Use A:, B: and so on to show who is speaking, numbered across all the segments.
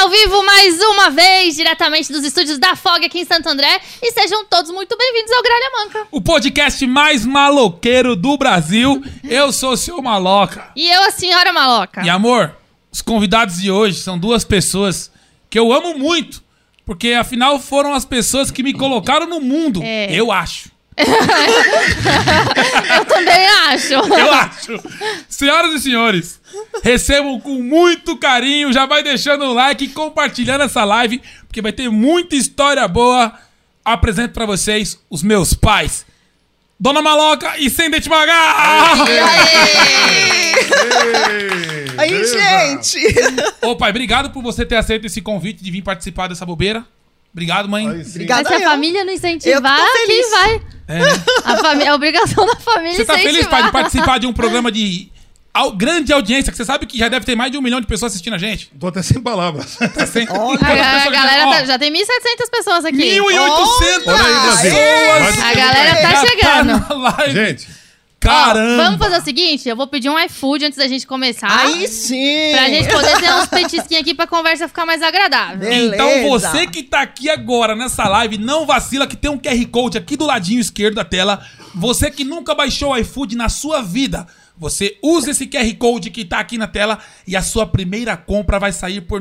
A: ao vivo mais uma vez, diretamente dos estúdios da FOG aqui em Santo André. E sejam todos muito bem-vindos ao Gralha Manca.
B: O podcast mais maloqueiro do Brasil. Eu sou o seu maloca.
A: E eu, a senhora maloca.
B: E amor, os convidados de hoje são duas pessoas que eu amo muito, porque afinal foram as pessoas que me colocaram no mundo,
A: É.
B: eu acho.
A: Eu também acho.
B: Eu acho. Senhoras e senhores, recebam com muito carinho, já vai deixando o like e compartilhando essa live, porque vai ter muita história boa. Apresento pra vocês os meus pais. Dona Maloca e Sendete Magá!
C: Aí, gente!
B: Ô pai, obrigado por você ter aceito esse convite de vir participar dessa bobeira. Obrigado, mãe.
C: Obrigado.
A: Mas se a é
C: eu.
A: família não
C: Eu
A: incentivar,
C: tô feliz.
A: quem vai?
B: É, né?
A: A, fami- a obrigação da família
B: Você tá
A: incentivar.
B: feliz, pai, de participar de um programa de au- grande audiência, que você sabe que já deve ter mais de um milhão de pessoas assistindo a gente.
D: Tô até sem palavras.
B: Tá sem...
A: A, a- a galera tá- já tem 1.700 pessoas aqui.
B: 1.800
D: Olha aí, Brasil.
B: pessoas!
D: Mas-
A: A galera tá
B: já
A: chegando.
B: na live.
D: Gente,
B: Caramba!
A: Vamos fazer o seguinte, eu vou pedir um iFood antes da gente começar.
C: Aí sim!
A: Pra gente poder ter uns petisquinhos aqui pra conversa ficar mais agradável.
C: Beleza.
B: Então você que tá aqui agora nessa live, não vacila que tem um QR Code aqui do ladinho esquerdo da tela. Você que nunca baixou o iFood na sua vida, você usa esse QR Code que tá aqui na tela e a sua primeira compra vai sair por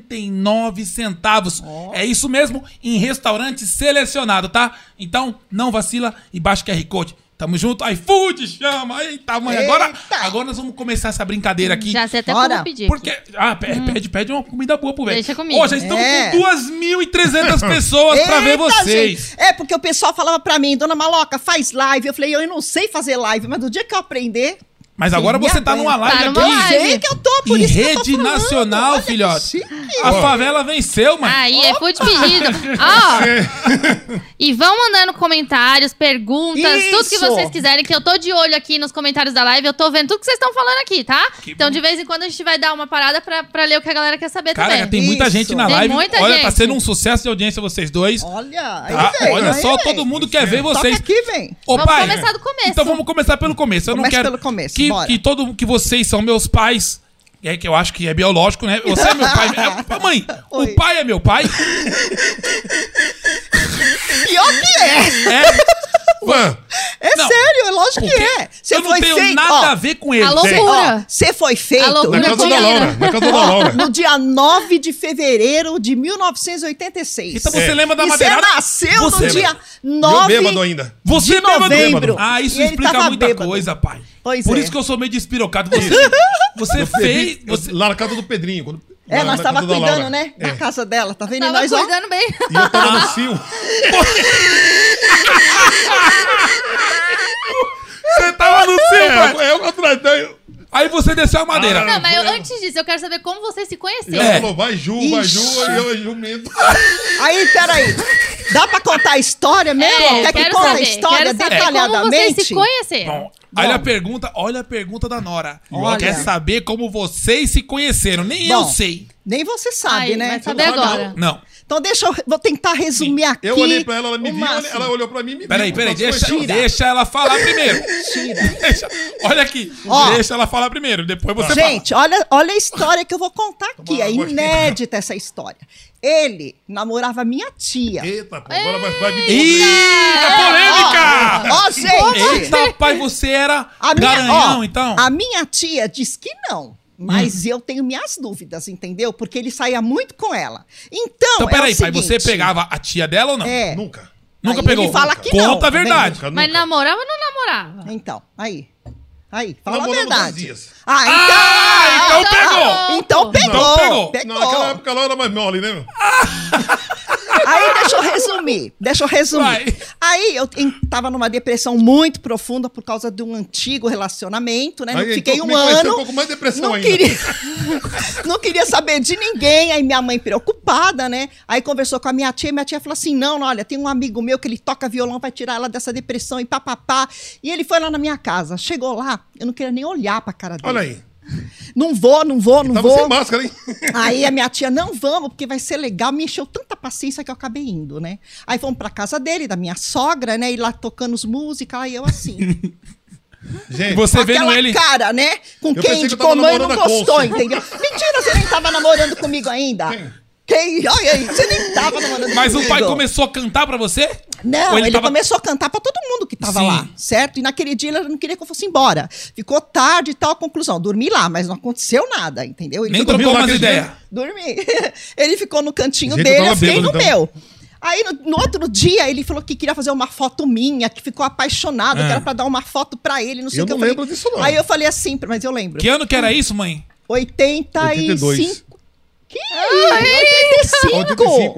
B: 99 centavos. É isso mesmo, em restaurante selecionado, tá? Então não vacila e baixa o QR Code. Tamo junto, iFood chama! Eita, mãe, agora,
C: Eita.
B: agora nós vamos começar essa brincadeira aqui.
A: Já sei até
C: Bora.
A: como pedir.
B: Porque. Ah, pe- pede, pede uma comida boa pro velho.
A: Hum. Deixa comigo.
B: Ó, já estamos
C: É.
B: com 2.300 pessoas pra ver
C: Eita,
B: vocês.
C: gente. É, porque o pessoal falava pra mim, dona Maloca, faz live. Eu falei, eu não sei fazer live, mas do dia que eu aprender,
B: Mas agora
C: Minha
B: você tá
C: mãe.
B: numa live
A: Tá
B: aqui.
A: numa live.
C: sei que eu tô, por
B: Em
C: isso que eu tô
B: rede
C: falando.
B: nacional,
C: Olha que
B: filhote.
C: chique.
B: A favela venceu, mano.
A: Aí, é food pedido. Ó, e vão mandando comentários, perguntas, tudo que
C: Isso.
A: vocês quiserem, que eu tô de olho aqui nos comentários da live, eu tô vendo tudo que vocês estão falando aqui, tá? então, de vez em quando, a gente vai dar uma parada pra, pra ler o que a galera quer saber
B: Cara,
A: também.
B: tem muita
C: Isso.
B: gente na
A: Tem
B: live.
A: muita
B: Olha, tá
A: gente.
B: sendo um sucesso de audiência vocês dois.
C: Olha, aí
B: Tá?
C: vem,
B: Olha
C: aí
B: só,
C: vem.
B: todo mundo quer ver
C: Toca
B: vocês.
C: aqui, vem.
B: Ô,
A: Vamos
B: pai,
A: começar do começo.
B: Então vamos começar pelo começo. Eu não
C: Começa
B: quero
C: pelo começo,
B: que,
C: bora.
B: que todo que vocês são meus pais. E aí que eu acho que é biológico, né? Você é meu pai. É, mãe,
C: Oi.
B: o pai é meu pai.
C: Pior que é.
B: É.
D: Ué,
C: É
B: Não,
C: sério, é lógico que
B: Porque
C: é. Você
B: eu não
C: foi
B: tenho
C: feito,
B: nada
C: ó,
B: a ver com ele.
A: A loucura.
C: Ó, Você foi feito
A: A loucura
D: na
A: Não
D: casa da
A: tinha
D: Laura.
A: ainda.
D: Na casa da Laura.
C: no dia 9 de fevereiro de 1986.
B: Então você
D: É.
B: lembra da
C: E você
B: madeirada?
C: nasceu
B: Você-
C: no dia
D: Eu
C: 9
D: bêbado ainda.
B: Você
C: de
B: bêbado.
C: novembro.
B: Ah, isso
C: E ele
B: explica
C: tava
B: muita
C: bêbado.
B: coisa, pai.
C: Pois
B: Por
C: é.
B: isso que eu sou meio despirocado. Você, você fez.
D: Bebi-
B: Você...
D: Lá na casa do Pedrinho. quando-
C: É,
D: na-
C: nós
D: na
C: tava
D: casa da
C: cuidando,
D: Laura.
C: né?
D: É.
C: Da casa dela, tá vendo? E
A: Tava
C: nós, ó,
A: cuidando bem.
D: E eu tava
B: Ah.
D: no fio.
B: Você tava no seu, pai.
D: É, eu atrás dele.
B: Aí você desceu a madeira.
C: Ah,
A: Não, mas eu- antes disso, eu quero saber como vocês se
D: E ela
B: É.
A: conheceram.
D: falou, vai Ju, vai Ju.
C: Ixi.
D: E eu, Ju, medo.
C: Aí, peraí. Dá pra contar a história mesmo?
A: É,
C: Quer que
A: quero
C: conta a
A: saber,
C: história
A: quero saber como vocês
C: detalhadamente?
A: se conheceram.
B: Bom, olha a pergunta, olha a pergunta da Nora. Ela
C: Olha.
B: quer saber como vocês se conheceram. Nem eu
C: Bom,
B: sei.
C: Nem você sabe,
A: Ai,
C: né?
A: vai saber agora.
B: Não.
C: Então deixa eu... Vou tentar resumir aqui.
D: Eu olhei pra ela, ela me
C: o
D: viu,
C: máximo.
D: ela olhou pra mim e me viu.
B: Peraí, peraí,
D: Umas
B: deixa,
D: coisas-
B: deixa ela falar primeiro.
C: Mentira.
B: Deixa- olha aqui,
C: Ó.
B: deixa ela falar primeiro, depois você fala.
C: Gente, olha, olha a história que eu vou contar aqui.
D: Toma
C: É
D: água aqui.
C: inédita essa história. Ele namorava minha tia.
D: Eita, pô, agora vai, vai vir
B: Eita, polêmica!
C: Ó, gente!
B: Eita, pai, você era
C: A minha,
B: garanhão,
C: ó,
B: então? Hum.
C: A minha tia diz que não. Mas eu tenho minhas dúvidas, entendeu? Porque ele saía muito com ela. Então,
B: Então,
C: é o
B: peraí, pai, você
C: seguinte,
B: pegava a tia dela ou não?
C: É.
D: Nunca.
B: Nunca
C: Aí
B: pegou?
C: ele fala que
B: Conta
C: não,
B: a
C: tá vendo?
B: verdade.
D: Nunca,
A: Mas
D: nunca.
A: namorava ou não namorava?
C: Então, aí. Aí, fala a
D: Namoramos dois
C: verdade.
D: dias.
C: Ah,
B: Ah, então pegou! Então
C: então, pegou!
B: pegou.
C: pegou!
D: Não, Naquela época ela era mais mole, né? meu?
C: Aí deixa eu resumir, deixa eu resumir.
B: Vai.
C: Aí eu em- tava numa depressão muito profunda por causa de um antigo relacionamento, né? Não
D: Aí, então,
C: Fiquei
D: me
C: um
D: conheceu
C: ano.
D: um pouco mais depressão
C: não
D: ainda.
C: queria, não queria saber de ninguém. Aí minha mãe preocupada, né? Aí conversou com a minha tia, e minha tia falou assim: "Não, não, olha, tem um amigo meu que ele toca violão, vai tirar ela dessa depressão e papapá". E ele foi lá na minha casa. Chegou lá, eu não queria nem olhar pra cara dele.
D: Olha aí.
C: Não vou, não vou, não
D: Tava
C: vou.
D: sem máscara, hein?
C: Aí a minha tia, não vamos, porque vai ser legal. Me encheu tanta paciência que eu acabei indo, né? Aí fomos pra casa dele, da minha sogra, né? E lá tocando as músicas, aí eu assim.
D: Gente,
B: Você
C: Com
B: vendo
C: aquela
B: ele.
C: cara, né? Com
D: pensei
C: quem
D: que eu tava
C: tomou e não
D: namorando a
C: gostou,
D: Coulson.
C: entendeu? Mentira, você nem tava namorando comigo ainda.
D: Quem?
C: Quem? Olha aí, você nem tava namorando
B: Mas
C: comigo.
B: o pai começou a cantar pra você?
C: Não,
B: Ou
C: ele,
B: tava-
C: começou a cantar pra todo mundo que tava
B: Sim.
C: lá, certo? E naquele dia ele não queria que eu fosse embora. Ficou tarde e tal, conclusão. Dormi lá, mas não aconteceu nada, entendeu? Ele
B: Nem
C: ficou-
B: trocou
D: lá
B: umas
D: aquele
B: ideias.
C: Dormi. ele ficou no cantinho
D: Gente, eu
C: dele,
D: tava
C: eu fiquei
D: bêbado,
C: no
D: então.
C: meu. Aí, no, no outro dia, ele falou que queria fazer uma foto minha, que ficou apaixonado,
B: Ah.
C: que era pra dar uma foto pra ele, não sei
D: Eu
C: o que.
D: não
C: falei-
D: lembro disso, não.
C: Aí eu falei assim, mas eu lembro.
B: Que ano que era isso, mãe?
C: 85.
D: 82.
C: Que? 85?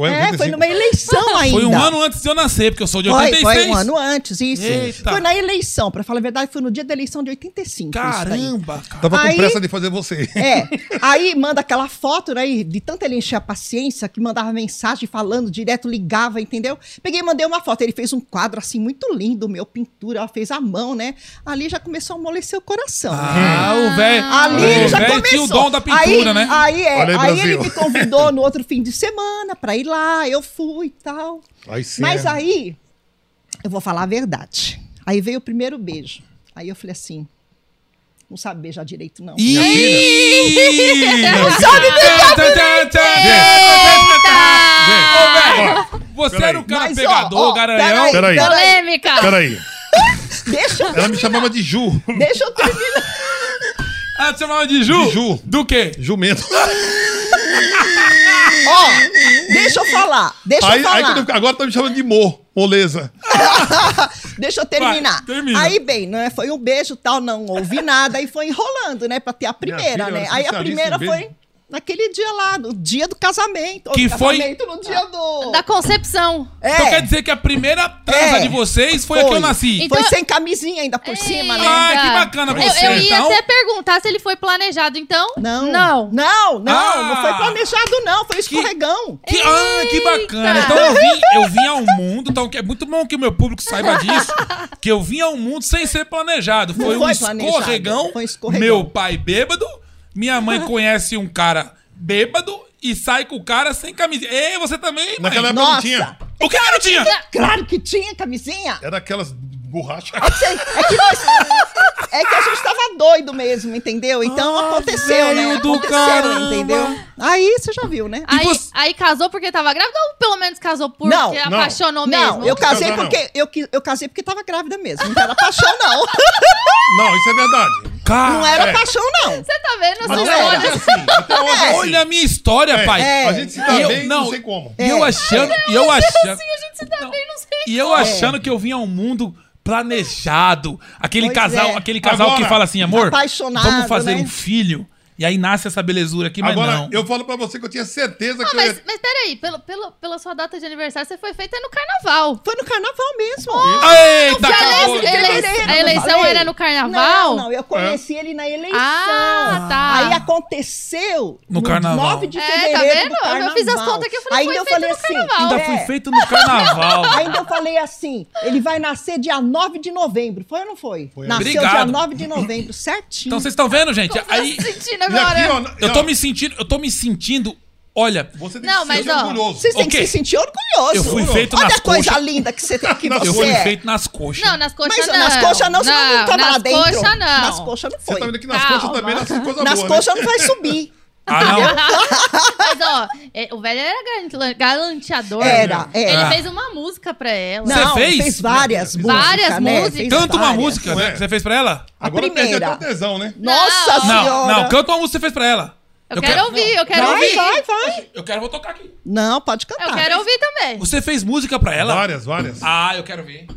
D: 85, é,
C: É, foi
D: 85.
C: numa eleição ainda.
B: Foi um ano antes de eu nascer, porque eu sou de
C: Foi,
B: 86.
C: foi um ano antes, isso.
B: Eita.
C: Foi na eleição, pra falar a verdade, foi no dia da eleição de 85. Isso daí.
B: Caramba, cara.
D: Tava com
C: Aí-
D: pressa de fazer você.
C: É, aí manda aquela foto, né? e De tanto ele encher a paciência, que mandava mensagem falando direto, ligava, entendeu? Peguei e mandei uma foto. Ele fez um quadro assim muito lindo, meu, pintura, ela fez à mão, né? Ali já começou a amolecer o coração. né?
B: Ah, o velho.
C: Ali
B: o
C: ele já
B: velho
C: começou.
B: tinha o dom da pintura,
C: aí,
B: né?
C: Aí, é,
D: Olha aí,
C: aí ele
D: Brasil.
C: me convidou no outro fim de semana pra ir lá, eu fui e tal.
D: Aí sim.
C: Mas
B: é.
D: né?
C: aí, eu vou falar a verdade. Aí veio o primeiro beijo. Aí eu falei assim, não sabe beijar direito, não.
B: Ih!
A: Eita!
D: Ah,
B: Ô, velho, Você
D: Peraí.
B: era o cara
C: Mas, ó,
B: pegador,
C: ó,
B: garanhão.
D: peraí.
A: Polêmica!
D: Peraí.
C: Deixa eu
D: Ela me chamava de Ju.
C: Deixa eu terminar.
B: Ah, te chamava de Ju?
D: De Ju.
B: Do quê?
D: Jumento.
C: Ó, deixa eu falar. Deixa eu
D: Aí, aí
C: falar.
D: quando eu- agora tá me chamando de Mo. Moleza.
C: Deixa eu terminar.
B: Vai, termina.
C: Aí, bem, né, foi um beijo tal, não ouvi nada. Aí foi enrolando, né? Pra ter a primeira,
D: filha,
C: né?
D: ela é
C: Aí a
D: especialista
C: primeira
D: em beijo.
C: foi naquele dia lá, no dia do casamento.
B: Que
C: no
B: foi- Ah.
C: Casamento no dia do...
A: Da concepção.
C: É,
B: Então quer dizer que a primeira transa
C: É.
B: de vocês foi, a que eu nasci.
C: Foi
A: Então-
C: sem camisinha ainda
A: É.
C: por cima, né?
B: Ai,
A: Eita.
B: Ah, que bacana
A: Eu-
B: você,
A: Eu, ia
B: então.
A: até perguntar se ele foi planejado, então.
C: Não.
A: Não.
C: Não, não, não foi
B: Ah.
C: planejado, não. Foi escorregão.
B: Que, ah, que bacana.
A: Eita.
B: Então eu vim, eu vim ao mundo, então que é muito bom que o meu público saiba disso, que eu vim ao mundo sem ser planejado.
C: Não
B: Foi, um
C: foi planejado,
B: escorregão,
C: foi um escorregão.
B: meu pai bêbado, minha mãe conhece um cara bêbado e sai com o cara sem camisinha. Ei, você também, mãe?
D: Naquela época não
C: Nossa.
D: tinha.
B: O que não tinha?
C: Claro que tinha camisinha.
D: Era aquelas borrachas.
C: É que, é que nós- é que a gente tava doido mesmo, entendeu? Então aconteceu, né?
B: velho do
C: Aconteceu,
B: caramba.
C: entendeu? Aí você já viu, né?
B: E
A: Aí,
B: você-
A: aí casou porque tava grávida ou pelo menos casou porque
C: Não,
D: não.
A: apaixonou mesmo?
C: Não, eu casei
D: Não, não.
C: porque eu, qui- eu casei porque tava grávida mesmo. Não era paixão não.
D: Não, isso é verdade.
B: Cara,
C: Não era
D: é.
C: paixão não.
A: Você tá vendo?
D: Mas
A: Não,
C: Não
D: até
C: era.
D: hoje é assim. Até hoje é assim.
B: olha a minha história,
D: É,
B: pai.
D: A gente se dá
B: Eu-
D: bem, não
B: não.
D: sei como.
B: E eu
C: É.
B: achando, e eu achando,
A: a gente se dá bem, não sei.
B: e eu achando que eu vim ao mundo planejado. Aquele
C: Pois
B: casal,
C: é.
B: aquele casal
D: Agora,
B: que fala assim, amor,
C: apaixonado,
B: vamos fazer
C: né?
B: um filho. E aí nasce essa belezura aqui, mas
D: Agora,
B: não.
D: eu falo pra você que eu tinha certeza
A: Ah,
D: que eu
A: mas,
D: ia...
A: mas peraí, pelo, pelo, pela sua data de aniversário, você foi feita no carnaval.
C: Foi no carnaval mesmo.
B: Eita,
A: Que a,
B: acabou.
A: ele- ele-
C: Fevereiro,
A: a
C: não
A: eleição
C: falei?
A: era no carnaval?
C: Não, não, eu conheci ele na eleição.
A: Ah, tá.
C: Aí aconteceu
B: No carnaval.
C: 9 de
A: É,
C: fevereiro.
A: tá
C: do
A: vendo? Eu
C: carnaval.
A: fiz as contas aqui, eu falei,
C: Ainda
A: foi
C: eu
A: feito
C: falei
A: no
C: assim,
A: carnaval.
B: Ainda
C: é,
B: fui feito no carnaval.
C: Ainda eu falei assim, ele vai nascer dia 9 de novembro. Foi ou não foi?
D: Foi.
C: Nasceu dia
B: Obrigado.
C: 9 de novembro, certinho.
B: Então vocês estão vendo, gente?
A: Como você
B: Aí
A: tá
C: assim,
A: se sentindo
D: E
A: agora?
D: aqui, ó... na-
B: eu
D: ó,
B: tô me sentindo, eu tô me sentindo, olha,
D: Você tem
A: Não,
D: que
A: mas,
D: ser
A: ó,
D: orgulhoso.
C: Vocês têm
B: Ok.
C: que se sentir orgulhosos.
B: Eu fui feito
C: Olha
B: nas
C: a coisa
B: coxas.
C: linda que você tem que
D: Nas
B: eu
C: você
B: fui
C: é.
B: feito nas coxas.
A: Não, nas coxas
C: Mas
A: não.
C: nas coxas não, você não botou
A: nas
C: nada dentro.
A: coxas não.
C: Nas coxas não
D: Você
C: foi.
D: tá vendo que nas
A: Calma.
D: coxas também nasce coisa
C: Nas
D: boa,
C: coxas
D: né?
C: não vai subir.
B: Ah, não.
A: Mas, ó, é, o velho era galan- galanteador.
C: Era,
A: Ele
C: era.
A: fez uma música pra ela.
B: Você
C: Não,
B: fez?
C: fez várias músicas.
A: Várias
C: né?
A: músicas.
C: Fez
B: Canta uma
C: várias.
B: música
D: Ué.
B: né, que você fez pra ela?
C: A
D: Agora eu perdi até o
C: primeira.
D: tesão, né?
C: Nossa
A: Não,
B: Não,
C: senhora.
B: não, canta uma música que você fez pra ela.
A: Eu, quero, ouvir, eu quero
C: Vai,
A: ouvir.
C: vai, vai.
B: Eu quero, vou tocar aqui.
C: Não, pode cantar.
A: Eu quero ouvir também.
B: Você fez música pra ela?
D: Várias, várias.
B: Ah, eu quero ver.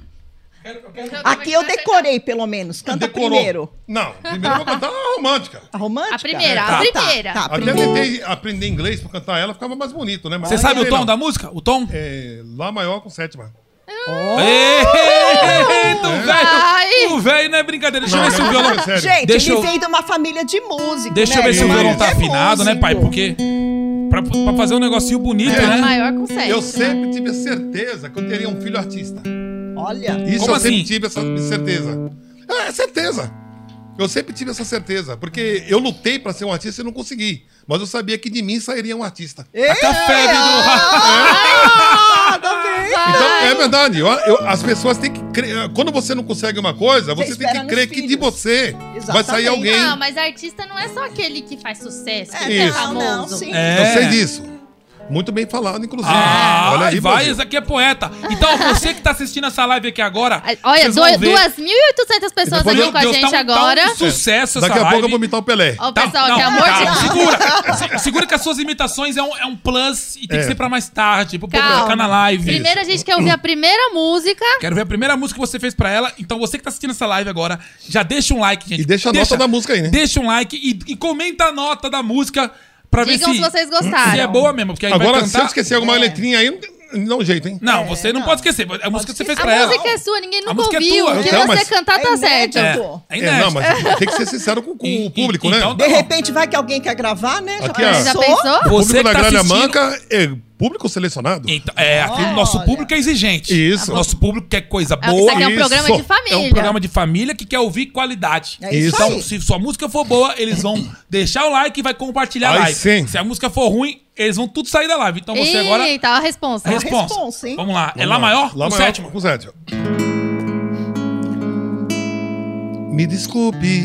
B: Quero- eu quero-
A: é
C: Aqui eu decorei, pelo menos. Canta primeiro.
D: Não, primeiro eu vou cantar uma romântica.
C: A romântica?
A: A primeira,
B: a
C: Tá, tá,
A: primeira.
C: Tá, a
D: Até
C: primeira.
D: tentei aprender inglês pra cantar ela, ficava mais bonito, né? Mas
B: Você
D: não
B: sabe o
D: sei
B: tom
D: não.
B: da música? O tom?
D: É, Lá maior com sétima. Oh.
B: Eita, o
A: Ai.
B: velho. O velho não é brincadeira. Deixa eu ver se o
D: não,
B: violão.
D: é sério.
C: Gente,
B: Deixa
C: ele
B: eu-
C: veio de uma família de músicos.
B: Deixa eu
C: né?
B: ver se o
C: Meu
B: violão
C: marido
B: tá
C: é
B: afinado, né, pai?
C: músico.
B: Porque. Pra, pra fazer um negocinho bonito,
D: É.
A: A
B: né?
A: maior consegue.
D: Eu sempre tive a certeza que eu teria um filho artista.
C: Olha.
D: Isso
B: Como
D: eu sempre
B: assim?
D: tive essa certeza. É, é certeza. Eu sempre tive essa certeza, porque eu lutei pra ser um artista e não consegui. Mas eu sabia que de mim sairia um artista.
B: Taca a febre do.
C: Ah, tá bem.
D: Então, é verdade. Eu- eu- as pessoas têm que crer. Quando você não consegue uma coisa,
C: Você
D: você, tem
C: espera
D: que
C: nos
D: crer que de
C: filhos.
D: você vai sair
C: Exatamente. Ah,
D: alguém.
A: Não, mas artista não é só aquele que faz sucesso, que
D: Isso.
A: é
C: Não,
A: famoso.
C: não, sim.
B: É.
D: Eu sei disso. Muito bem falado, inclusive.
B: Ah,
D: Olha aí,
B: vai,
D: Brasil.
B: esse aqui é poeta. Então, você que tá assistindo essa live aqui agora.
A: Olha,
B: vocês vão
A: doi-
B: ver.
A: 2.800 pessoas
B: Meu
A: aqui com a
B: Deus, tá um-
A: gente
B: tá um
A: agora.
B: sucesso
D: É. Daqui
B: essa
D: a pouco
B: live.
D: eu vou imitar o Pelé.
A: Ó,
B: Tá,
A: pessoal,
B: não,
A: que é amor
B: calma,
A: de
B: segura, Se- segura que as suas imitações é um, é um plus e tem que
D: É.
B: ser pra mais tarde, pro povo
A: Calma.
B: ficar na live.
A: Primeiro a gente quer ouvir a primeira música.
B: Quero ver a primeira música que você fez pra ela. Então você que tá assistindo essa live agora, já deixa um like, gente.
D: E deixa a nota da música aí, né?
B: Deixa um like e, e comenta a nota da música pra ver
A: Digam
B: se,
A: se vocês gostaram.
B: se é boa mesmo. Porque aí vai
D: Agora, se
B: cantar... É.
D: eu esquecer alguma letrinha aí, não tem- não dá um jeito, hein?
B: Não, você não, pode esquecer. A música que você fez
A: A
B: pra ela.
A: música é sua, ninguém nunca
B: música é
A: ouviu.
B: tua,
A: o que
D: então,
A: você
D: mas-
A: cantar tá
C: É
A: certo.
C: inédito.
B: É,
D: É,
B: inédito.
D: não, mas tem que ser sincero com, com
B: E-
D: o público,
B: e-
D: né?
B: então-
C: De repente vai que alguém quer gravar, né?
D: Aqui,
B: É.
D: ó.
A: Já
D: Sou.
A: pensou?
D: O público
B: Você que
D: da
B: tá
D: Gralha
B: assistindo-
D: Manca é público selecionado.
B: Então, é, aqui o nosso
C: Olha.
B: público é exigente.
D: Isso.
B: Nosso público quer coisa
A: É, isso
B: boa.
A: aqui é um
D: Isso.
A: programa de
D: É um
A: família.
B: É um programa de família que quer ouvir qualidade.
C: É isso
B: então,
C: aí.
B: se sua música for boa, eles vão deixar o like e vai compartilhar a
D: Aí
B: live.
D: sim.
B: Se a música for ruim, eles vão tudo sair da live. Então você agora.
A: Eita, a resposta.
B: Responsa.
C: responsa, hein?
B: Vamos lá. é
D: Vamos
B: Lá maior?
D: Lá
B: o
D: maior
B: sétimo.
D: com sétimo. Me desculpe.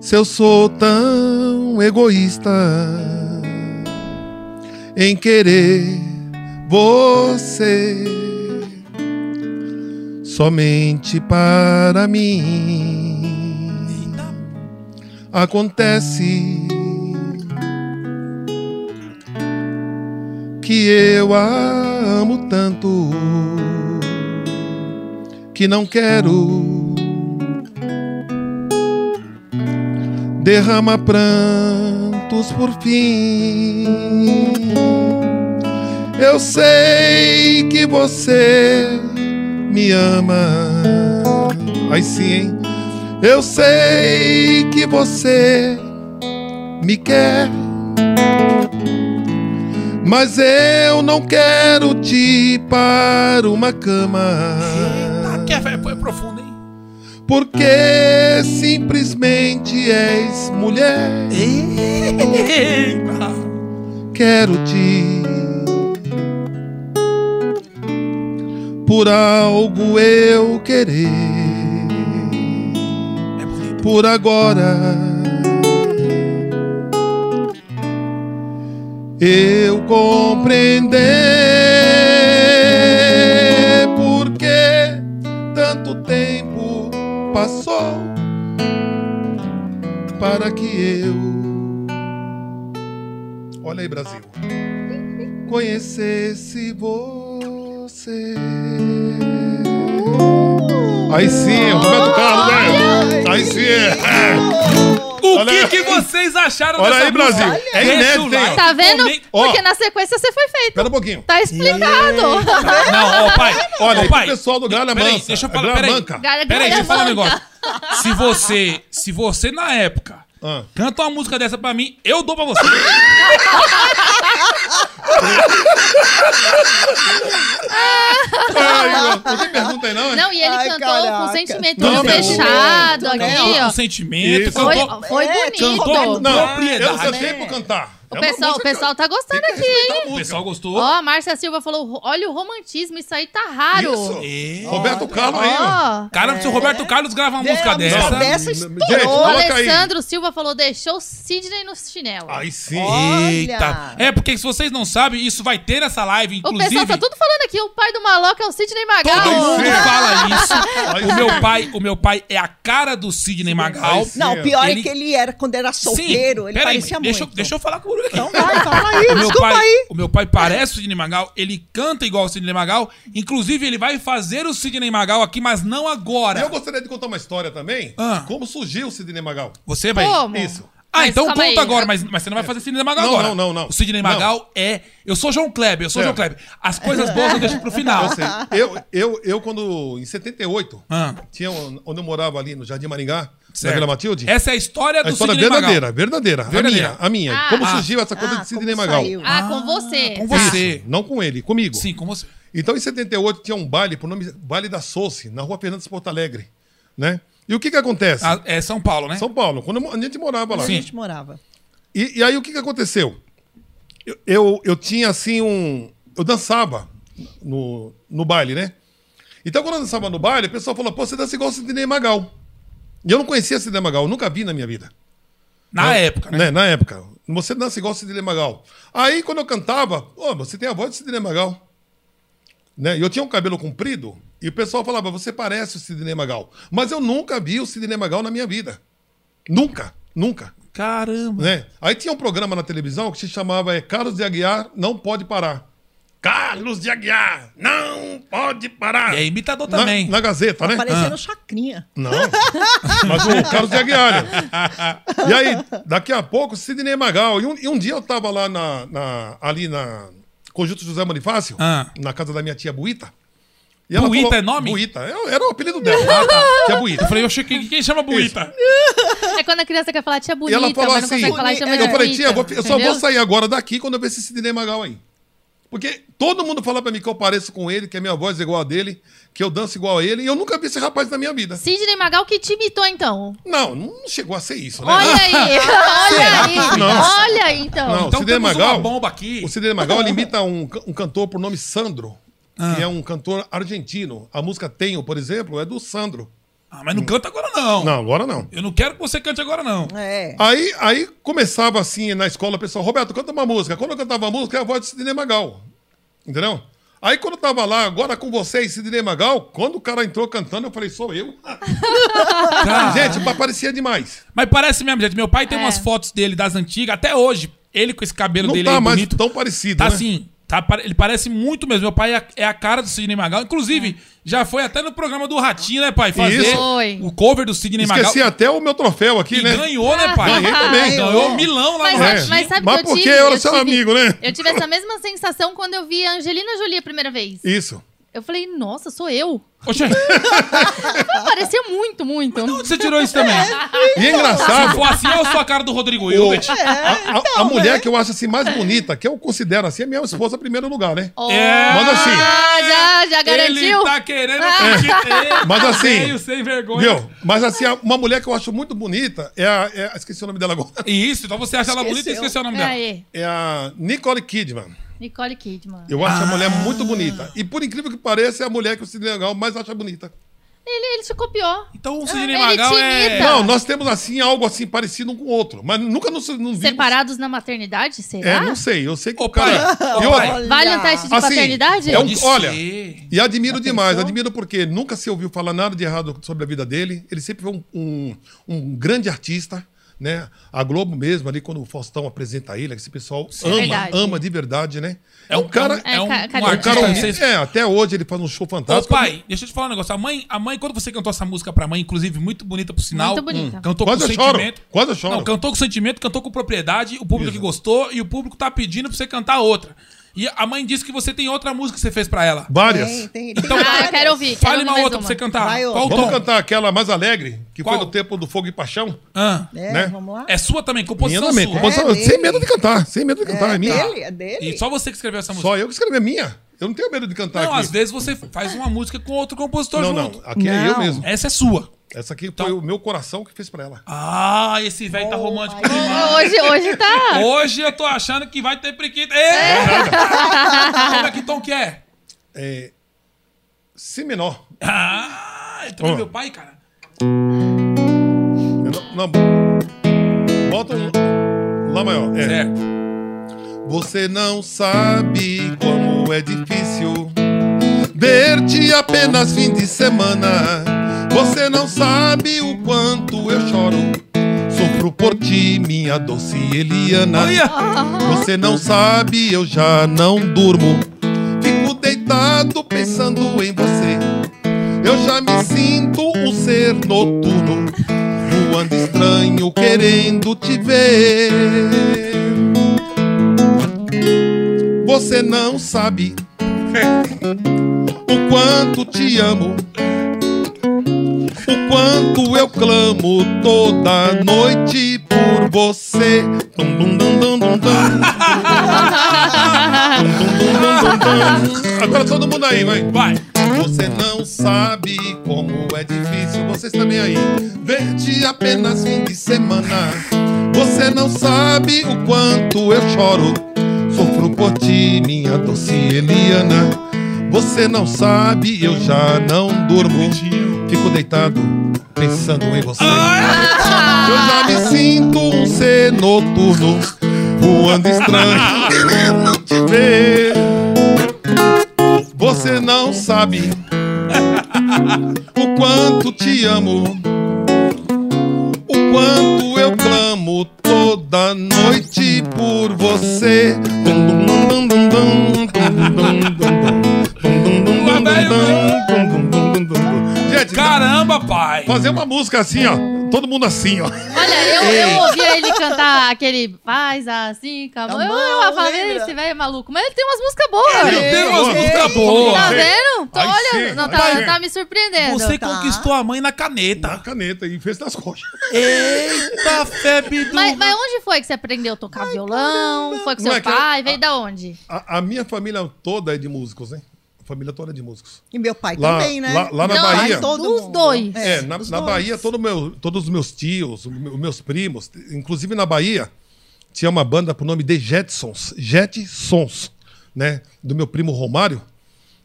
D: Se eu sou tão egoísta em querer você somente para mim, acontece que eu a amo tanto que não quero derrama prantos por fim. Eu sei que você me ama. Aí sim, hein? Eu sei que você me quer. Mas eu não quero te ir para uma cama.
B: Eita, que é, é profundo, hein?
D: Porque simplesmente és mulher.
B: Eita.
D: Quero te por algo eu querer.
B: É bonito.
D: Por agora eu compreender porque tanto tempo passou para que eu olha aí Brasil conhecesse você aí sim o Roberto Carlos né? aí sim é.
B: O
D: Olha
B: que,
D: aí.
B: que vocês acharam
D: Olha
B: dessa
D: aí,
B: música?
D: Brasil. É
B: Deixa
D: inédito,
B: o
D: hein?
B: like,
A: Tá vendo?
B: comenta-
D: Ó.
A: Porque na sequência você foi feito.
D: Espera um pouquinho.
A: Tá explicado.
B: Não, ó, pai.
D: Olha,
B: Ô,
D: aí
B: pai.
D: o pessoal do Gralha
B: Tá, Peraí,
D: Manca.
B: deixa eu
D: Gralha
B: falar. Peraí,
D: É Manca.
A: Galera,
B: peraí, deixa eu falar um
A: manca.
B: negócio. Se você, se você na época,
D: Ah.
B: canta uma música dessa pra mim, eu dou pra você.
D: Ai, meu, não tem pergunta aí, não? é?
A: Não, e ele
C: Ai,
A: cantou com
C: caraca.
A: sentimento
D: Não,
A: todo
D: meu,
A: fechado
C: não,
A: aqui,
B: Cantou com
A: ó.
B: um sentimento,
D: Isso.
A: Foi,
B: cantou...
A: foi
C: É,
A: bonito.
C: cantou-
D: Não,
B: Propriedade. né?
D: eu cantei por cantar. É
A: O
D: uma
A: pessoal, o
D: música-
A: pessoal tá gostando
D: tem que
A: aqui, hein?
D: respeitar a
B: O
D: música.
B: pessoal gostou.
A: Ó, a Márcia Silva falou: olha o romantismo, isso aí tá raro.
D: Isso.
B: É.
D: Roberto Carlos aí, ó.
A: Ó.
B: Cara, se o Roberto Carlos grava uma música
C: a música
B: dessa...
C: dessa.
D: Gente,
A: O
D: coloca aí.
A: Alessandro Silva falou: deixou o Sidney no chinelo.
D: Aí sim.
B: Eita.
C: Olha.
B: É, porque se vocês não sabem, isso vai ter nessa live,
A: o
B: inclusive...
A: pessoal tá tudo falando aqui: o pai do maloca é o Sidney Magal.
B: Todo mundo
D: Sim.
B: fala
D: Aí
B: isso. O
D: sim.
B: meu pai, o meu pai é a cara do Sidney Magal.
D: sim.
C: Não, o pior
B: Ele-
C: é que ele era, quando era solteiro, ele
B: peraí,
C: parecia
B: deixa, eu-
C: muito.
B: Deixa eu falar com o Bruno aqui.
C: Então vai, fala aí,
B: O meu,
C: desculpa
B: pai,
C: aí.
B: o meu pai parece o Sidney Magal, ele canta igual o Sidney Magal. Inclusive, ele vai fazer o Sidney Magal aqui, mas não agora.
D: Eu gostaria de contar uma história também.
B: Ah.
D: Como surgiu o Sidney Magal.
B: Você vai.
A: Como?
D: Isso.
B: Ah,
A: Mas
B: então
A: calma
B: conta
A: aí.
B: agora, mas, mas você não vai fazer Sidney Magal
D: Não,
B: agora.
D: não, não, não.
B: O Sidney Magal é. Eu sou João Kleber, eu sou
D: É.
B: João Kleber. As coisas boas eu deixo pro final.
D: Eu sei. Eu, eu, eu quando, em 78,
B: Ah.
D: tinha um- onde eu morava ali no Jardim Maringá, na
B: Certo.
D: Vila Matilde.
B: Essa é a história do
D: a história
B: Sidney Magal.
D: verdadeira, verdadeira,
B: Verdadeira.
D: A minha, a minha.
A: Ah.
D: como
B: Ah.
D: surgiu essa coisa
C: Ah,
D: de Sidney
C: como
D: Magal? É,
C: saiu.
A: Ah, com você.
B: Com
A: Tá.
B: você.
D: Não com ele, comigo.
B: Sim, com você.
D: Então, em 78, tinha um baile por nome Baile da Souce, na rua Fernandes Porto Alegre. Né? E o que que acontece?
B: Ah, é São Paulo, né?
D: São Paulo, quando eu mo- a gente morava lá.
C: A
B: Sim.
C: gente morava.
D: E, e aí o que que aconteceu? Eu, eu, eu tinha assim um. Eu dançava. no, no baile, né? Então, quando eu dançava no baile, o pessoal falou, pô, você dança igual o Sidney Magal. E eu não conhecia Sidney Magal, eu nunca vi na minha vida.
B: Na
D: Né?
B: época, né?
D: Né, Na época. Você dança igual o Sidney Magal. Aí, quando eu cantava, ó, você tem a voz de Sidney Magal. Né? E eu tinha um cabelo comprido, e o pessoal falava, você parece o Sidney Magal. Mas eu nunca vi o Sidney Magal na minha vida. Nunca, nunca.
B: Caramba.
D: Né? Aí tinha um programa na televisão que se chamava é, Carlos de Aguiar Não Pode Parar. Carlos de Aguiar Não Pode Parar.
B: E é imitador
D: Na-
B: também.
D: Na, Gazeta, né?
C: Parecendo chacrinha.
D: Não. Mas o Carlos de Aguiar. né? E aí, daqui a pouco, Sidney Magal. E um, e um dia eu tava lá na, na- ali na Conjunto José Bonifácio,
B: Ah.
D: na casa da minha tia Buíta. E
B: Buíta é nome? Ah, tá.
D: Buíta. Eu- Era o apelido dela. Tia
B: Eu
D: Buíta.
B: falei, oxe, quem, quem chama Buíta?
A: É quando a criança quer falar tia
D: E
A: bonita,
D: ela falou
A: mas não
D: assim.
A: consegue falar chama de
D: eu falei,
A: bonita,
D: tia, eu vou- eu só
A: entendeu?
D: vou sair agora daqui quando eu ver esse Sidney Magal aí. Porque todo mundo fala pra mim que eu pareço com ele, que a minha voz é igual a dele, que eu danço igual a ele, e eu nunca vi esse rapaz na minha vida.
A: Sidney Magal que te imitou, então.
D: Não, não chegou a ser isso, né?
A: Olha aí, olha aí, olha aí, então.
D: Não,
B: Então
D: o Sidney
B: temos
D: Magal,
B: uma bomba aqui.
D: O Sidney Magal ele imita um, ca- um cantor por nome Sandro,
B: Ah.
D: que é um cantor argentino. A música Tenho, por exemplo, é do Sandro.
B: Ah, mas não canta agora, não.
D: Não, agora não.
B: Eu não quero que você cante agora, não.
C: É.
D: Aí, aí começava assim na escola, o pessoal, Roberto, canta uma música. Quando eu cantava a música, era a voz de Sidney Magal. Entendeu? Aí quando eu tava lá, agora com vocês, Sidney Magal, quando o cara entrou cantando, eu falei, sou eu.
B: Ah. Cara,
D: Gente, mas parecia demais.
B: Mas parece mesmo, gente. Meu pai tem
A: É.
B: umas fotos dele das antigas, até hoje. Ele com esse cabelo
D: Não
B: dele
D: tá
B: aí
D: mais
B: bonito.
D: tão parecido,
B: Tá
D: né?
B: assim, tá, pare- ele parece muito mesmo. Meu pai é, é a cara do Sidney Magal. Inclusive, já foi até no programa do Ratinho, né, pai? Fazer
D: É. Isso.
A: Foi.
B: o cover do Sidney Magal.
D: Esqueci até o meu troféu aqui,
B: e
D: né?
B: ganhou, né, pai?
D: Ganhei também.
B: Ganhou Milão lá
A: Mas,
B: no
D: É.
B: Ratinho.
A: mas sabe
D: Mas
A: que eu
D: por
A: tive?
D: que eu era
A: Eu
D: seu
A: tive-
D: amigo, né?
A: Eu tive essa mesma sensação quando eu vi a Angelina Jolie a primeira vez.
D: Isso.
A: Eu falei, nossa, sou eu.
B: Oxe,
A: Ah, Parecia muito, muito.
B: onde você tirou isso também?
D: E é
B: Se
D: engraçado.
B: for assim, eu sou a cara do Rodrigo
D: O-
B: Hilbert.
C: É,
D: a, a- a mulher que eu acho assim mais bonita, que eu considero assim, é minha esposa em primeiro lugar, né?
A: Oh,
B: É.
D: Manda assim.
A: Ah, já, já
B: Ele
A: garantiu?
B: tá querendo
A: Ah.
B: que
D: Mas assim-
B: Meio sem vergonha.
D: Viu? Mas assim, a- uma mulher que eu acho muito bonita é a. é a- esqueci o nome dela agora.
B: E Isso, então você acha ela bonita e
C: Esqueceu.
B: esqueceu o nome dela.
A: Aí,
D: É a Nicole Kidman.
A: Nicole Kidman.
D: Eu acho a mulher muito bonita. E por incrível que pareça, é a mulher que o Sidney Magal mais acha bonita.
A: Ele, ele te copiou.
B: Então o Sidney
A: ele
B: Magal
A: te
B: é.
A: imita.
D: Não, nós temos assim algo assim parecido um com o outro. Mas nunca nos não vimos.
A: Separados na maternidade,
D: É,
A: será?
D: não sei. Eu sei que
B: Ô,
D: o cara.
B: pai, ô,
D: E outra,
B: pai.
A: vale um teste de
D: Assim,
A: paternidade?
D: é um-
B: Pode
D: olha,
B: ser.
D: E admiro demais, admiro porque nunca se ouviu falar nada de errado sobre a vida dele. Ele sempre foi um, um- um grande artista, né? A Globo mesmo, ali, quando o Faustão apresenta ele, esse pessoal ama,
C: É
A: verdade.
D: ama de verdade, né?
B: É um cara. É um,
A: ca- cara-
B: um
D: um cara
B: artista.
A: é.
D: humilde.
B: Vocês-
D: É, até hoje ele faz um show
B: Ô,
D: fantástico.
B: pai, deixa eu te falar um negócio. A mãe, a mãe, quando você cantou essa música pra mãe, inclusive muito bonita pro sinal.
A: Muito bonita.
B: Cantou
D: Quase
B: com
D: eu choro,
B: sentimento.
D: quase eu choro.
B: Não, cantou com sentimento, cantou com propriedade, o público que gostou e o público tá pedindo pra você cantar outra. E a mãe disse que você tem outra música que você fez pra ela.
D: Várias.
C: Tem, tem,
B: Então,
C: tem
A: Ah, eu quero ouvir. Quero
B: Fale
A: ouvir
B: uma
A: mais
B: outra
A: uma.
B: pra você cantar.
C: Vai, ô.
B: Qual o
D: Vamos
B: tom?
D: cantar aquela mais alegre, que
B: Qual?
D: foi no tempo do Fogo e Paixão?
B: Ah,
C: É,
D: né?
C: vamos lá.
B: é sua também,
D: Minha
B: composição
D: também.
B: sua.
D: composição-
C: É
D: sem
C: dele.
D: medo de cantar, sem medo de cantar, é,
C: é
D: minha.
C: dele, é dele.
B: E só você que escreveu essa música.
D: Só eu que escrevi a minha. Eu não tenho medo de cantar
B: Não,
D: aqui.
B: às vezes você faz uma música com outro compositor
D: não,
B: junto.
D: não. Aqui é eu
C: Não.
D: mesmo.
B: Essa é sua.
D: Essa aqui foi o meu coração que fez pra ela.
B: Ah, esse velho
A: Oh,
B: tá romântico demais.
A: Hoje, hoje tá.
B: Hoje eu tô achando que vai ter priquita. Ei! Como é que tom que é?
D: É, si menor.
B: Ah, entrou
D: Ó.
B: meu pai, cara.
D: Menor- É, Não, bota um Lá maior. É.
B: Certo.
D: Você não sabe como é difícil ver-te apenas fim de semana. Você não sabe o quanto eu choro. Sofro por ti, minha doce Eliana. Você não sabe, eu já não durmo. Fico deitado pensando em você. Eu já me sinto um ser noturno, voando estranho, querendo te ver. Você não sabe o quanto te amo, o quanto eu clamo toda noite por você. Dum, dum, dum, dum, dum, dum. Agora todo mundo aí, vai.
B: Vai.
D: Você não sabe como é difícil, vocês também aí. Verde apenas fim de semana. Você não sabe o quanto eu choro. Sofro por ti, minha doce Eliana. Você não sabe, eu já não durmo. Fico deitado pensando em você. Eu já me sinto um ser noturno, voando estranho. querendo te ver. Você não sabe o quanto te amo, o quanto eu clamo toda noite por você. Dum, dum, dum, dum, dum, dum, dum, dum, dum, dum, dum, dum, dum, dum, dum, dum, dum, dum. Gente,
B: Caramba, pai!
D: fazer uma música assim, ó. Todo mundo assim, ó.
A: Olha, eu, eu ouvia ele cantar aquele faz assim, calma. Eu, eu,
C: Calmão,
A: falava,
C: lembra?
A: esse velho é maluco. Mas ele tem umas músicas boas.
B: Ele
A: né?
B: tem umas
D: Ei,
B: músicas
D: ei,
B: boas.
A: Tá
D: Você-
A: vendo? Tô-
D: Aí
A: Olha,
D: sim,
A: não,
D: vai
A: tá,
D: ver.
A: tá me surpreendendo.
B: Você
C: tá.
B: conquistou a mãe na
D: Tá a
B: caneta.
D: caneta e fez nas coxas.
B: Eita, febre do...
A: Mas, mas onde foi que você aprendeu a tocar violão? Foi com
D: Não
A: seu
D: é que-
A: pai? Veio da onde?
D: A, a minha família toda é de músicos, né? A família toda é de músicos.
C: E meu pai
D: Lá,
C: também, né?
D: lá, lá na
A: Não,
D: Bahia.
A: todo- Dos dois.
D: É, na, na Bahia, todo meu, todos os meus tios, os meus- meus primos, inclusive na Bahia, tinha uma banda por nome de Jetsons, Jetsons, né? Do meu primo Romário.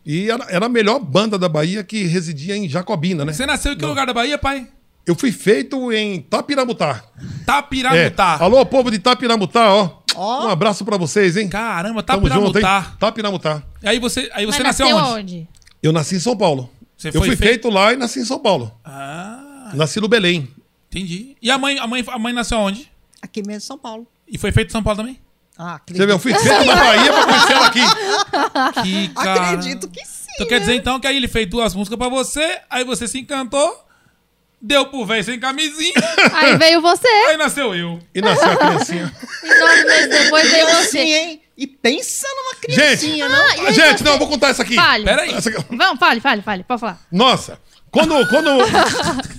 D: E era, era a melhor banda da Bahia que residia em Jacobina, né?
B: Você nasceu em que lugar da Bahia, pai?
D: Eu fui feito em Tapiramutá. É.
B: Tapiramutá.
D: Alô, povo de Tapiramutá, ó.
C: Ó.
D: Um abraço pra vocês, hein?
B: Caramba,
D: Tamo junto, hein?
B: Tapiramutá.
D: Tapiramutá.
B: Aí você, aí você
A: Mas
B: nasceu, onde?
D: Eu nasci em São Paulo.
B: Você
D: eu
B: foi
D: fui
B: feito-
D: feito lá e nasci em São Paulo.
B: Ah,
D: Nasci no Belém.
B: entendi. E a mãe, a mãe, a mãe nasceu onde?
C: Aqui mesmo em São Paulo.
B: E foi feito em São Paulo também?
C: Ah,
D: Você
C: acredito,
D: vê, eu fui feito na Bahia pra conhecer ela aqui.
B: Que cara.
C: acredito que sim.
B: Então quer dizer então que aí ele fez duas músicas pra você, aí você se encantou, deu pro velho sem camisinha,
A: Aí veio você.
B: aí nasceu eu.
D: E nasceu a criancinha.
A: E nove meses depois veio
C: Assim,
A: você.
C: hein? E pensa numa
D: Gente,
C: criancinha, não?
D: gente, não, eu vou contar isso aqui.
A: Fale.
B: Pera aí.
D: Essa aqui-
A: Vamos, fale, fale, fale. Pode falar.
D: Nossa, quando, quando,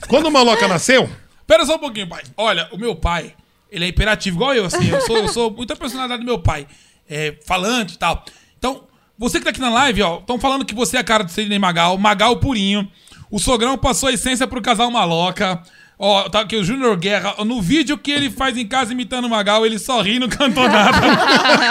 D: quando o Maloca nasceu,
B: Pera só um pouquinho, pai. Olha, o meu pai, ele é imperativo, igual eu, assim. Eu sou, eu sou muita personalidade do meu pai. É, falante e tal. Então, você que tá aqui na live, ó, estão falando que você é a cara do Sidney Magal, Magal purinho. O sogrão passou a essência pro casal maloca. Ó, tá aqui o Júnior Guerra. No vídeo que ele faz em casa imitando o Magal, ele sorri e não cantou nada.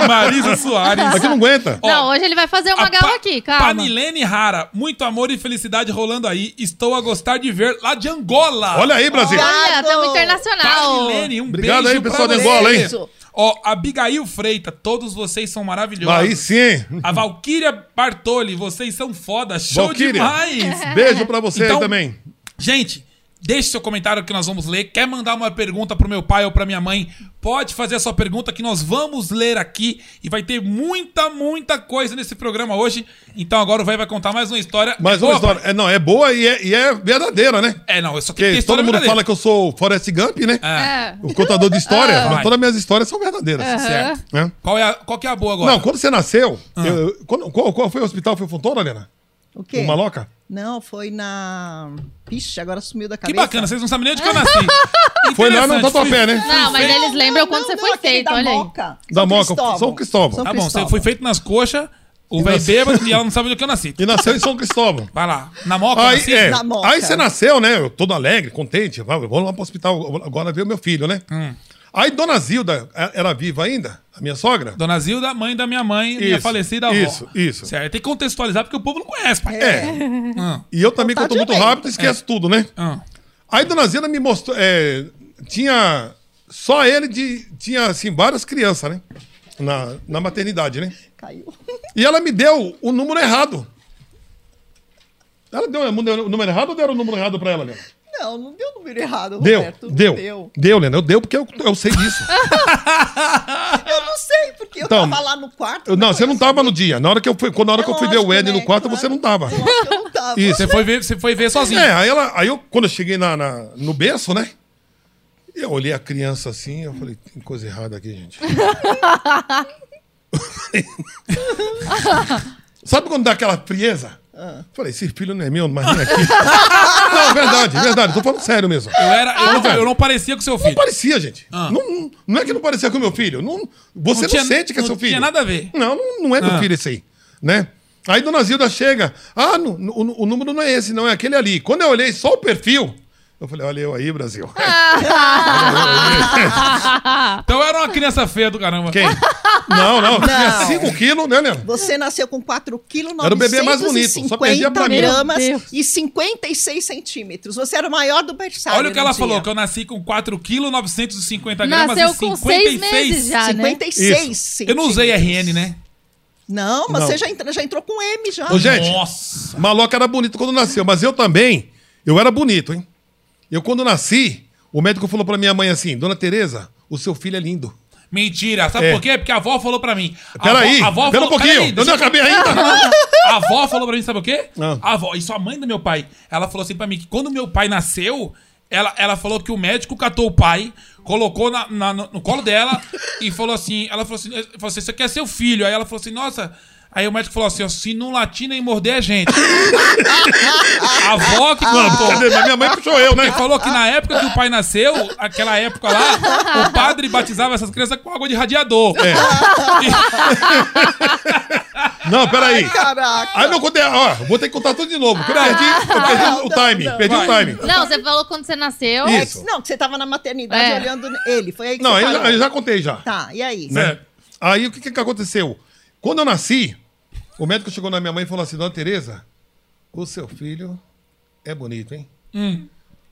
B: Marisa Soares.
D: aqui não aguenta.
B: Ó,
A: não, hoje ele vai fazer Tá uma
B: A pa-
A: gala aqui, calma.
B: Panilene Rara, muito amor e felicidade rolando aí. Estou a gostar de ver lá de Angola.
D: Olha aí, Brasil.
A: Olha, tamo internacional.
B: Panilene, um
D: Obrigado
B: beijo
D: aí, pessoal
B: pra
D: de
B: você.
D: Angola, hein?
C: Isso.
B: Ó, Abigail Freita, todos vocês são maravilhosos.
D: Aí sim.
B: A Valquíria Bartoli, vocês são foda, show
D: Valquíria.
B: demais.
D: Beijo pra você
B: Então-
D: aí também.
B: Gente, deixe seu comentário que nós vamos ler. Quer mandar uma pergunta pro meu pai ou pra minha mãe? Pode fazer a sua pergunta que nós vamos ler aqui e vai ter muita, muita coisa nesse programa hoje. Então agora o velho vai contar mais uma história.
D: Mas
B: Opa!
D: uma história. É, não, é boa e é, e é verdadeira, né?
B: É, não, eu só tenho que ter
D: Porque
B: história
D: todo mundo
B: verdadeira.
D: fala que eu sou Forrest Gump, né?
A: É.
D: O contador de história.
B: Ah.
D: Mas todas as minhas histórias são verdadeiras.
B: Certo.
D: Né?
B: Qual, é a, qual que é a boa agora?
D: Não, quando você nasceu, eu- eu- quando- qual, qual foi o hospital que foi funtora, Helena?
C: O quê?
D: O Maloca?
C: Não, foi na. Vixe, agora sumiu da
B: que
C: cabeça.
B: bacana, vocês não sabem nem onde que eu nasci.
D: Foi lá no
B: Interessante,
D: Tatuapé,
B: fui-
D: né?
A: Não,
B: fui
A: mas é um
B: feito-
A: eles lembram quando você foi feito, olha aí.
D: Da Moca, São Cristóvão.
B: Tá bom, você foi feito nas coxas, o velho
D: nasci-
B: bêbado e ela não sabe onde que eu nasci.
D: E nasceu em São Cristóvão.
B: Vai lá. Na moca, eu
D: Aí,
B: nasci?
D: é,
C: Na Moca.
D: aí você nasceu, né? Eu todo alegre, contente. Vai, Vou lá pro hospital agora ver o meu filho, né? Aí Dona Zilda é- era viva ainda, a minha sogra?
B: Dona Zilda, mãe da minha mãe, minha
D: Isso,
B: falecida avó.
D: isso, isso.
B: Certo, tem que contextualizar porque o povo não conhece, pai.
D: É.
B: Hum,
D: E eu também,
C: Então tá
D: quando muito
C: direito.
D: rápido, esqueço tudo, né?
B: hum.
D: Aí Dona Zilda me mostrou. é, tinha. Só ele de. Tinha, assim, várias crianças, né? Na, na maternidade, né?
C: Caiu.
D: E ela me deu o número errado. Ela deu o número errado ou deram o número errado pra ela, Leandro?
C: Não, não deu o número errado,
D: Deu,
C: Roberto. não
D: deu, deu.
C: deu.
D: Leandro. Eu deu porque eu, eu sei disso.
C: Eu não sei, porque eu
D: Então,
C: tava lá no quarto.
D: Eu- não,
C: né?
D: você não tava no dia. Na hora que eu fui, quando na hora
C: É
D: que eu fui ver o
C: lógico,
D: Ed
C: né?
D: no quarto,
C: Claro.
D: você não tava.
C: Eu acho que eu não tava.
D: Isso.
B: Você foi ver, você foi ver sozinho.
D: É, aí ela, aí eu quando eu cheguei na, na- no berço, né? Eu olhei a criança assim, eu falei, tem coisa errada aqui, gente. Sabe quando dá aquela frieza? Falei, esse filho não é meu, mas nem aqui. não, verdade, verdade, tô falando sério mesmo.
B: Eu, era, eu, não,
D: velho.
B: eu não parecia com seu
D: Não
B: filho.
D: parecia, gente.
B: Ah.
D: Não, não- não é que não parecia com meu filho. Não, você não,
B: tinha-
D: sente que é
B: não
D: seu filho.
B: tinha nada a ver.
D: Não, não, não é meu
B: Ah.
D: filho esse aí, né? Aí Dona Zilda chega. Ah, no- no- o número não é esse, não, é aquele ali. Quando eu olhei só o perfil, eu falei, olha eu aí, Brasil.
B: Então eu era uma criança feia do caramba.
D: Quem? Não, não. Tinha 5 quilos, né, Leandro?
C: Você nasceu com 4 quilos,
D: Era o bebê mais bonito, só perdia pra mim.
C: gramas
A: Meu Deus.
C: e 56 centímetros. Você era o maior do berçário.
B: Olha o que
C: no
B: ela
C: dia.
B: falou, que eu nasci com 4,950 gramas
A: Nasceu
B: e
A: com seis
B: 56.
A: meses já, né?
C: 56
B: Eu não usei RN, né?
C: Não, mas
D: Não.
C: Você já entrou, já entrou com M já.
D: Ô, gente,
B: Nossa.
D: Maloca era bonito quando nasceu, mas eu também, eu era bonito, hein? Eu quando nasci, o médico falou pra minha mãe assim, Dona Tereza, o seu filho é lindo.
B: Mentira. Sabe
D: É.
B: por quê? Porque a avó falou pra mim. A
D: Peraí,
B: avó- a avó
D: pera um
B: falou-
D: pouquinho,
B: peraí,
D: eu
B: deixa
D: não
B: eu
D: acabei ainda.
B: A avó falou pra mim, sabe o quê?
D: Ah.
B: A avó, isso a mãe do meu pai. Ela falou assim pra mim que quando meu pai nasceu, ela, ela falou que o médico catou o pai, colocou na, na- no, no colo dela e falou assim: ela falou assim, eh, falou assim, isso aqui é seu filho. Aí ela falou assim, nossa. Aí o médico falou assim: ó, se não latir nem morder a gente. a avó
C: Ah.
B: que
D: Cadê?
B: contou.
D: Mas minha mãe puxou eu, né?
B: Ah, Ele falou que na época que o pai nasceu, aquela época lá, o padre batizava essas crianças com água de radiador.
D: É. Não, peraí.
C: Caraca.
D: Aí não contei, ó, vou ter que contar tudo de novo, porque eu perdi, eu perdi o time, perdi
B: Vai.
D: o time.
A: Não, você falou quando você nasceu.
D: Ah, Isso.
C: Não, Então, é que você tava na maternidade
A: É.
C: olhando ele. Foi aí que
D: Não,
C: você
D: eu já,
C: parou.
D: eu já contei já.
C: Tá, e aí?
D: né? Aí o que, que aconteceu? Quando eu nasci, o médico chegou na minha mãe e falou assim: Dona Tereza, o seu filho é bonito, hein?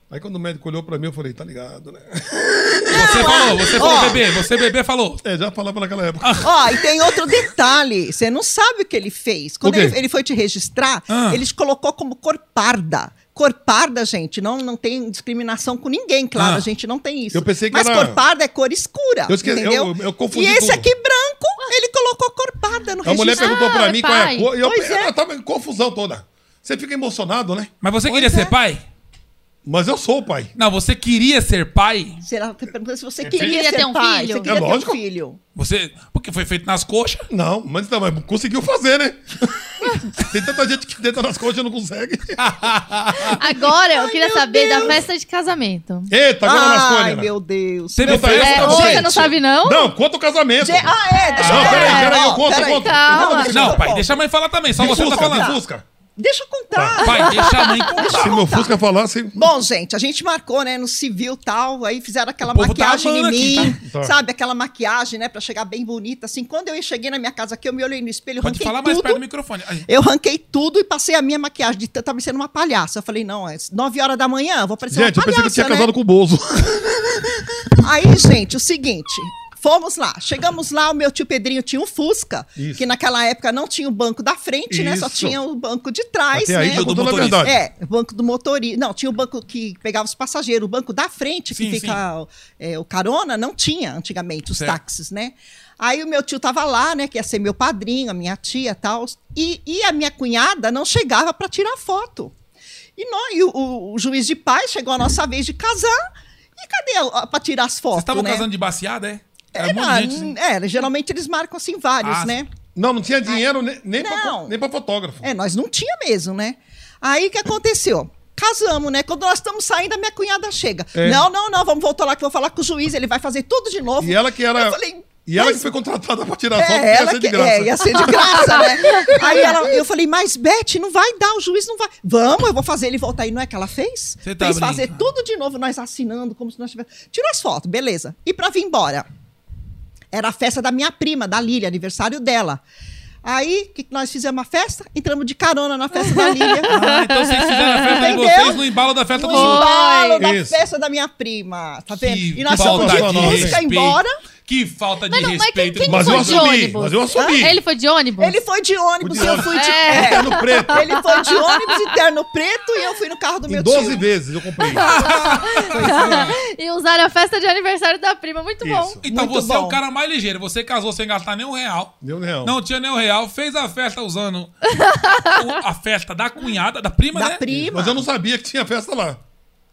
D: Aí quando o médico olhou pra mim, eu falei: tá ligado, né?
B: Você falou, você falou,
C: É. Ó.
B: bebê, você bebê falou.
D: É, já falava naquela época.
C: Ó, e tem outro detalhe. Você não sabe o que ele fez. Quando
D: O quê?
C: ele, ele foi te registrar,
B: Ah.
C: ele te colocou como cor parda. Cor parda, gente, não, não tem discriminação com ninguém, claro.
B: Ah.
C: A gente não tem isso.
D: Eu pensei que
C: Mas
D: era-
C: cor parda é cor escura.
D: Eu esqueci-
C: entendeu?
D: eu- eu confundi
C: E esse
D: tudo.
C: aqui branco, ele colocou cor parda no
D: A mulher
C: registro. Ah,
D: perguntou pra mim qual é a
A: pai.
D: cor, e eu
C: Pois é.
D: ela tava em confusão toda. Você fica emocionado, né?
B: Mas você
C: Pois
B: queria
C: é.
B: ser pai?
D: Mas eu sou o pai.
B: Não, você queria ser pai?
C: Será que perguntou se você queria,
A: queria
C: ser
A: ter um
C: pai,
A: filho?
C: Você queria
D: É
C: ter
D: lógico.
C: um filho.
B: Você. Porque foi feito nas coxas?
D: Não, mas, não, mas conseguiu fazer, né? Tem tanta gente que tenta nas coisas e não consegue.
A: Agora eu queria saber da festa de casamento.
D: Eita, agora nas coisas.
C: Ai,
D: Helena.
C: meu Deus.
B: Teve
D: Não, tá,
B: festa?
D: eu
A: É,
D: Gente.
A: ou você não sabe, não?
D: Não, conta o casamento.
C: Ge- Ah, é, deixa
D: Não,
C: eu
D: peraí, peraí, eu
C: Ó,
D: conto, eu
C: peraí.
D: conto.
A: Calma.
D: Eu
B: Não,
D: conto,
B: pai, deixa a mãe falar também, só
D: Me
B: você
D: Fusca,
B: tá
D: me
B: falando.
D: Fusca.
C: Deixa eu contar.
B: Pai, deixa a mãe contar.
D: Se meu Fusca falasse.
C: Bom, gente, a gente marcou, né, no civil e tal, aí fizeram aquela
B: O povo tá
C: maquiagem em
B: amando
C: mim,
B: aqui,
D: tá? Tá.
C: sabe? Aquela maquiagem, né, pra chegar bem bonita, assim. Quando eu cheguei na minha casa aqui, eu me olhei no espelho,
B: Pode
C: ranquei
B: falar mais
C: tudo.
B: perto do microfone. Ai,
C: Eu ranquei tudo e passei a minha maquiagem. De, tanto- tava sendo uma palhaça. Eu falei, não, é 9 horas da manhã, eu vou parecer
D: Gente, eu
C: uma palhaça,
D: pensei que
C: né?
D: eu tinha casado com o Bozo.
C: Aí, gente, o seguinte. Fomos lá. Chegamos lá, o meu tio Pedrinho tinha um Fusca,
D: Isso.
C: que naquela época não tinha o banco da frente, né? Só
D: Isso.
C: tinha o banco de trás,
D: Até
C: né?
D: aí, eu
B: Do
D: contou a
B: motorista.
D: verdade.
C: É, o banco do motorista. Não, tinha o banco que pegava os passageiros. O banco da frente, que
B: Sim,
C: fica o- é, o carona, não tinha antigamente os
B: Certo.
C: táxis, né? Aí o meu tio tava lá, né? Que ia ser meu padrinho, a minha tia tals, e tal. E a minha cunhada não chegava para tirar foto. E, nó- e o- o, o juiz de paz chegou a nossa vez de casar. E cadê para tirar as
B: Vocês
C: fotos,
B: estavam
C: né?
B: casando de baseada, é? Era um monte
C: Era,
B: de gente. assim.
C: era, geralmente eles marcam assim vários,
B: Ah,
C: né?
D: Não, não tinha dinheiro ne- nem, pra,
C: Não.
D: co- nem pra fotógrafo.
C: É, nós não tinha mesmo, né? Aí o que aconteceu? Casamos, né? Quando nós estamos saindo, a minha cunhada chega.
D: É.
C: Não, não, não, vamos voltar lá que eu vou falar com o juiz, ele vai fazer tudo de novo.
D: E
B: é
D: ela que era.
C: Eu falei,
D: e ela
C: mas-
D: que foi contratada pra tirar foto,
C: é,
D: porque ia
C: ela
D: ser
C: que,
D: de graça.
C: é, ia ser de graça, né? Aí ela- eu falei, mas Beth, não vai dar, o juiz não vai. Vamos, eu vou fazer ele voltar. E não é que ela fez?
B: Você tá
C: fez
B: brincando.
C: fazer tudo de novo, nós assinando, como se nós tivéssemos. Tirou as fotos, beleza. E pra vir embora? Era a festa da minha prima, da Lília, aniversário dela. Aí, o que que nós fizemos? A festa? Entramos de carona na festa da Lília.
B: Ah, então vocês fizeram a festa de
C: Entendeu?
B: vocês no embalo da festa
C: No
B: do outro.
C: embalo da
D: Isso.
C: festa da minha prima, tá vendo?
B: Que
C: e nós fomos
B: falta
C: de
D: de
C: música
B: respeito.
C: embora.
B: Que falta de
A: Mas não, mas quem,
B: respeito.
A: quem
D: Mas
A: foi
D: eu
A: de
D: assumi,
A: ônibus?
D: mas eu assumi.
A: Ah, Ele foi de ônibus?
C: Ele foi de ônibus,
D: Foi de
C: eu fui de
A: ônibus.
C: pé.
D: Terno preto.
C: É. Ele foi de ônibus e terno preto e eu fui no carro do
D: Em
C: meu
D: 12
C: tio.
D: vezes eu comprei.
A: E usaram a festa de aniversário da prima. Muito
D: Isso.
A: bom.
B: Então
C: Muito
B: você é o
C: bom.
B: cara mais ligeiro. Você casou sem gastar nem um real.
D: Deu real.
B: Não tinha nem um real, fez a festa usando o- a festa da cunhada, da prima,
C: Da
B: né?
C: prima.
D: Mas eu não sabia que tinha festa lá.
B: E-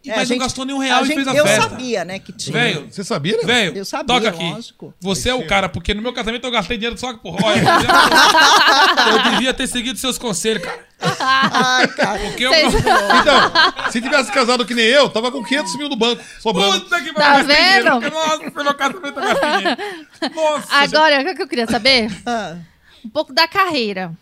C: É,
B: Mas
C: a gente-
B: não gastou nem um real
C: a
B: e
C: gente-
B: fez a
C: eu
B: festa.
C: Eu sabia, né, que tinha.
B: Velho,
D: Você sabia? né?
B: velho,
C: Eu sabia,
B: toca aqui.
C: lógico.
B: Você é o
D: Sim.
B: cara, porque no meu casamento eu gastei dinheiro só que, porra, olha, eu- eu devia ter seguido seus conselhos, cara.
C: Ai, cara.
B: Porque eu...
A: Vocês-
D: Então, se tivesse casado que nem eu, tava com 500 mil no banco, sobrando.
B: Puta que
A: Tá
B: pariu, gastei
A: vendo?
B: dinheiro, porque, Nossa, pelo casamento eu gastei dinheiro. Nossa,
A: Agora, o que eu queria saber?
C: Ah,
A: Um pouco da carreira.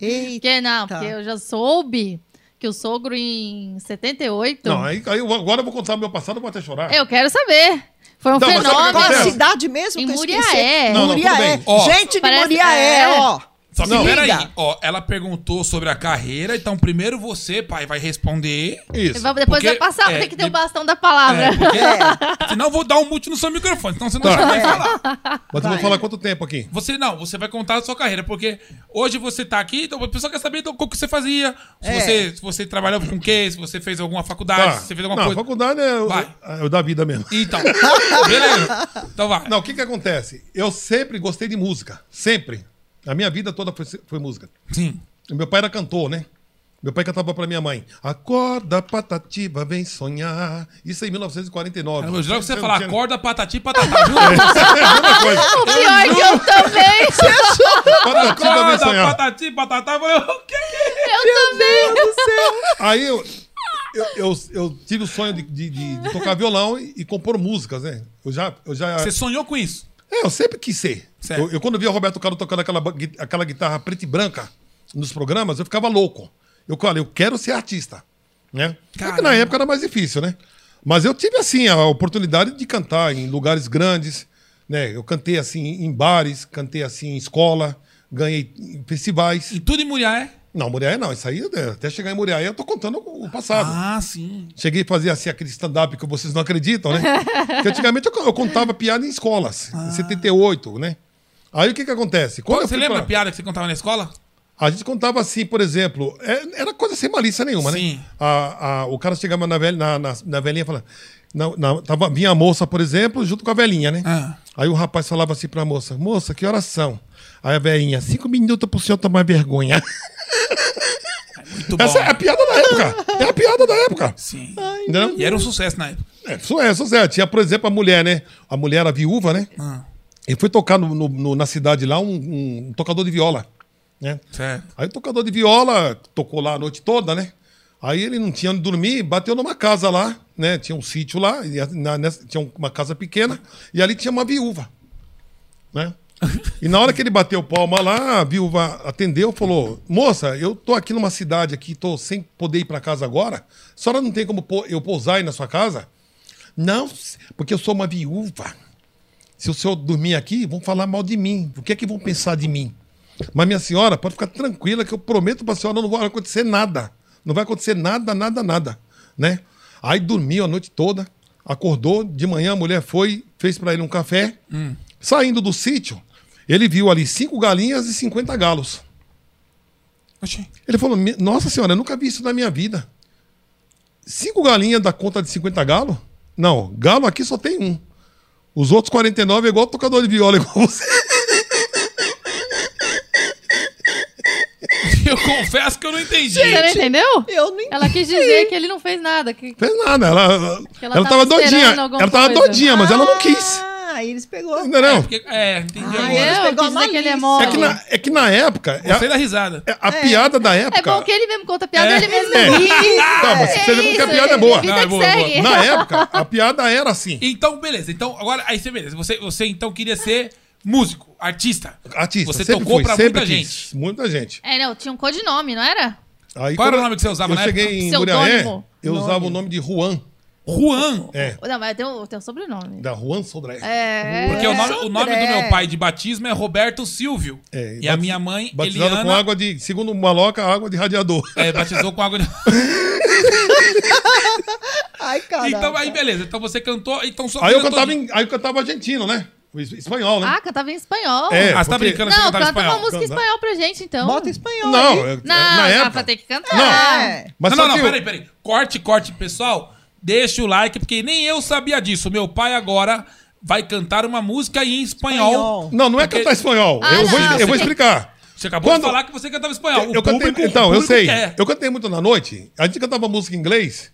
C: eita.
A: Porque não,
C: Tá.
A: porque eu já soube que o sogro em 78.
D: é. Não, aí, aí eu- agora eu vou contar meu passado pra até chorar.
A: Eu quero saber. Foi um
D: Então, mas sabe o que
A: fenômeno.
C: Qual a
D: acontece?
C: cidade mesmo
A: Em
C: que eu esqueci?
A: Muriaé.
D: Não, não, tudo
C: Muriaé.
D: bem. Ó.
C: Gente de
A: Parece-
C: Muriaé,
A: é.
C: ó.
B: Só que
D: Não.
B: peraí,
C: Liga.
B: ó, ela perguntou sobre a carreira, então primeiro você, pai, vai responder.
D: Isso.
A: Vamos- Depois
B: Porque-
A: vai passar,
B: é,
A: tem que ter o
B: de-
A: bastão da palavra.
B: É, porque- Senão eu vou dar um mute no seu microfone, senão você não
D: Tá.
B: vai nem falar.
D: Mas eu vou
C: Vai.
D: falar quanto tempo aqui?
B: Você não, você vai contar a sua carreira, porque hoje você tá aqui, então a pessoa quer saber então, o que você fazia, se,
C: É.
B: você, se você trabalhou com o quê, se você fez alguma faculdade, se você fez alguma
D: Tá. não,
B: coisa.
D: faculdade é o,
B: Vai.
D: é o da vida mesmo.
B: Então, beleza. Então vai.
D: Não, o que que acontece? Eu sempre gostei de música. Sempre. A minha vida toda foi, foi música.
B: Sim.
D: E Meu pai era cantor, né? Meu pai cantava pra minha mãe. Acorda, patativa, vem sonhar. Isso em 1949.
B: Eu juro que você
D: não
B: falar,
D: tinha- É,
B: acorda, patati, patatá. Juro.
D: Mesma coisa.
A: O pior é que eu também.
D: Patativa, vem
B: Acorda,
D: sonhar.
B: patati, patatá. Eu falei, o quê?
A: Eu também.
D: Aí eu, eu, eu, eu tive o sonho de, de- de- de tocar violão e, e compor músicas, né? Eu já. Eu já
B: Você sonhou com isso?
D: É, eu sempre quis ser.
B: Certo.
D: Eu, eu, quando via o Roberto Carlos tocando aquela, ba- gui- aquela guitarra preta e branca nos programas, eu ficava louco. Eu falei, eu quero ser artista. Né? É que
B: Caramba.
D: na época era mais difícil, né? Mas eu tive, assim, a oportunidade de cantar em lugares grandes. Né? Eu cantei, assim, em bares, cantei, assim, em escola, ganhei em festivais.
B: E tudo em é? Muriaé?
D: Não, Muriaé não. Isso aí, né, até chegar em Muriaé, eu tô contando o passado.
B: Ah, sim.
D: Cheguei a fazer assim aquele stand-up que vocês não acreditam, né? Porque antigamente eu, eu contava piada em escolas, em 78, né? Aí o que que acontece? Quando eu
B: você
D: fui
B: lembra
D: pra-
B: a piada que você contava na escola?
D: A gente contava assim, por exemplo, é- era coisa sem malícia nenhuma,
B: Sim.
D: né? A, a- o cara chegava na, velha, na, na, na velhinha e falava. na- na- tava, vinha a moça, por exemplo, junto com a velhinha, né?
B: Ah.
D: Aí o rapaz falava assim pra moça: Moça, que horas são? Aí a velhinha: Cinco minutos pro senhor tomar vergonha.
B: Muito bom.
D: Essa é a piada da época! É a piada da época!
B: Sim.
D: Entendeu?
B: E era um sucesso na época.
D: É, isso é, isso é. Tinha, por exemplo, a mulher, né? A mulher era viúva, né?
B: Ah,
D: E foi tocar no- no- no- na cidade lá um, um tocador de viola, né?
B: certo.
D: Aí o tocador de viola tocou lá a noite toda, né? Aí ele não tinha onde dormir, bateu numa casa lá, né? Tinha um sítio lá, e a- na- nessa- tinha um, uma casa pequena, e ali tinha uma viúva, né? E na hora que ele bateu palma lá, a viúva atendeu, falou: Moça, eu tô aqui numa cidade aqui, tô sem poder ir pra casa agora. A senhora não tem como pô- eu pousar aí na sua casa? Não, porque eu sou uma viúva. Se o senhor dormir aqui, vão falar mal de mim. O que é que vão pensar de mim? Mas minha senhora, pode ficar tranquila que eu prometo pra senhora não vai acontecer nada. Não vai acontecer nada, nada, nada, né? Aí dormiu a noite toda, acordou, de manhã a mulher foi, fez pra ele um café. Saindo do sítio, ele viu ali cinco galinhas e 50 galos.
B: Oxi.
D: Ele falou: "Me- Nossa senhora, eu nunca vi isso na minha vida. Cinco galinhas dá conta de 50 galo? Não, galo aqui só tem um. Os outros 49 é igual tocador de viola, igual você.
B: Eu confesso que eu não entendi.
A: Você não entendeu?
C: Eu não
A: Ela quis dizer que ele não fez nada. Que...
D: Fez nada, ela, ela,
A: tava
D: tava doidinha.
A: esperando alguma
D: Ela tava
A: coisa.
D: doidinha, mas ela não quis.
C: Ah, aí eles pegou.
D: Não, não.
B: Porque- é, entendi agora.
A: é?
C: eles
A: eu
C: pegou
A: quis
C: a
A: dizer que ele é
C: malícia.
A: mole.
D: É que na, é que na época, é
B: Gostei
D: a,
B: da risada.
D: é a piada da
A: É
D: época.
A: bom que ele mesmo conta a piada,
B: É.
A: ele mesmo
D: É.
A: ri.
D: Tá, mas
A: É
D: você vê como que a
A: isso,
D: piada é boa.
A: Vida
B: Não, é
A: que
B: boa,
A: segue.
D: Na época, a piada era assim.
B: Então, beleza. Então, agora, aí você beleza. Você, você então queria ser músico, artista.
D: Artista,
B: Você
D: sempre
B: tocou
D: foi,
B: pra
D: sempre
B: muita
D: quis.
B: gente.
D: Muita gente.
A: É, não, tinha um codinome, não era?
D: Aí,
B: Qual era
D: quando
B: o nome que você usava
D: Eu
B: na
D: cheguei
B: época?
D: em
A: Pseudônimo.
D: Muriaé, eu
C: Nome.
D: usava o nome de Juan.
B: Juan.
D: É,
A: Não, mas tem um, tem um sobrenome.
D: da Juan Sodré.
A: É.
B: Porque o nome, o nome do
C: Sodré.
B: meu pai de batismo é Roberto Silvio.
D: É,
B: e a
D: batiz-
B: minha mãe,
D: Batizado
B: Eliana,
D: com água de, segundo o Maloca, água de radiador.
B: é, batizou com água de...
C: Ai, cara.
B: Então, aí beleza. Então você cantou, então só...
D: Aí eu cantava, em, aí eu cantava argentino, né? O es- Espanhol, né?
A: Ah, cantava em espanhol.
D: É,
B: Ah, você tá
D: porque-
B: brincando, você
A: Não,
B: cantava em
A: canta uma
B: espanhol.
A: música em
D: Canta.
A: espanhol pra gente, então.
C: Bota espanhol.
D: Não,
C: aí.
D: eu-
A: Não,
D: na
A: dá
D: época.
A: pra ter que cantar.
C: É.
D: Mas
B: não,
D: só
B: não,
D: que
B: não,
D: eu-
B: peraí, peraí. Corte, corte, pessoal. Deixa o like, porque nem eu sabia disso. Meu pai agora vai cantar uma música em espanhol.
C: Espanhol.
D: Não, não é
B: Porque-
D: cantar espanhol.
A: Ah,
D: eu, vou,
A: não,
D: eu vou
A: você-
D: explicar.
B: Você acabou
D: Quando-
B: de falar que você cantava espanhol. O
D: eu cantei,
B: público- o
D: então, eu
B: público
D: sei.
B: quer.
D: Eu cantei muito na noite. A gente cantava música em inglês.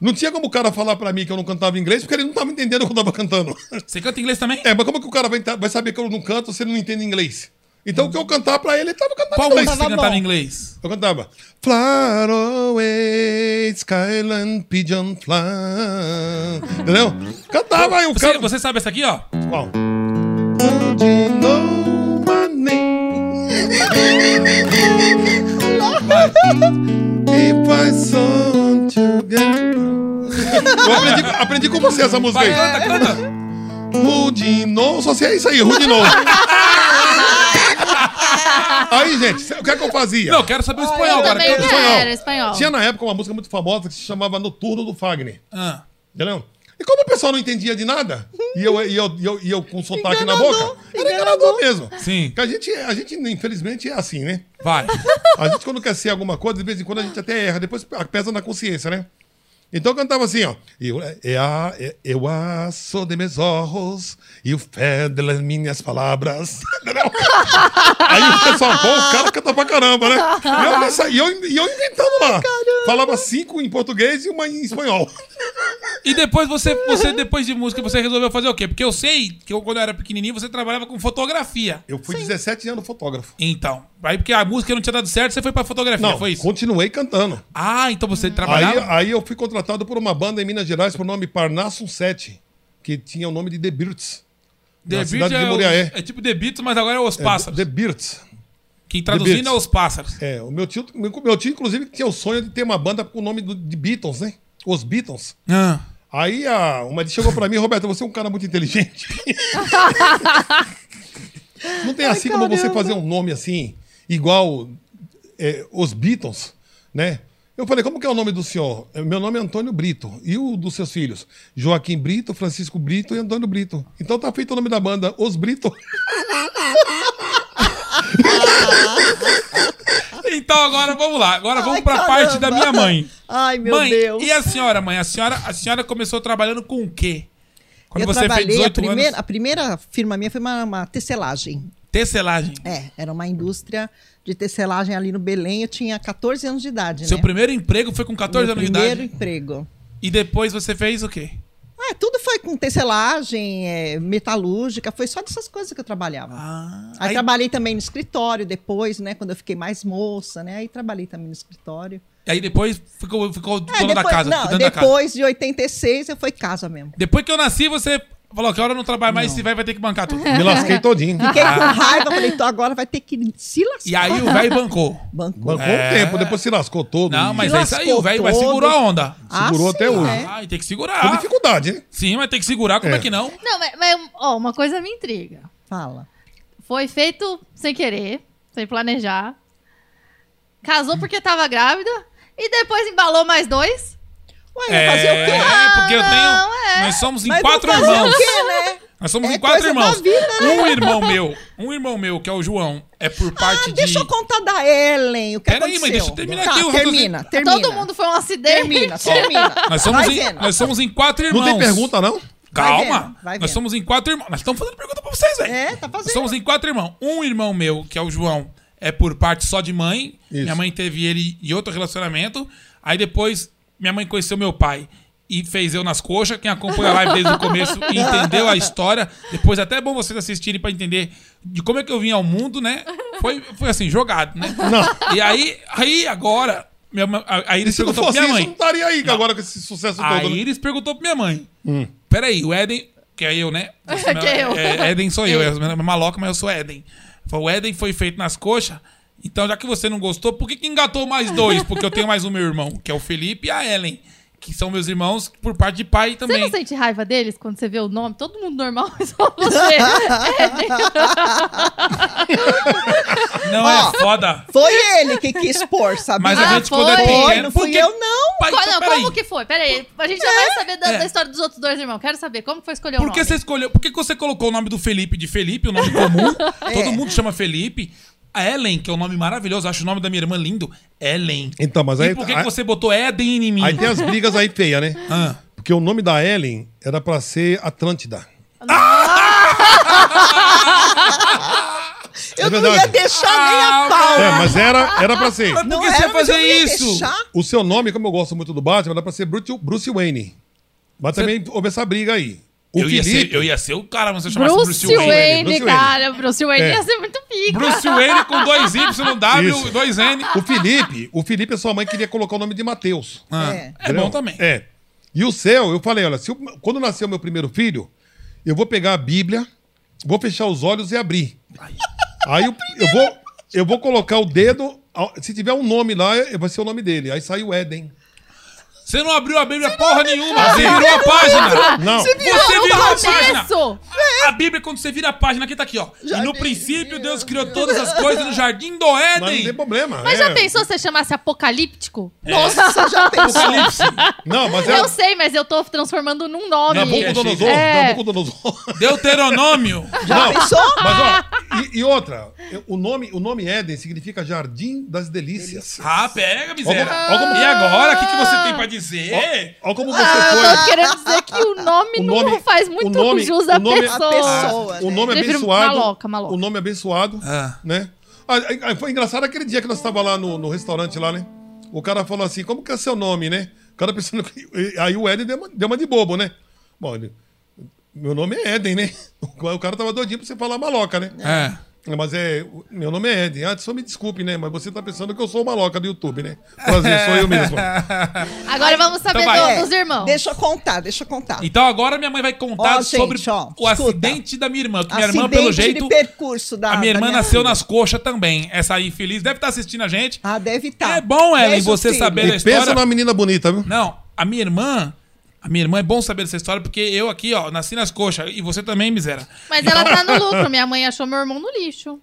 D: Não tinha como o cara falar pra mim que eu não cantava inglês, porque ele não tava entendendo o que eu tava cantando.
B: Você canta inglês também?
D: É, mas como que o cara vai, enta- vai saber que eu não canto se ele não entende inglês? Então o que eu cantar pra ele, ele tava cantando
B: Qual
D: inglês.
B: música você
C: Tava
B: cantava
C: bom.
B: em inglês?
D: Eu cantava. Fly away, skyland pigeon fly. Entendeu? Cantava e o
B: Você,
D: cara.
B: você sabe essa aqui, ó?
D: Qual? Don't you know my name? If I saw you again. Eu aprendi, aprendi com você essa música
B: Vai,
D: aí.
B: canta, canta.
D: Rudinou, só se é isso aí, Rudinou. aí, gente, o que é que eu fazia?
B: Não, eu quero saber o espanhol
A: eu
B: agora.
A: também
B: quero-
A: quero. Era espanhol.
D: Tinha na época uma música muito famosa que se chamava Noturno do Fagner.
B: Ah.
D: Entendeu? E como o pessoal não entendia de nada, e eu, e eu, e eu, e eu com sotaque na
C: Enganador,
D: boca, era enganador mesmo.
B: Sim.
D: Porque a gente, a gente, infelizmente, é assim, né?
B: Vai.
D: A gente, quando quer ser alguma coisa, de vez em quando a gente até erra, depois pesa na consciência, né? Então eu cantava assim, ó. Eu, eu, eu, é, eu aço de meus olhos e o fé das minhas palavras. Entendeu? Aí o pessoal, pô, o cara canta pra caramba, né? E eu, nessa- e eu, e eu inventando lá. Falava cinco em português e uma em espanhol.
B: E depois você, você, depois de música, você resolveu fazer o quê? Porque eu sei que eu, quando eu era pequenininho, você trabalhava com fotografia.
D: Eu fui 17 anos fotógrafo.
B: Então, aí porque a música não tinha dado certo, você foi pra fotografia,
D: Não,
B: foi isso?
D: continuei cantando.
B: Ah, então você
D: Aí,
B: trabalhava...
D: aí eu fui contratado por uma banda em Minas Gerais por nome Parnassum 7, que tinha o nome de The Birds. na
B: Beat
D: cidade de
B: é, o-
D: Muriaé.
B: é tipo The Beatles, mas agora é Os Pássaros.
D: The Birds.
B: Quem
D: The
B: traduzindo é
D: Beatles.
B: Os Pássaros.
D: É, o meu tio, meu, meu tio, inclusive, tinha o sonho de ter uma banda com o nome do- de Beatles, né? Os Beatles.
B: Ah.
D: Aí a, uma vez chegou pra mim, Roberto, você é um cara muito inteligente. Não tem assim como você fazer um nome assim, igual é, os Beatles, né? Eu falei, como que é o nome do senhor? "É, Meu nome é Antônio Brito. E o dos seus filhos? Joaquim Brito, Francisco Brito e Antônio Brito. Então tá feito o nome da banda, Os Brito.
B: Então agora vamos lá. Agora vamos
C: Ai,
B: pra
C: caramba.
B: parte da minha mãe.
C: Ai, meu
B: mãe,
C: Deus.
B: e a senhora, mãe? A senhora, a senhora começou trabalhando com o quê? Quando
C: eu
B: você
C: trabalhei,
B: fez 18
C: a, primeira,
B: anos.
C: a primeira firma minha foi uma, uma tecelagem.
B: Tecelagem.
C: É, era uma indústria de tecelagem ali no Belém. Eu tinha 14 anos de idade,
B: Seu
C: né?
B: primeiro emprego foi com 14
C: Meu
B: anos de
C: primeiro
B: idade.
C: emprego.
B: E depois você fez o quê?
C: Ah, tudo foi com tecelagem, é, metalúrgica, foi só dessas coisas que eu trabalhava.
B: Ah,
C: aí,
B: aí-
C: trabalhei também no escritório depois, né? Quando eu fiquei mais moça, né? Aí trabalhei também no escritório.
B: E aí depois ficou, ficou
C: É,
B: dono da casa,
C: não,
B: cuidando da casa.
C: depois de 86 eu fui casa mesmo.
B: Depois que eu nasci, você falou que hora eu não trabalho mais, esse velho vai ter que bancar tudo.
D: Me lasquei todinho.
C: Fiquei com raiva, falei, então agora vai ter que se lascar.
B: Ah. E aí o velho bancou.
C: Bancou.
D: Bancou um tempo, depois se lascou todo.
B: É. Não,
D: E
B: mas
C: Se
B: é isso aí, o
C: lascou
B: velho vai
C: todo.
B: segurou a onda.
D: Segurou até hoje.
C: né?
B: Ah, e tem que
D: Foi
B: segurar.
D: dificuldade, hein?
B: Sim, mas tem que segurar, como é,
D: É.
B: que não?
A: Não, mas, mas, ó, uma coisa me intriga.
C: Fala.
A: Foi feito sem querer, sem planejar. Casou porque tava grávida. E depois embalou mais dois.
C: Ué, ia fazer o quê? Ah,
B: é, porque eu
A: Não,
B: tenho.
A: é.
B: Nós somos em
C: Mas vou
B: quatro
C: fazer
B: irmãos.
C: o quê, né?
B: Nós somos
C: É
B: em quatro
C: coisa da
B: irmãos.
C: vida, né?
B: Um irmão meu, um irmão meu, que é o João, é por parte
C: Ah,
B: de.
C: deixa eu contar da Ellen, o que
B: Pera aí,
C: aconteceu.
B: mãe, deixa eu terminar
C: Tá,
B: aqui o
C: termina,
B: raciocínio.
C: termina.
A: Todo mundo foi um acidente.
C: Termina, termina.
B: Nós somos,
C: Vai
B: em,
C: vendo.
B: nós somos em quatro
D: Não
B: irmãos.
D: tem pergunta, não?
B: Calma.
C: Vai vendo,
B: Nós
C: vai vendo.
B: somos em quatro irmãos. Nós estamos fazendo pergunta pra vocês, velho.
C: É, tá fazendo.
B: Nós somos em quatro irmãos. Um irmão meu, que é o João, é por parte só de mãe.
D: Isso.
B: Minha mãe teve ele em outro relacionamento. Aí depois, minha mãe conheceu meu pai. E fez eu nas coxas. Quem acompanha a live desde o começo entendeu a história. Depois, até é bom vocês assistirem pra entender de como é que eu vim ao mundo, né? Foi, foi assim, jogado, né?
D: Não.
B: E aí, aí agora, minha, ma- aí
D: E
B: eles
D: se não
B: perguntou pra
D: fosse
B: minha
D: isso, não
B: mãe.
D: estaria aí agora com esse sucesso todo.
B: Aí
D: né?
B: eles perguntou Hum. pra minha mãe. Peraí, o Éden. Que é eu, né?
A: Que é eu.
B: É, Éden sou eu. É o meu nome é maloca, mas eu sou Éden. Falou, o Éden foi feito nas coxas. Então, já que você não gostou, por que, que engatou mais dois? Porque eu tenho mais um meu irmão, que é o Felipe e a Ellen. Que são meus irmãos por parte de pai
A: Você
B: também.
A: não sente raiva deles quando você vê o nome? Todo mundo normal, mas só você. É,
B: Não,
C: Ó.
B: é foda.
C: Foi ele que quis pôr, sabia?
B: Mas
A: Ah,
B: a gente quando é
A: foi?
C: Foi,
B: pequeno...
C: não fui
B: Porque-
C: eu, não.
B: Pai,
A: Qual-
B: então,
A: não,
B: peraí.
A: como que foi? Pera aí. A gente já vai saber da,
B: É.
A: da história dos outros dois irmãos. Quero saber como que foi escolher o
B: Por
A: nome.
B: que você escolheu? Por que que você colocou o nome do Felipe de Felipe, o nome comum?
D: É.
B: Todo mundo chama Felipe. A Ellen, que é um nome maravilhoso, acho o nome da minha irmã lindo. Ellen.
D: Então, mas
B: e
D: aí,
B: por que,
D: aí,
B: que você botou Eden em mim?
D: aí tem as brigas aí feias, né?
B: Ah.
D: Porque o nome da Ellen era pra ser Atlântida.
C: Eu não
D: verdade.
C: ia deixar nem
B: É Ah,
C: a pau.
D: É, mas era, era pra ser.
B: Mas por
C: Não
B: que você ia
C: era, mas eu
B: fazer
C: não ia
B: isso?
C: deixar.
D: O seu nome, como eu gosto muito do Batman, era pra ser Bruce, Bruce Wayne. Mas também houve essa briga aí. O
B: Eu ia, ser,
D: Felipe,
B: eu ia ser o cara, mas você chamasse
A: Bruce, Wayne,
D: Bruce Wayne.
A: cara. Bruce Wayne
D: É.
A: ia ser muito pica.
B: Bruce Wayne com dois Y, W,
D: Isso.
B: dois N.
D: o Felipe, o Felipe, a sua mãe queria colocar o nome de Matheus.
B: Ah,
C: É.
B: é bom também.
D: É. E o céu, eu falei, olha, se eu- quando nasceu meu primeiro filho, eu vou pegar a Bíblia, vou fechar os olhos e abrir. Aí eu, eu vou, eu vou colocar o dedo. ao- Se tiver um nome lá, eh, vai ser o nome dele. Aí sai o Éden.
B: Você não abriu a Bíblia porra nenhuma. Você virou a
A: Ah,
B: página.
A: é
D: Não.
C: Você virou
B: Você
A: no
B: virou a página.
A: começo.
B: A Bíblia, quando você vira a página, aqui tá aqui, ó. E no
C: vi.
B: princípio, Deus criou todas as coisas no jardim do
D: Mas não tem
B: Éden.
D: problema.
A: Mas
D: é.
A: já pensou se você chamasse apocalíptico?
B: é.
C: Nossa, já pensou?
B: Apocalipse.
D: Não, mas é.
A: Eu sei, mas eu tô transformando num nome.
D: Nabucodonosor.
A: É.
D: Nabucodonosor.
B: Deuteronômio.
C: Já pensou?
D: Mas ó, e, e outra, eu- o nome, o nome Éden significa Jardim das Delícias.
B: Ah, pega, miséria.
D: Ó como- ó como-
B: E agora, o que, que você tem pra dizer?
D: Olha como você
A: Ah, eu tô
D: foi.
A: querendo dizer que o nome,
D: O nome-
A: não faz
D: o
A: muito
D: nome-
A: jus
D: o
A: à
D: nome- é
A: pessoa.
C: A pessoa. né?
D: O nome é
A: Prefiro
D: abençoado.
A: maloca, maloca.
D: O nome é abençoado,
B: Ah.
D: né? Ah, ah, foi engraçado aquele dia que nós estávamos lá no, no restaurante lá, né? O cara falou assim, como que é seu nome, né? O cara pensando que... Aí o Éden deu uma, deu uma de bobo, né? Bom, ele- meu nome é Éden, né? O cara tava doidinho pra você falar maloca, né?
B: É.
D: Mas é. o- Meu nome é Ed. Ah, só me desculpe, né? Mas você tá pensando que eu sou o maloca do YouTube, né? Prazer, sou eu mesmo.
A: Agora vamos saber
B: Então vai.
A: do- dos irmãos.
C: é. Deixa eu contar, deixa eu contar.
B: Então agora minha mãe vai contar
C: Ó, gente,
B: sobre
C: ó,
B: o
C: escuta.
B: acidente da minha irmã. Que minha irmã, pelo
C: Acidente
B: jeito.
C: de né? percurso da
B: A minha
C: da
B: irmã nasceu
C: filha.
B: nas coxas também. Essa aí infeliz deve estar assistindo a gente.
C: Ah, deve estar.
B: É bom, Ellen, você saber-
D: E
B: a história-
D: pensa numa menina bonita, viu?
B: Não, a minha irmã. A minha irmã é bom saber dessa história, porque eu aqui, ó, nasci nas coxas. E você também, miséria. Então,
A: Mas ela tá no lucro. Minha mãe achou meu irmão no lixo.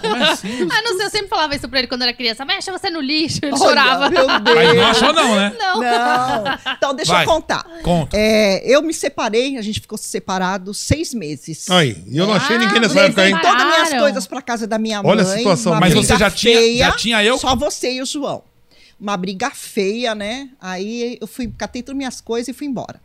B: Como é assim?
A: Ah, não sei, eu sempre falava isso pra ele quando era criança. Mãe, acha você no lixo. Ele
C: Olha,
A: chorava.
C: Meu
B: Mas
C: Deus.
B: não achou, não, né?
A: Não.
C: Não. Então, deixa
B: Vai.
C: eu contar.
B: Conta.
C: É, eu me separei, a gente ficou separado seis meses.
D: Aí, e eu não achei
A: Ah,
D: ninguém nessa
A: você
D: época, hein?
A: vai-
C: Todas as minhas
A: Pararam.
C: coisas pra casa da minha mãe.
D: Olha a situação,
C: uma
D: mas
C: briga
B: você já tinha-
C: feia,
B: já tinha eu?
C: Só você e o João. Uma briga feia, né? Aí eu fui, catei todas as minhas coisas e fui embora.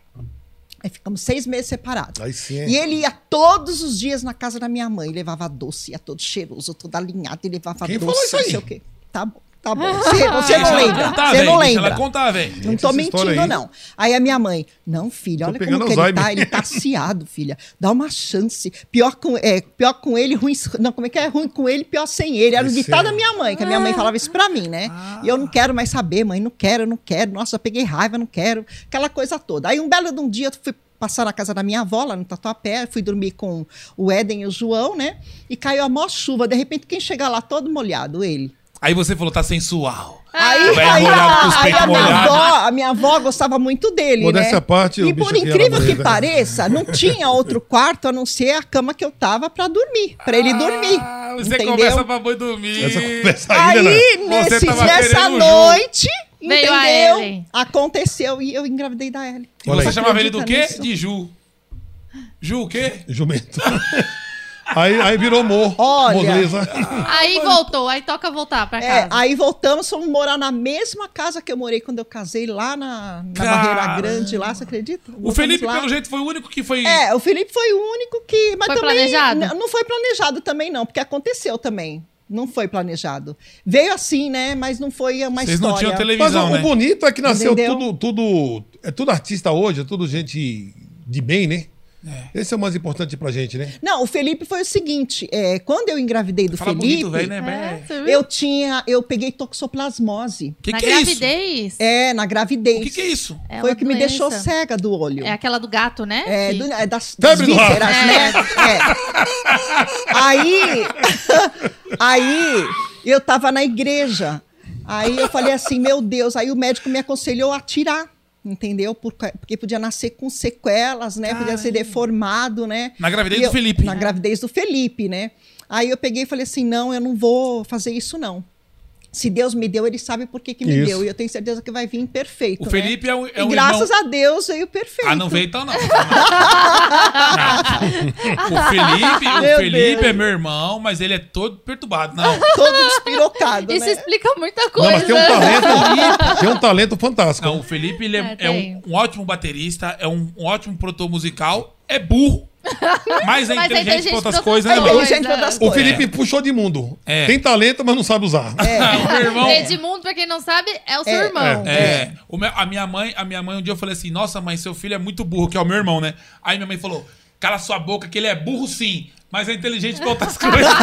C: Aí ficamos seis meses separados.
D: Aí sim, hein?
C: E ele ia todos os dias na casa da minha mãe, levava doce, ia todo cheiroso, todo alinhado, e levava
D: Quem
C: doce,
D: falou isso aí?
C: não sei o quê. Tá bom, tá bom. Você, você
B: Deixa
C: não
B: ela
C: lembra,
B: contar,
C: você
B: velho,
C: não
B: deixa
C: lembra.
B: Ela contar, velho.
C: Não tô
D: Essa história
C: mentindo,
D: aí.
C: não. Aí a minha mãe, não, filha,
D: Tô
C: olha
D: pegando
C: como que ele tá,
D: Alzheimer.
C: ele tá ciado, filha. Dá uma chance. Pior com, é, pior com ele, ruim. Não, como é que é? Ruim com ele, pior sem ele. Era o
D: Isso
C: ditado
D: é.
C: da minha mãe, que a minha mãe falava isso pra mim, né?
D: Ah.
C: E eu não quero mais saber, mãe, não quero, não quero. Nossa, eu peguei raiva, não quero. Aquela coisa toda. Aí um belo de um dia eu fui passar na casa da minha avó, lá no Tatuapé, fui dormir com o Éden e o João, né? E caiu a maior chuva. De repente, quem chegar lá todo molhado? Ele.
B: Aí você falou, tá sensual.
C: Aí,
B: Vai
C: aí,
B: molhar com os
C: a, aí
B: peitos
C: a minha
B: molhados.
C: avó, a minha avó gostava muito dele,
D: Modéstia
C: né?
D: à parte, o
C: e
D: bicho
C: por
D: aqui era
C: incrível que
D: doido, né?
C: pareça, não tinha outro quarto a não ser a cama que eu tava pra dormir, pra ele dormir.
B: Ah, você
C: entendeu?
B: conversa pra boi dormir.
D: Essa conversa aí, né?
C: Aí,
B: Você
C: nesse,
B: tava
C: nessa
B: querendo o
C: noite,
A: Veio a
C: entendeu?
A: Ellen.
C: Aconteceu e eu engravidei da Ellen.
B: E
D: Olha
B: você
D: aí.
B: chamava ele do quê?
C: Acredita nisso?
B: De Ju. Ju o quê?
D: Jumento. aí, aí virou mor.
C: Olha.
D: Moleza.
A: Aí voltou. Aí toca voltar pra
C: É,
A: casa.
C: aí voltamos, fomos morar na mesma casa que eu morei quando eu casei, lá na, na
B: Cara.
C: Barreira Grande, lá, você
B: O
C: acredita? Voltamos
B: Felipe,
C: lá.
B: pelo jeito, foi o único que foi.
C: É, o Felipe foi o único que. Mas
A: Foi
C: também.
A: planejado?
C: n- Não foi planejado também, não, porque aconteceu também. Não foi planejado. Veio assim, né? Mas não foi uma
B: Vocês
C: história.
B: não tinham
D: Mas o,
B: televisão,
D: o
B: né?
D: bonito é que nasceu
C: Entendeu?
D: tudo, tudo. É tudo artista hoje, é tudo gente de bem, né? Esse é o mais importante pra gente, né?
C: Não, o Felipe foi o seguinte: é, quando eu engravidei do
B: Fala
C: Felipe,
B: bonito, velho, né?
A: É,
B: velho?
A: você viu?
C: eu tinha. Eu peguei toxoplasmose.
B: Que
A: Na
B: que é isso?
A: gravidez.
C: É, na gravidez.
B: O que, que é isso?
A: é
C: foi
A: uma
C: o que me
A: doença.
C: deixou cega do olho.
A: É aquela do gato, né?
C: É,
A: Que-
C: do, é das,
B: Tá
C: das
D: Febre do rato.
C: vísceras, né? É. Aí, aí eu tava na igreja. Aí eu falei assim, meu Deus. Aí o médico me aconselhou a tirar, entendeu? Por ca- Porque podia nascer com sequelas, né? Podia ser deformado, né?
B: Na gravidez
C: E
B: do
C: eu-
B: Felipe.
C: Na gravidez do Felipe, né? Aí eu peguei e falei assim, não, eu não vou fazer isso, não. Se Deus me deu, ele sabe por que, que me
D: Isso.
C: deu. E eu tenho certeza que vai vir perfeito.
B: O
C: né?
B: Felipe é um- é um
C: E graças
B: irmão-
C: a Deus veio perfeito.
B: Ah, não veio então, não. Não. O Felipe, o
C: Meu
B: Felipe
C: Deus.
B: é meu irmão, mas ele é todo perturbado. Não.
C: todo despirocado,
A: Isso
C: né?
A: explica muita
D: Não,
A: coisa.
D: mas tem um talento. tem um talento fantástico.
B: Não, o Felipe ele é,
A: É,
B: é um,
A: tem.
B: um ótimo baterista, é um, um ótimo produtor musical, é burro, mas é
A: Mas é
B: inteligente
A: inteligente
B: pra outras
A: pra
B: coisas, né,
A: outras
B: mano?
A: coisas.
C: Hoje é uma das
D: O
C: coisas.
D: Felipe puxou de mundo.
B: É.
D: Tem talento, mas não sabe usar.
A: É.
B: O meu irmão.
A: Edmundo, pra quem não sabe, é o seu
C: É,
A: irmão.
B: É. O meu- a minha mãe, a minha mãe um dia eu falei assim: "Nossa, mãe, seu filho é muito burro, que é o meu irmão, né?" Aí minha mãe falou: "Cala sua boca que ele é burro sim, mas é inteligente pra outras coisas."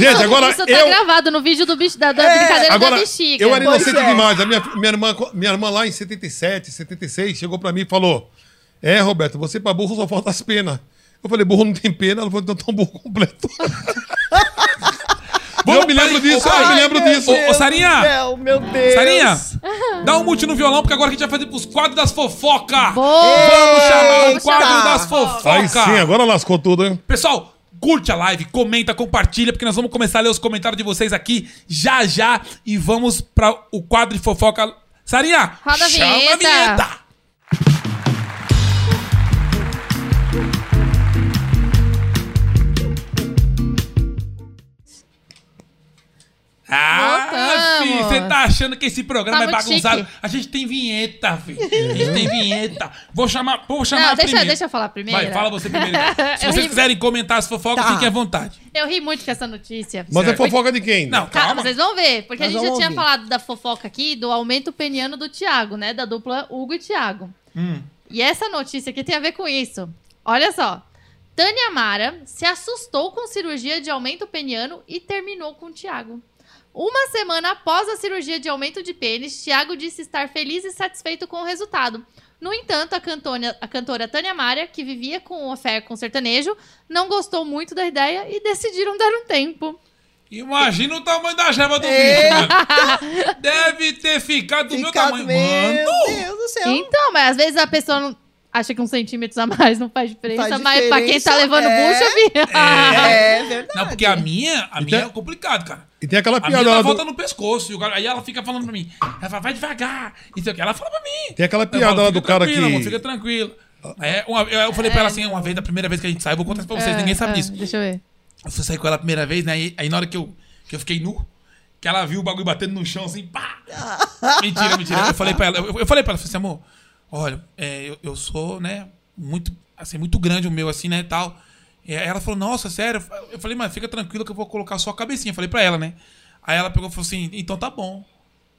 D: Gente, agora
A: Isso tá
D: eu.
A: gravado no vídeo do bicho, da, da
C: É.
A: brincadeira
D: Agora,
A: da tá bexiga.
D: eu era
C: Pois
D: inocente
C: é.
D: demais. A minha, minha, irmã, minha irmã lá em 77, 76, chegou pra mim e falou: É, Roberto, você pra burro só falta as tá penas. um Eu falei, burro não tem pena, ela falou, então tão burro completo. Eu me lembro
B: parar-
D: disso,
B: Ô,
D: eu me
B: Ai,
D: lembro
C: meu
D: disso.
B: Ô, ô, Sarinha!
C: Deus, meu Deus.
B: Sarinha, dá um mute no violão, porque agora a gente vai fazer pros quadros das fofoca.
A: Boa!
B: Vamos chamar o
C: Eita!
B: quadro das fofoca.
D: Aí sim, agora lascou tudo, hein?
B: Pessoal, curte a live, comenta, compartilha, porque nós vamos começar a ler os comentários de vocês aqui já já e vamos para o quadro de fofoca. Sarinha,
A: Roda a
B: chama
A: vinheta.
B: vinheta. Ah,
A: Voltamos.
B: filho, você tá achando que esse programa
A: Tá
B: é
A: muito
B: bagunçado?
A: chique.
B: A gente tem vinheta, filho. A gente tem vinheta. Vou chamar, vou chamar
A: Não,
B: a
A: deixa,
B: primeira.
A: deixa eu falar primeiro.
B: Vai, fala você primeiro. então. Se
A: Eu
B: vocês
A: ri-
B: quiserem comentar as fofocas,
C: Tá.
B: fiquem à vontade.
A: Eu ri muito com essa notícia.
D: Mas
B: Certo.
D: é fofoca de quem?
B: Não,
A: Tá,
B: calma.
A: vocês vão ver, porque a
C: Nós
A: gente já
C: vamos
A: tinha
C: ouvir.
A: falado da fofoca aqui do aumento peniano do Thiago, né? Da dupla Hugo e Thiago.
B: Hum.
A: E essa notícia aqui tem a ver com isso. Olha só. Tânia Mara se assustou com cirurgia de aumento peniano e terminou com o Thiago. Uma semana após a cirurgia de aumento de pênis, Thiago disse estar feliz e satisfeito com o resultado. No entanto, a, cantônia- a cantora Tânia Mara, que vivia com o fé com o sertanejo, não gostou muito da ideia e decidiram dar um tempo.
B: Imagina o tamanho da jeva do bicho,
C: Eita.
B: mano. Deve ter ficado do meu
C: Ficado-
B: tamanho.
C: Meu
B: Mano,
C: Deus do céu.
A: Então, mas às vezes a pessoa não- acha que uns centímetros a mais não faz diferença,
C: Faz
A: mas pra quem tá
C: diferença,
A: levando
C: é.
A: bucha, vi.
C: É verdade.
B: não, porque a minha, a minha
D: Então-
B: é complicado, cara.
D: E tem aquela
B: A minha
D: piada
B: dá
D: lá
B: volta
D: do,
B: no pescoço. E o cara- aí ela fica falando pra mim. Ela fala, vai devagar. E sei o que. Ela fala pra mim.
D: Tem aquela
B: Eu
D: piada
B: falo,
D: lá
B: "Fica
D: do cara
B: tranquila,
D: que-
B: amor, fica tranquilo. É, uma- eu, eu falei pra ela assim, uma vez, da primeira vez que a gente sai, eu vou contar isso pra vocês, ninguém sabe
A: Ah,
B: disso.
A: Deixa eu ver.
B: Eu fui sair com ela a primeira vez, né? E- aí na hora que eu, que eu fiquei nu, que ela viu o bagulho batendo no chão assim, pá! mentira, mentira. Eu falei pra ela, eu, eu falei pra ela, eu falei assim, amor, olha, é, eu, eu sou, né, muito, assim, muito grande o meu, assim, né, e tal. E aí ela falou, nossa, sério? Eu falei, mano, fica tranquilo que eu vou colocar só a cabecinha. Eu falei pra ela, né? Aí ela pegou e falou assim, então tá bom.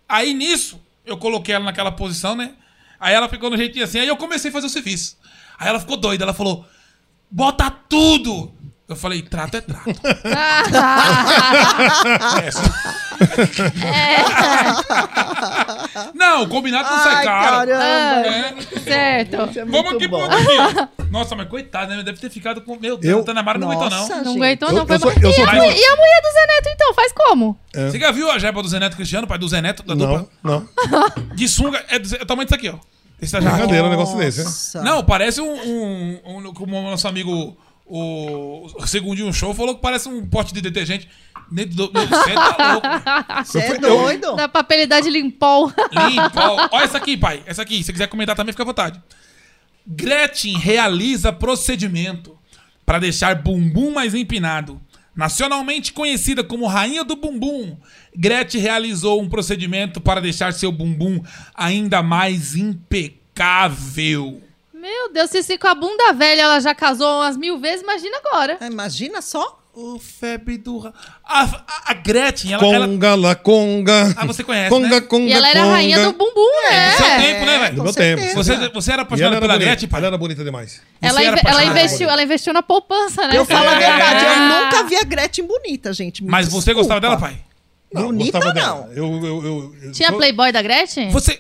B: Aí nisso, eu coloquei ela naquela posição, né? Aí ela ficou no jeitinho assim, aí eu comecei a fazer o serviço. Aí ela ficou doida, ela falou, bota tudo! Eu falei, trato é trato.
C: É,
A: É,
B: Não, combinado não sai
C: Ai,
B: caro.
C: caramba.
B: É.
A: ah, certo.
C: Isso é
B: Vamos
C: muito
B: aqui pro
C: bom.
B: aqui. Nossa, mas coitado, né? Deve ter ficado com. Meu Deus,
D: Eu-
B: a Tana Mara não aguentou, não.
C: Nossa.
A: Não
C: gente,
A: aguentou,
D: eu-
A: não.
D: eu
A: Foi
D: sou-
A: mal.
D: eu
A: e,
D: sou
A: a
D: mais-
A: mulher, e a mulher do Zé Neto, então? Faz como?
B: Você já viu a jeba do Zeneto Cristiano, pai do Zeneto, da dupla?
D: Não, não.
B: De sunga, é, do- é o tamanho disso aqui, ó. Esse da jarra.
D: Brincadeira um negócio desse, né?
C: Nossa.
B: Não, parece um. um, um- como o nosso amigo, o. o Segundo um show, falou que parece um pote de detergente. Dentro do. Meu, você tá louco.
C: Você é doido?
A: Da papelidade limpol.
B: Limpa. ó. Ó, essa aqui, pai. Essa aqui. Se quiser comentar também, fica à vontade. Gretchen realiza procedimento para deixar bumbum mais empinado. Nacionalmente conhecida como Rainha do Bumbum, Gretchen realizou um procedimento para deixar seu bumbum ainda mais impecável.
A: Meu Deus, se, se com a bunda velha ela já casou umas mil vezes, imagina agora.
C: Ah, Imagina só.
B: O febre do... ra- A, a- a Gretchen, ela... ela-
D: Conga, la conga.
B: Ah, você conhece,
D: Conga,
B: né?
D: conga,
A: E ela era a
D: conga.
A: rainha do bumbum,
C: É,
B: do seu
A: né?
B: tempo, né, velho?
D: Do
C: Com
D: meu tempo.
C: certeza.
B: Você, você era
D: E ela
B: apaixonado
D: era
B: pela
D: bonita.
B: Gretchen, pai?
D: Ela era bonita demais.
A: Ela,
B: Você era
A: inve- ela
B: apaixonado?
A: investiu, ela investiu na poupança, né?
C: Eu falo a
B: É.
C: verdade, eu
A: Ah.
C: nunca vi a Gretchen bonita, gente. me
B: Mas você gostava
C: desculpa.
B: dela, pai?
D: Não,
C: Bonita,
D: gostava
C: não.
D: dela. Eu, eu, eu, eu-
A: Tinha
D: eu-
A: Playboy da Gretchen?
B: Você...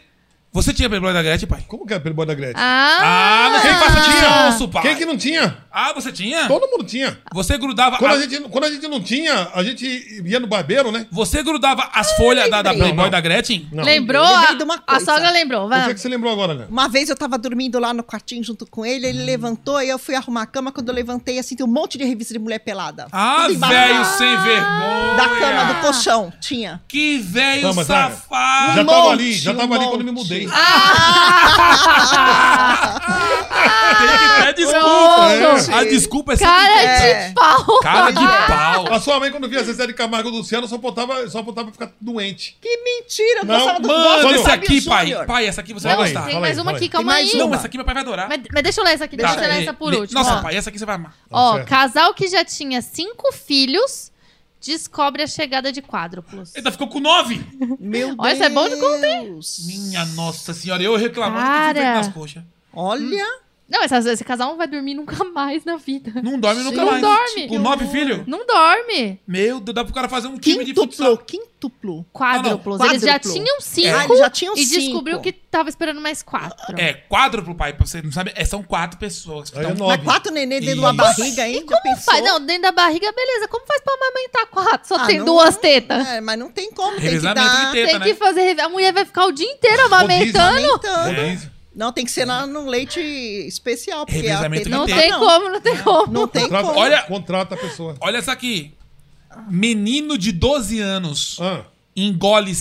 B: Você tinha Playboy da Gretchen, pai?
D: Como que era Playboy da Gretchen?
A: Ah,
B: Ah, você passa de osso, pai.
D: Quem que não tinha?
B: Ah, você tinha?
D: Todo mundo tinha.
B: Você grudava.
D: Quando
B: a-
D: a gente, quando a gente não tinha, a gente ia no barbeiro, né?
B: Você grudava as folhas da, da
C: lembrei.
B: Playboy
D: Não, não.
B: da Gretchen?
D: Não.
A: lembrou?
C: eu
A: A,
C: lembrei de uma
A: a
C: coisa.
A: sogra lembrou,
D: O que,
A: vai.
D: é que você lembrou agora, né?
C: Uma vez eu tava dormindo lá no quartinho junto com ele, ele levantou e eu fui arrumar a cama. Quando eu levantei, assim, tem um monte de revista de mulher pelada.
B: Ah,
C: Tudo embaixo
B: velho é. sem vergonha.
C: Da cama, do colchão, tinha.
B: Que velho
D: Não, mas, cara,
B: safado.
D: Já
C: Um
D: tava
C: monte,
D: ali, já
C: um
D: tava ali
C: monte.
D: quando eu me mudei.
B: Tem que ter desculpa.
D: né?
A: Pronto.
B: A desculpa é sempre...
A: Cara
C: É.
A: de pau.
B: Cara de pau.
D: A sua mãe, quando via Zezé de Camargo e Luciano, só faltava, só faltava ficar doente.
C: Que mentira, eu
D: Não,
C: gostava do gosto
B: Mano,
D: Olha,
C: do
B: esse
C: Fábio
B: aqui, pai.
C: Júnior.
B: Pai, essa aqui você
A: Não,
B: vai
D: aí,
B: gostar.
A: tem
D: fala
A: mais
D: aí,
A: uma
D: fala
A: aqui,
D: aí.
A: calma
C: Tem
A: aí.
C: mais
B: Não,
C: uma.
B: essa aqui meu pai vai adorar.
A: Mas, mas deixa eu ler essa aqui, deixa
B: Tá,
A: eu ler
B: lê,
A: essa por
B: lê.
A: último.
B: Nossa,
A: ó.
B: pai, essa aqui você vai amar.
A: Ó,
D: Tá certo.
A: casal que já tinha cinco filhos descobre a chegada de quádruplos.
B: Ainda ficou com nove.
C: Meu Deus.
A: Olha, isso é bom de conta,
C: hein?
B: Minha nossa senhora, eu reclamando que
A: Cara.
B: fica nas coxas.
C: Olha,
A: Não, essa- esse casal não vai dormir nunca mais na vida.
B: Não dorme nunca
A: Não
B: mais.
A: dorme.
B: Com nove filhos?
A: Não dorme.
B: Meu Deus, dá pro cara fazer um time de
C: Quíntuplo,
B: futsal.
C: quíntuplo.
A: Quádruplos.
C: Ah, não,
A: Eles já
C: quádruplo.
A: tinham cinco.
C: Ah, eles já tinham
A: e
C: cinco.
A: descobriu que tava esperando mais quatro.
B: É, quádruplo, pai. pra Você não sabe. é, são quatro pessoas.
D: Aí é
B: Então,
D: nove.
C: Mas quatro neném dentro de uma
B: Isso.
C: barriga ainda, pensou?
A: Pai, não, dentro da barriga, beleza. Como faz pra amamentar quatro? Só
C: Ah,
A: tem
C: não-
A: duas tetas.
C: É, mas não tem como, tem que
B: Revezamento
C: dar...
B: de teta,
A: tem
B: né?
A: que fazer. revi- A mulher vai ficar o dia inteiro amamentando.
C: Então,
B: É.
C: Não, tem que ser lá num leite especial, porque a
B: Revezamento
C: teta
A: Não
B: Tem
A: tem
C: não.
A: como, não tem como.
C: Não tem
D: Contrata,
C: como.
B: Olha-
D: contrata a pessoa.
B: Olha essa aqui. Menino de 12 anos
D: Ah,
B: engole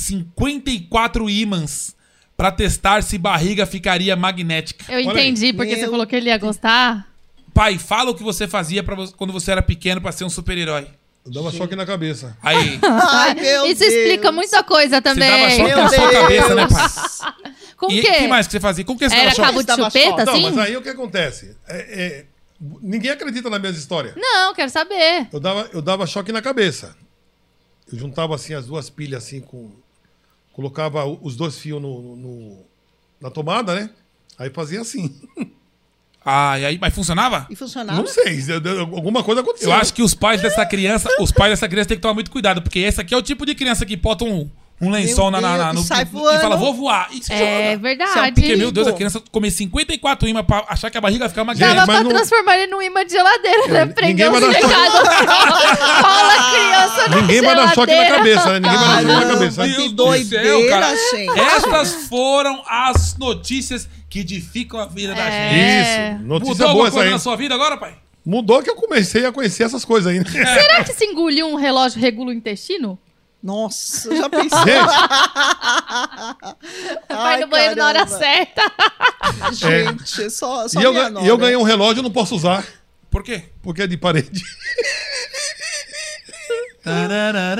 B: 54 ímãs pra testar se barriga ficaria magnética.
A: Eu
D: Olha
A: entendi porque você
C: Meu
A: falou que ele ia gostar.
B: Pai, fala o que você fazia pra vo- quando você era pequeno pra ser um super-herói.
D: eu dava choque na cabeça.
B: Aí,
C: Ai, meu
A: Isso
C: Deus.
A: explica muita coisa também.
B: dava choque
C: Meu
B: na sua
C: Deus.
B: cabeça, né, pai?
A: Com o
B: e
A: quê?
B: que mais que você fazia? Como que você
A: Era
B: dava choque?
A: cabo de
C: Dava
A: chupeta,
C: choque.
D: Não,
A: assim?
D: mas aí o que acontece? É- é, ninguém acredita na minha história.
A: Não, quero saber.
D: Eu dava, eu dava choque na cabeça. Eu juntava assim as duas pilhas assim com. Colocava o- os dois fios no, no- na tomada, né? Aí fazia assim.
B: Ah, e aí, mas funcionava?
C: E funcionava?
D: Não sei, se- de- alguma coisa aconteceu.
B: Eu acho que os pais dessa criança, os pais dessa criança têm que tomar muito cuidado, porque esse aqui é o tipo de criança que bota um, um lençol na, na- na-
C: Deus,
B: no
C: e sai
B: e fala,
C: voando.
B: vou voar. E se
A: É
B: joga.
A: verdade.
B: Porque, meu Deus, a
C: Pô.
B: criança comer 54 imãs pra achar que a barriga vai ficar uma
D: Gente,
A: Dava
B: grande.
D: mas
A: pra
D: não-
A: transformar ele num imã de geladeira, né? Prender
D: ninguém
A: os
D: vai dar-
A: recados. Fala, criança, na
D: Ninguém vai dar choque na
A: geladeira.
D: cabeça, né? Ninguém vai dar choque na
C: Caramba,
D: cabeça.
B: Deus do
C: que
B: céu,
C: doideira,
B: cara.
C: gente.
B: Estas foram as notícias que edificam a vida da
A: É.
B: gente.
D: Isso, notícia
B: Mudou
D: boa
B: alguma
D: essa
B: coisa
D: aí.
B: na sua vida agora, pai?
D: Mudou que eu comecei a conhecer essas coisas aí. né?
A: Será que se engolir um relógio regula o intestino?
C: Nossa, eu já pensei.
D: Gente,
A: Vai
C: Ai,
A: no banheiro na hora
C: caramba.
A: certa.
C: Gente, só, só
D: e eu,
C: minha
D: ga-
C: nora.
D: e eu ganhei um relógio, eu não posso usar,
B: Por quê?
D: porque é de parede.
B: Um
C: Tarará.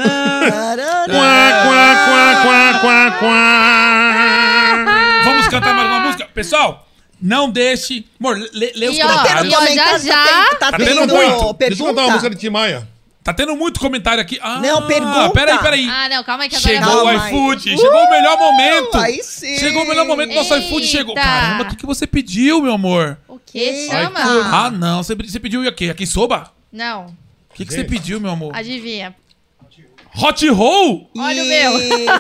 B: Vamos cantar mais uma música? Pessoal, não deixe... Amor, lê, lê os
A: E, ó,
B: comentários.
A: e, ó, já,
C: Tá
A: já.
C: tendo- Tá
B: Tá tendo
C: tendo
B: muito.
D: Deixa eu contar uma música
C: pergunta.
D: de Tim Maia.
B: Tá tendo muito comentário aqui. Ah,
C: Não, pergunta.
B: Peraí, peraí.
A: Ah, não, calma aí que agora eu
B: Chegou
A: vou-
B: o
C: Calma aí.
B: iFood, chegou o melhor momento.
C: Uh, Aí sim.
B: Chegou o melhor momento, nosso iFood chegou.
A: Eita.
B: Caramba, o que, que você pediu, meu amor?
A: O que
C: Eita.
A: chama?
B: Ah, não, você, você pediu o quê? Aqui soba?
A: Não,
B: O que, que você
D: Gente.
B: pediu, meu amor?
A: adivinha.
B: Hot roll?
A: Olha o
C: E
A: meu.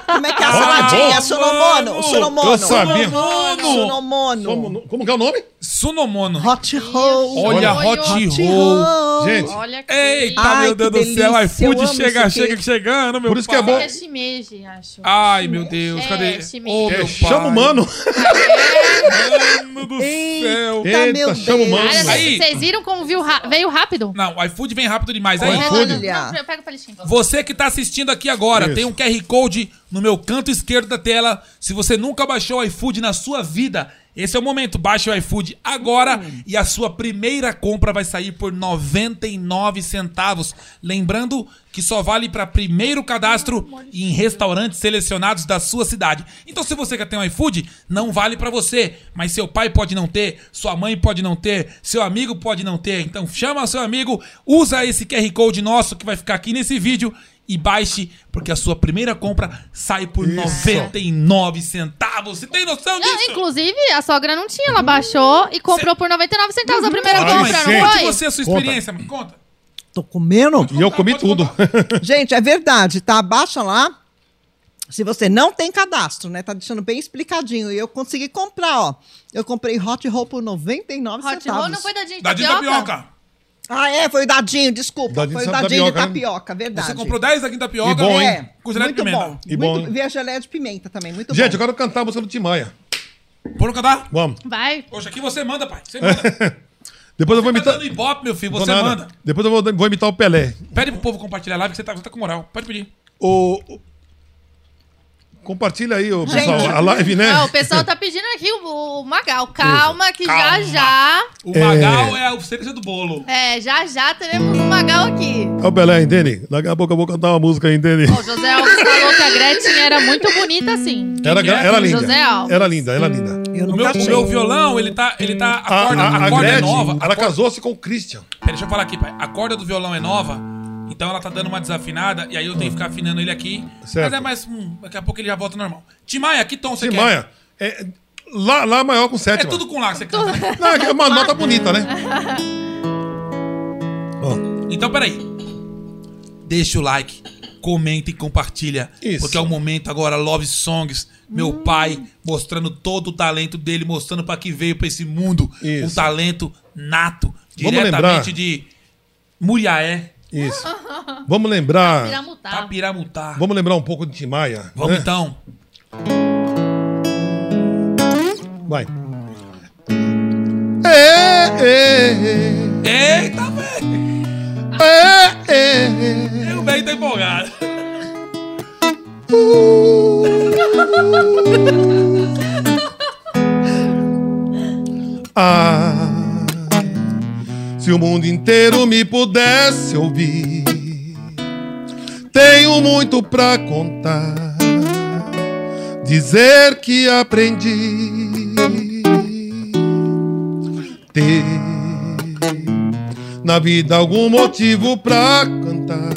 C: Como é que é a
B: Olha,
C: saladinha?
B: mano,
C: Sonomono. Sonomono.
D: Ah, eu sabia.
B: Sunomono!
D: Como,
C: Sonomono.
D: como que é o nome?
B: Sunomono.
C: Hot roll.
A: Olha,
B: Olha, hot,
A: hot
C: Hot
B: roll.
C: roll.
D: Gente,
A: Olha aqui.
B: Eita,
A: Ah,
C: Ai,
B: meu Deus
C: que
B: do céu,
C: delícia, eu
B: iFood
C: amo
B: chega,
C: esse
B: chega,
C: queijo.
B: chegando, meu
D: Por isso que é
B: pai.
D: bom.
A: é shimeji, acho.
B: Ai, meu Deus,
A: É,
B: cadê?
A: shimeji.
B: Ô, meu
D: É,
B: pai.
D: chama o mano.
B: Mano do céu.
C: Eita,
D: Eita,
C: meu
D: chama o
C: Deus.
D: mano.
A: Olha,
B: Aí.
A: Ah, Vocês viram como viu ra- veio rápido?
B: Não, o iFood vem rápido demais. Aí,
D: Olha.
A: Não,
D: iFood?
A: não, não, assim, não, pega o palitinho.
B: Você que tá assistindo aqui agora,
D: Isso.
B: tem um QR Code no meu canto esquerdo da tela. Se você nunca baixou o iFood na sua vida, esse é o momento. Baixe o iFood agora e a sua primeira compra vai sair por 99 centavos. Lembrando que só vale para primeiro cadastro e em restaurantes selecionados da sua cidade. Então, se você quer ter um iFood, não vale para você. Mas seu pai pode não ter, sua mãe pode não ter, seu amigo pode não ter. Então, chama seu amigo, usa esse QR Code nosso que vai ficar aqui nesse vídeo e baixe, porque a sua primeira compra sai por
D: Isso.
B: 99 centavos. Você tem noção
A: Não,
B: disso?
A: inclusive, a sogra não tinha, ela baixou e comprou por 99 centavos a primeira
D: Ai,
A: compra,
D: gente.
A: não
B: Conte
A: foi?
B: você a sua
D: Conta.
B: experiência, mano. Conta.
C: Tô comendo?
D: E eu comi tudo.
C: Gente, é verdade, tá? Baixa lá. Se você não tem cadastro, né? Tá deixando bem explicadinho. E eu consegui comprar, ó. Eu comprei Hot Roll por 99
A: Hot
C: centavos.
A: roll não foi da gente
B: Da de tapioca.
C: Ah, é, foi o dadinho, desculpa.
D: Dadinho
C: foi o
D: de
C: dadinho de
D: tapioca, né?
C: tapioca, verdade.
B: Você comprou 10 da quinta pioca. né?
D: E bom, hein?
C: É,
B: Com geleia de
C: muito
B: pimenta.
C: bom.
D: E
C: muito,
D: bom, hein?
C: E a geleia de pimenta também, muito
D: Gente,
C: bom.
D: eu quero cantar a música do Tim Maia.
B: Vamos cantar?
D: Vamos.
A: Vai.
B: Poxa, aqui você manda, pai. Você manda.
D: Depois eu vou
B: Tá
D: imitar.
B: dando ibope, meu filho.
D: Vou
B: Você
D: nada.
B: manda.
D: Depois eu vou, vou imitar o Pelé.
B: Pede pro povo compartilhar a live que você tá, você tá com moral. Pode pedir.
D: O... o- Compartilha aí, ô,
C: Gente.
D: pessoal, a live,
B: É.
D: né?
A: Ah, o pessoal tá pedindo aqui o, o Magal. Calma, que já
B: Calma.
A: já.
B: O Magal é, a cereja do bolo.
A: É, já já teremos o Magal aqui.
D: Olha É o Pelé, entende? Daqui a pouco eu vou cantar uma música, entende?
A: Ó, O José Alves falou que a Gretchen era muito bonita assim.
D: Era,
B: quem é?
D: era linda.
A: José Alves.
D: Era linda, era linda.
C: Eu
B: O meu,
C: nunca
B: o
C: achei.
B: meu violão, ele tá. Ele tá. A
D: A,
B: corda,
D: a,
B: a
D: a
B: corda é
D: Gretchen,
B: nova.
D: ela casou-se com o Christian.
B: Pera, deixa eu falar aqui, pai. A corda do violão é nova, então ela tá dando uma desafinada, e aí eu tenho que ficar afinando ele aqui.
D: Certo.
B: um, Mas é mais. hum, daqui a pouco ele já volta ao normal. Timaia, que tom você
D: Tim
B: quer?
D: Maia. É, Lá, lá maior com
B: É
D: sétima.
B: tudo com lá que você canta. né?
D: Não, é uma nota bonita, né?
B: Então, peraí. Deixa o like, comenta e compartilha.
D: Isso.
B: Porque é o momento agora, Love Songs. Meu pai mostrando todo o talento dele, mostrando pra que veio pra esse mundo.
D: Isso.
B: Um talento nato.
D: Vamos
B: Diretamente
D: lembrar.
B: de Muriaé,
D: Isso. Vamos lembrar.
A: Piramutá.
B: Tapiramutá. Vamos,
D: Vamos lembrar um pouco de Timaya. né?
B: então.
D: Vai. É, é,
B: Eita, velho!
D: é, é, é.
B: O velho tá empolgado.
D: Ah, se o mundo inteiro me pudesse ouvir, tenho muito pra contar, dizer que aprendi. Ter na vida algum motivo pra cantar,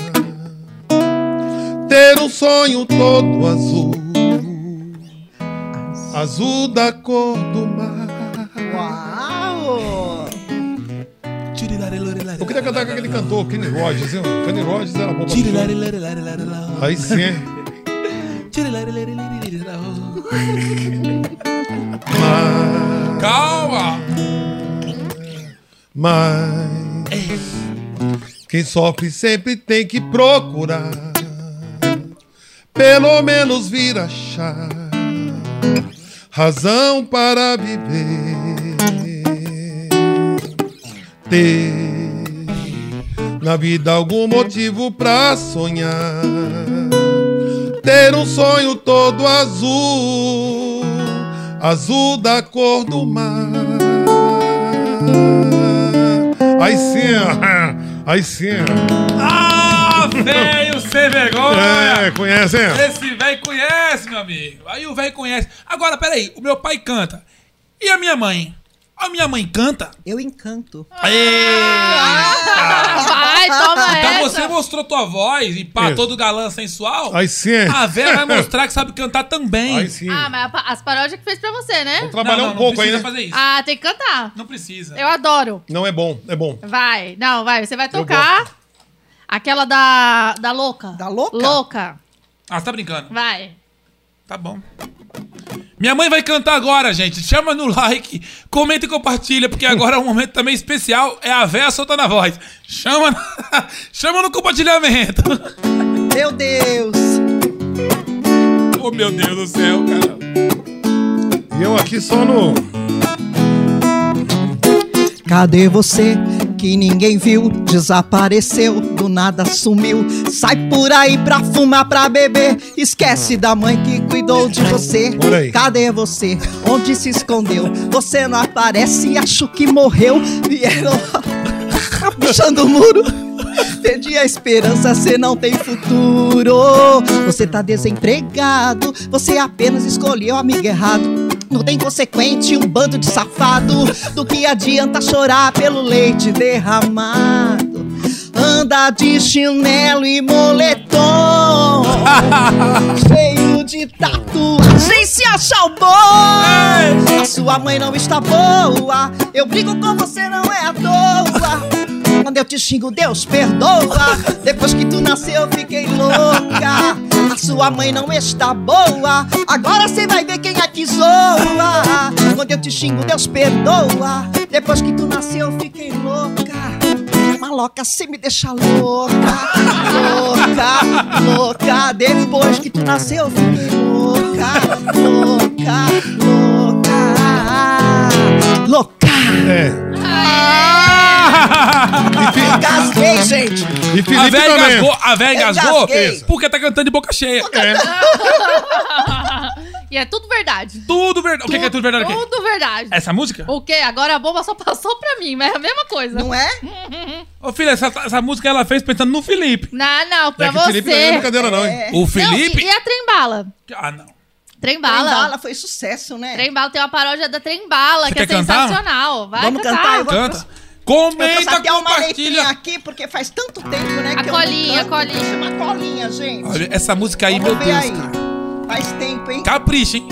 D: ter um sonho todo azul, azul da cor do mar.
C: Uau!
D: Eu queria cantar com aquele cantor, Kenny Rogers, hein? Kenny Rogers era bom pra tudo. Aí sim, hein? Mas,
B: Calma!
D: mas quem sofre sempre tem que procurar. Pelo menos vir achar razão para viver. ter na vida algum motivo pra sonhar. Ter um sonho todo azul, azul da cor do mar. Aí sim, ó. aí sim. ó.
B: Ah, velho, sem vergonha!
D: É, conhece, hein?
B: Esse velho conhece, meu amigo. Aí o velho conhece. Agora, peraí, o meu pai canta. E a minha mãe? A minha mãe canta?
C: Eu encanto.
B: Ah.
A: Ah,
B: Tá
A: Vai, toma
B: Então
A: essa.
B: você mostrou tua voz e pá,
D: Isso.
B: todo galã sensual.
D: Aí sim.
B: A véia vai mostrar que sabe cantar também.
D: Aí sim.
A: Ah, mas a pa- as paródias que fez pra você, né?
D: Vou trabalhar um pouco aí,
B: precisa
D: né?
B: fazer isso.
A: Ah, tem que cantar.
B: Não precisa.
A: Eu adoro.
D: Não é bom, é bom.
A: Vai. Não, vai. Você vai tocar aquela da, da louca.
C: Da louca?
A: Louca.
B: Ah, você tá brincando.
A: Vai.
B: Tá bom. Minha mãe vai cantar agora, gente. Chama no like, comenta e compartilha, porque agora é um momento também especial. É a véia soltando a voz. Chama, na- Chama no compartilhamento.
C: Meu Deus!
B: Oh, meu Deus do céu, cara.
D: E eu aqui só no.
C: Cadê você que ninguém viu? Desapareceu, do nada sumiu. Sai por aí pra fumar, pra beber. Esquece da mãe que cuidou de você.
D: Por aí.
C: Cadê é você? Onde se escondeu? Você não aparece, acho que morreu. Vieram tá puxando o muro. Perdi a esperança, você não tem futuro. Você tá desempregado, você apenas escolheu o amigo errado. Não tem consequente um bando de safado. Do que adianta chorar pelo leite derramado? Anda de chinelo e moletom, cheio de tatuagem, se achar o bom. A sua mãe não está boa, eu brigo com você, não é à toa. Quando eu te xingo, Deus perdoa. Depois que tu nasceu, eu fiquei louca. A sua mãe não está boa. Agora cê vai ver quem é que zoa. Quando eu te xingo, Deus perdoa. Depois que tu nasceu, eu fiquei louca. Maloca, cê me deixa louca. Louca, louca. Depois que tu nasceu, eu fiquei louca. Louca, louca. Louca.
D: É. E,
C: Ah,
D: Fi-
C: Casei, gente.
D: e
B: A véia
D: Felipe também.
B: engasgou, a véia
C: Eu
B: engasgou
C: engasguei.
B: porque tá cantando de boca cheia.
D: É.
A: E é tudo verdade.
B: Tudo verdade. O que É. que é tudo verdade aqui?
A: Tudo verdade.
B: Essa música?
A: O quê? Agora a bomba só passou pra mim, mas é a mesma coisa.
C: Não é?
B: Ô, filha, essa, essa música ela fez pensando no Felipe.
A: Não, não, pra
D: É que
A: você.
D: Felipe não é brincadeira, não, hein?
B: O
A: Não, e-
B: Felipe.
A: e, a Trembala?
B: Ah, não.
A: Trembala. Trembala.
C: Trembala foi sucesso, né?
A: tem uma paródia da Trembala,
B: Você
A: que é
B: quer cantar?
A: sensacional. Vai
C: Vamos
A: cantar.
C: cantar, eu vou-
B: Canta.
C: Eu trouxe
B: Comenta,
C: até uma letrinha
B: compartilha.
C: aqui, porque faz tanto tempo, né?
A: A
C: que
A: colinha,
C: eu não
A: a colinha.
C: Chama a colinha, gente.
B: Olha, essa música aí,
C: Vamos
B: meu Tá
C: ver
B: Deus,
C: aí.
B: cara.
C: Faz tempo, hein?
B: Capricha, hein?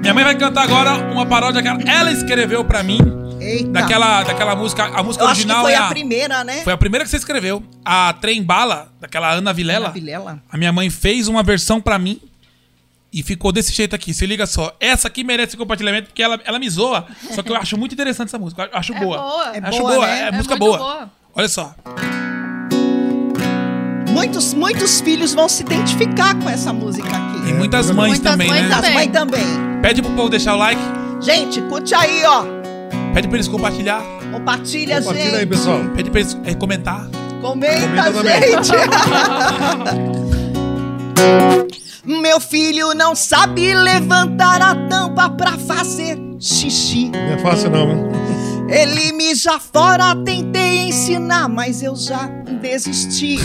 B: Minha mãe vai cantar agora uma paródia que ela escreveu pra mim.
C: Eita.
B: Daquela, daquela música. A música
C: Tá. Eu acho que
B: original
C: foi
B: é
C: a...
B: a-
C: primeira, né?
B: Foi a primeira que você escreveu. A Trem Bala, daquela Ana Vilela.
C: Ana Vilela.
B: A minha mãe fez uma versão pra mim e ficou desse jeito aqui. Se liga só. Essa aqui merece compartilhamento porque ela, ela me zoa. Só que eu acho muito interessante essa música. Eu acho
A: É
B: boa.
A: boa. É
B: acho
C: boa,
B: boa.
C: né?
B: É,
C: É
B: música
A: muito
B: boa.
A: boa.
B: Olha só.
C: Muitos, muitos filhos vão se identificar com essa música
B: E
C: aqui.
B: muitas mães
A: Muitas
B: também,
A: mães
B: né?
C: As
A: também.
C: É, mães também.
B: Pede pro povo deixar o like.
C: Gente, curte aí, ó.
B: Pede pra eles compartilhar.
C: Compartilha, gente.
D: Compartilha aí, pessoal.
B: Pede pra eles eh, comentar.
C: Comenta,
D: Comenta também.
C: gente. Meu filho não sabe levantar a tampa pra fazer xixi.
D: Não é fácil não, hein?
C: Ele mija fora, tentei ensinar, mas eu já desisti.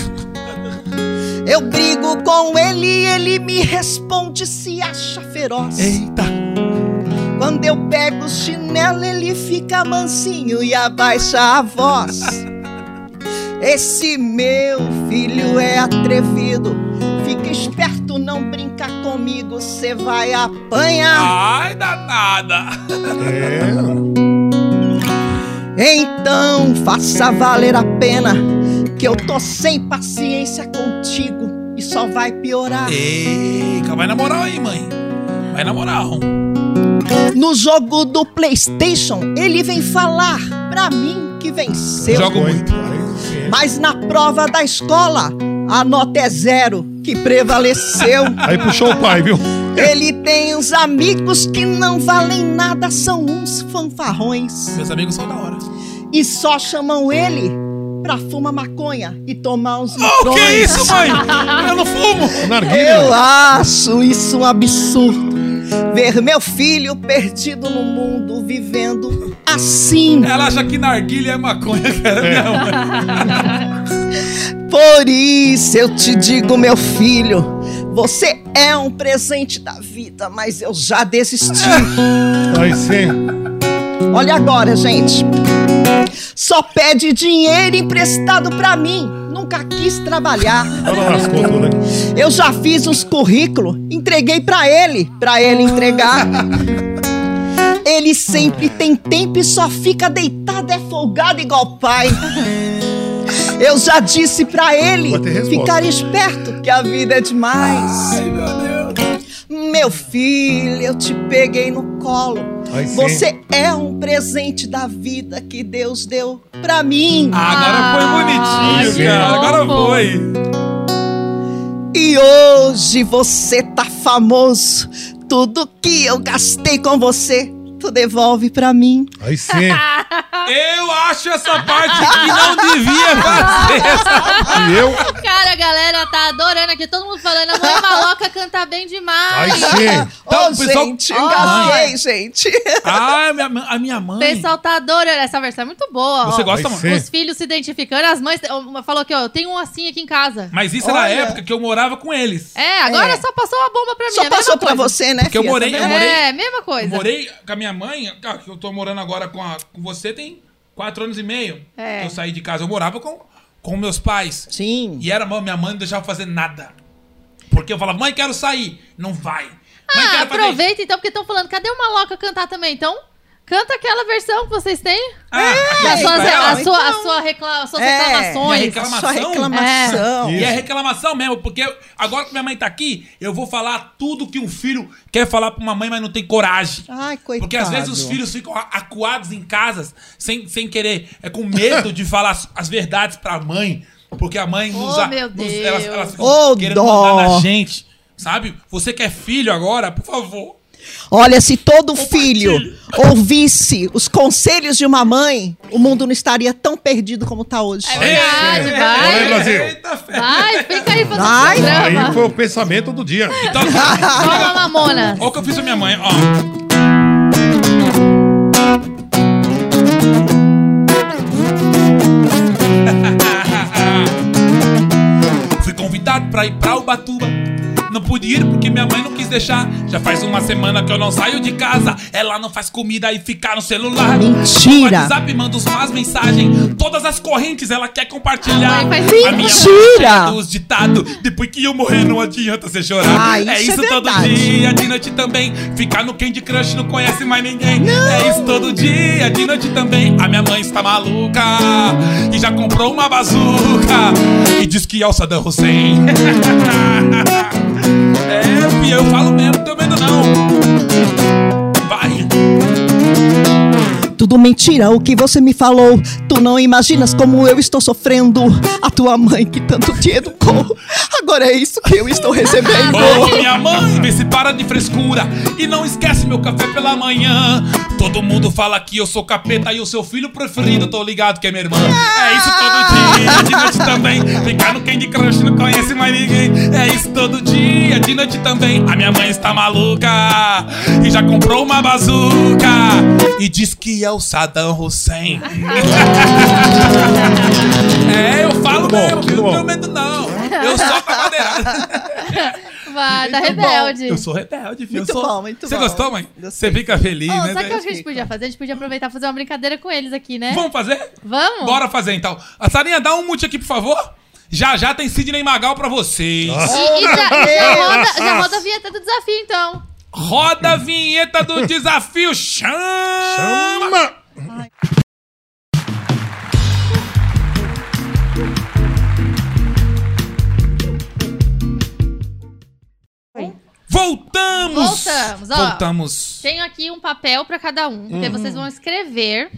C: Eu brigo com ele, ele me responde, se acha feroz.
B: Eita.
C: Quando eu pego o chinelo, ele fica mansinho e abaixa a voz. Esse meu filho é atrevido. Fica esperto, não brinca comigo, cê vai apanhar.
B: Ai, danada.
D: É.
C: Então faça valer a pena, que eu tô sem paciência contigo e só vai piorar.
B: Eita, vai na moral aí, mãe. Vai na moral.
C: No jogo do PlayStation, ele vem falar pra mim que venceu.
B: Jogo muito.
D: Aí sim.
C: Mas na prova da escola, a nota é zero, que prevaleceu.
D: Aí puxou o pai, viu?
C: Ele tem uns amigos que não valem nada, são uns fanfarrões.
B: Meus amigos são da hora.
C: E só chamam ele pra fumar maconha e tomar uns
B: Oh,
C: litrões.
B: que isso, mãe? Ah, Eu não fumo.
D: Narguilha.
C: Eu acho isso um absurdo. Ver meu filho perdido no mundo, vivendo assim.
B: Ela acha que narguilha é maconha, cara.
D: É.
B: Não, mãe.
C: Por isso eu te digo, meu filho, você é um presente da vida, mas eu já desisti.
D: Aí sim.
C: Olha agora, gente. Só pede dinheiro emprestado pra mim. Nunca quis trabalhar.
D: Ela lascou tudo, né?
C: Eu já fiz uns currículos, entreguei pra ele, pra ele entregar. Ele sempre tem tempo e só fica deitado, é folgado igual o pai. Eu já disse pra ele
D: Vai ter resposta.
C: ficar esperto, que a vida é demais.
B: Ai, meu Deus.
C: Meu filho, eu te peguei no colo.
D: Aí sim.
C: Você é um presente da vida que Deus deu pra mim.
B: Ah, agora foi bonitinho,
D: que
B: cara. Agora
A: fofo.
B: foi.
C: E hoje você tá famoso. Tudo que eu gastei com você, tu devolve pra mim.
D: Aí sim.
B: Eu acho essa parte que não devia fazer.
D: E eu.
A: Cara, a galera tá adorando aqui. Todo mundo falando, a mãe maloca canta bem
D: Aí
A: demais.
D: sim.
B: Então,
C: Ô,
B: pessoal- é.
C: gente,
A: Ó.
C: eu gastei, gente.
B: Ah, minha, mãe- a minha mãe.
A: O pessoal tá adorando. Essa versão é muito boa.
B: Você
A: ó.
B: gosta,
D: Vai
B: mano?
D: ser.
A: Os filhos se identificando, as mães. uma Falou que, ó, eu tenho um assim aqui em casa.
B: Mas isso é na
C: Olha.
B: época que eu morava com eles.
A: É, agora
C: É.
A: só passou uma bomba pra mim. é
C: Só
A: a mesma
C: passou pra
A: coisa.
C: você, né?
B: Porque eu
C: filha?
B: morei-
C: Tá
B: eu
C: vendo?
B: morei-
A: É, mesma
B: Eu
A: coisa.
B: morei com a minha mãe, cara, que eu tô morando agora com, a- com você tem quatro anos e meio.
A: É.
B: que Eu saí de casa, eu morava com, com meus pais.
C: Sim.
B: E era, mano, minha mãe não deixava fazer nada. Porque eu falava, mãe, quero sair. Não vai. Mãe,
A: Ah,
B: quero fazer isso.
A: aproveita então, porque estão falando, cadê o Maloca cantar também? Então, canta aquela versão que vocês têm.
B: Ah,
A: As
B: isso
A: suas,
B: pra ela.
A: a sua, a
C: então.
A: sua recla- as suas
C: É.
B: Minha
A: reclamações.
B: reclama-
C: Só
A: reclamação.
C: reclamação.
B: E é reclamação mesmo, porque eu- agora que minha mãe tá aqui, eu vou falar tudo que um filho quer falar pra uma mãe, mas não tem coragem.
C: Ai, coitado.
B: Porque às vezes os filhos ficam a- acuados em casas, sem, sem querer, é com medo de falar as, as verdades pra mãe. Porque a mãe
A: Oh,
B: nos, a-
A: meu
B: nos-
A: Deus.
B: elas, elas ficam
C: Oh,
B: querendo
C: dó.
B: mandar na gente. Sabe? Você que é filho agora, por favor.
C: Olha, se todo filho ouvisse os conselhos de uma mãe, o mundo não estaria tão perdido como tá hoje.
A: É verdade,
D: Ei,
A: vai.
D: Olha aí, Brasil.
B: Eita, fé.
A: Vai, fica aí fazendo
C: Vai.
A: programa.
D: Aí foi o pensamento do dia.
B: Então,
A: Toma, mamona.
B: olha o que eu fiz pra minha mãe, ó. Fui convidado pra ir pra Ubatuba Não pude ir porque minha mãe não quis deixar. Já faz uma semana que eu não saio de casa. Ela não faz comida e fica no celular.
C: Mentira.
B: No WhatsApp manda os más mensagens. Todas as correntes ela quer compartilhar.
A: Ai, faz
B: A minha
C: sentido.
B: mãe é
C: Mentira.
B: tem os ditados. Depois que eu morrer, não adianta você chorar.
C: Ah, isso
B: é
C: é
B: isso todo
C: verdade.
B: dia, de noite também. Ficar no Candy Crush não conhece mais ninguém. É isso todo dia, de noite também. A minha mãe está maluca e já comprou uma bazuca e diz que é o Saddam Hussein. é, fia, eu falo mesmo, não tenho medo não. Vai.
C: Tudo mentira o que você me falou. Tu não imaginas como eu estou sofrendo. A tua mãe que tanto te educou. Agora é isso que eu estou recebendo.
B: Ô, minha mãe, vê se para de frescura E não esquece meu café pela manhã Todo mundo fala que eu sou capeta E o seu filho preferido, tô ligado que é minha irmã É isso todo dia, de noite também Ficar no Candy Crush não conhece mais ninguém É isso todo dia, de noite também A minha mãe está maluca E já comprou uma bazuca E diz que é o Saddam Hussein É, eu falo
D: bom,
B: mesmo,
D: muito
B: eu não tenho
D: bom.
B: medo não Eu sou cadeirada
A: Vai, da rebelde.
B: eu sou rebelde, filho.
C: Muito
B: eu sou...
C: bom, muito
B: Você
C: bom.
B: gostou, mãe?
C: Gostei.
B: Você fica feliz,
A: Ô,
B: né?
A: sabe o que eu acho que a gente podia fazer? A gente podia aproveitar e fazer uma brincadeira com eles aqui, né?
B: Vamos fazer?
A: Vamos?
B: Bora fazer, então. A Sarinha, dá um mute aqui, por favor. Já, já tem Sidney Magal pra vocês.
D: Ah.
A: E, e já, já roda, já roda a vinheta do desafio, então.
B: Roda a vinheta do desafio. Chama!
D: Chama!
B: Voltamos!
A: Voltamos, ó.
B: Voltamos.
A: Tenho aqui um papel pra cada um,
C: Uhum.
A: que vocês vão escrever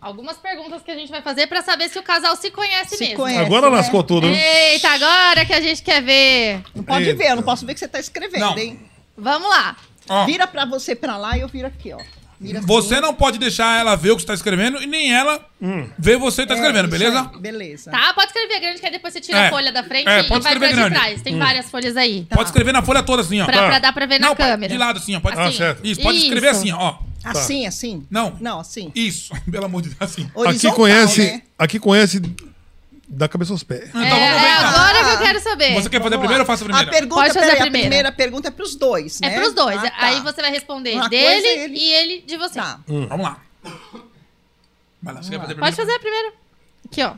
A: algumas perguntas que a gente vai fazer pra saber se o casal se conhece
C: Se
A: mesmo.
C: conhece.
D: Agora
C: né?
D: lascou tudo. né?
A: Eita, agora que a gente quer ver.
C: Não pode
D: Eita.
C: ver, eu não posso ver que você tá escrevendo,
B: Não.
C: hein?
A: Vamos lá.
B: Ó,
C: Vira pra você pra lá e eu viro aqui, ó. Vira assim.
B: você não pode deixar ela ver o que você tá escrevendo e nem ela
D: Hum.
B: ver você que tá
C: É,
B: escrevendo,
C: isso
B: beleza?
C: aí, beleza.
A: Tá, pode escrever grande, que aí depois você tira
B: É.
A: a folha da frente
B: É,
A: e vai
B: pode
A: pra
B: escrever
A: de
B: grande.
A: trás. Tem várias folhas aí.
C: Tá.
B: Pode escrever na folha toda assim, ó.
A: Pra, pra dar pra ver na
B: Não, pai,
A: câmera.
B: De lado assim, ó. Pode...
D: Ah,
A: Assim.
D: certo.
B: Isso, pode escrever
A: Isso.
B: assim, ó.
C: Assim, assim?
B: Não.
C: Não, assim.
B: Isso, pelo amor de Deus, assim.
A: É,
D: Aqui
C: Horizontal,
D: conhece,
C: né?
D: aqui conhece da cabeça aos pés.
B: Então
A: É,
B: vamos ver.
A: é
B: então.
A: agora que eu quero saber.
B: Você quer fazer
C: Vamos lá.
B: primeiro ou faço primeiro?
C: A pergunta,
A: Pode fazer
C: peraí,
A: a
C: a
A: primeira.
C: primeira. pergunta é pros dois, né?
A: É pros dois.
C: Ah, tá.
A: Aí você vai responder
C: Uma
A: dele
C: coisa, é ele-
A: e ele de você.
C: Tá.
B: Hum. Vamos lá. Vai lá, você quer fazer primeiro?
A: Pode fazer a primeira. Aqui, ó.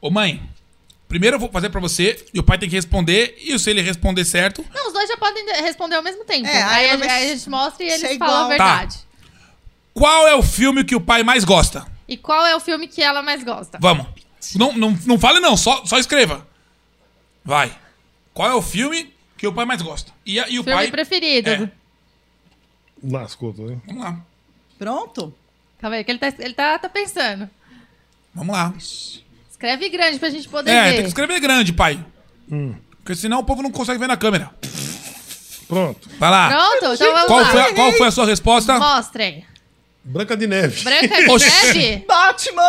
B: Ô mãe, primeiro eu vou fazer pra você e o pai tem que responder. E se ele responder certo...
A: Não, os dois já podem de- responder ao mesmo tempo.
C: É,
A: aí,
C: aí
A: a-
C: vai
A: aí a gente mostra e
C: ser
A: eles
C: igual.
A: falam a
C: Tá.
A: verdade.
B: Qual é o filme que o pai mais gosta?
A: E qual é o filme que ela mais gosta?
B: Vamos. Não, não, não fale não, só, só escreva. Vai. Qual é o filme que o pai mais gosta? E, a- e o
A: filme
B: pai...
A: preferido.
B: É.
D: Lascou tudo, hein?
B: Vamos lá.
C: Pronto?
A: Calma aí, que ele tá, ele tá, tá pensando.
B: Vamos lá.
A: Escreve grande pra gente poder
B: É,
A: ver.
B: tem que escrever grande, pai. Porque senão o povo não consegue ver na câmera.
D: Pronto.
B: Vai lá.
A: Pronto? Então vamos
B: Qual
A: lá.
B: foi, a, qual foi a sua resposta?
A: Mostrem.
D: Branca de Neve.
A: Branca de
B: Oxi.
A: Neve?
C: Batman!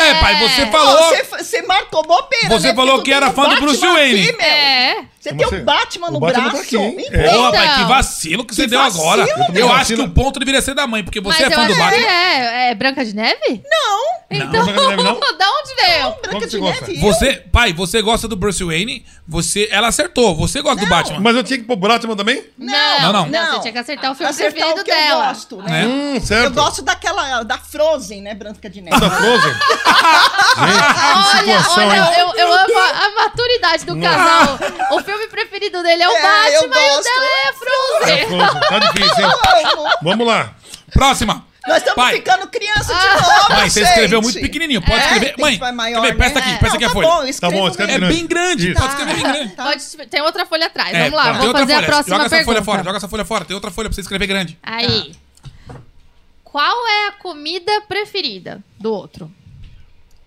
B: É, pai, você falou.
C: Você, você marcou bobeira,
B: Você
C: né?
B: falou
C: Porque tu
B: que era
C: tem um
B: fã do
C: Batman
B: Bruce Wayne.
C: aqui, meu.
A: É.
C: Você
D: Mas
C: tem
D: você-
C: um Batman
D: o
C: no
D: Batman tá
C: braço.
D: aqui, hein?
C: Então,
B: Porra,
A: Então.
B: pai, que vacilo que você
C: Que
B: deu
C: vacilo,
B: agora.
C: né?
B: Eu
D: Que
B: acho que
D: vacilo.
B: o ponto deveria ser da mãe, porque
A: Mas
B: você é
A: eu
B: fã do
A: acho que
B: Batman.
A: é. É Branca de Neve?
C: Não,
A: Então,
D: Branca de Neve não?
A: da onde veio?
D: Qual que
C: Branca
D: você
C: de
D: gosta?
C: Neve. eu-
B: Você, pai, você gosta do Bruce Wayne, você, ela acertou, você gosta do Batman.
D: Mas eu tinha que pôr Batman também?
A: Não,
B: Não, não.
A: Você tinha que acertar o filme
C: Acertar
A: preferido
C: o que
A: tá dela.
C: eu gosto, né?
B: né?
D: Hum, certo.
C: Eu gosto daquela, da Frozen, né, Branca de Neve.
D: Da Frozen.
A: Olha,
D: situação,
A: olha, eu, eu amo a, a maturidade do casal. O filme preferido dele é o
C: É, eu
A: Batman e o
C: gosto.
A: dela é a
D: Da
A: Frozen.
D: Frozen. Tá difícil, hein?
C: Vamos.
D: Vamos lá.
B: Próxima.
C: Nós estamos
B: Pai.
C: ficando criança
A: Ah.
C: de novo, É,
B: Mãe, você
C: você
B: escreveu muito pequenininho, pode escrever- mãe, quer ver? Presta aqui, presta aqui a
C: tá
B: folha.
C: Bom, eu escrevo
D: bom,
C: mesmo.
D: escreve
B: É bem grande,
D: Isso.
B: pode escrever bem grande.
C: Tá.
A: Pode- tem outra folha atrás.
B: É,
A: Ah, então Vamos lá,
B: tá. Tem
A: vou
B: outra
A: fazer a
B: folha.
A: próxima
B: Joga essa
A: pergunta.
B: folha fora, joga Tá. essa folha fora. Tem outra folha pra você escrever grande.
A: Aí. Qual é a comida preferida do outro?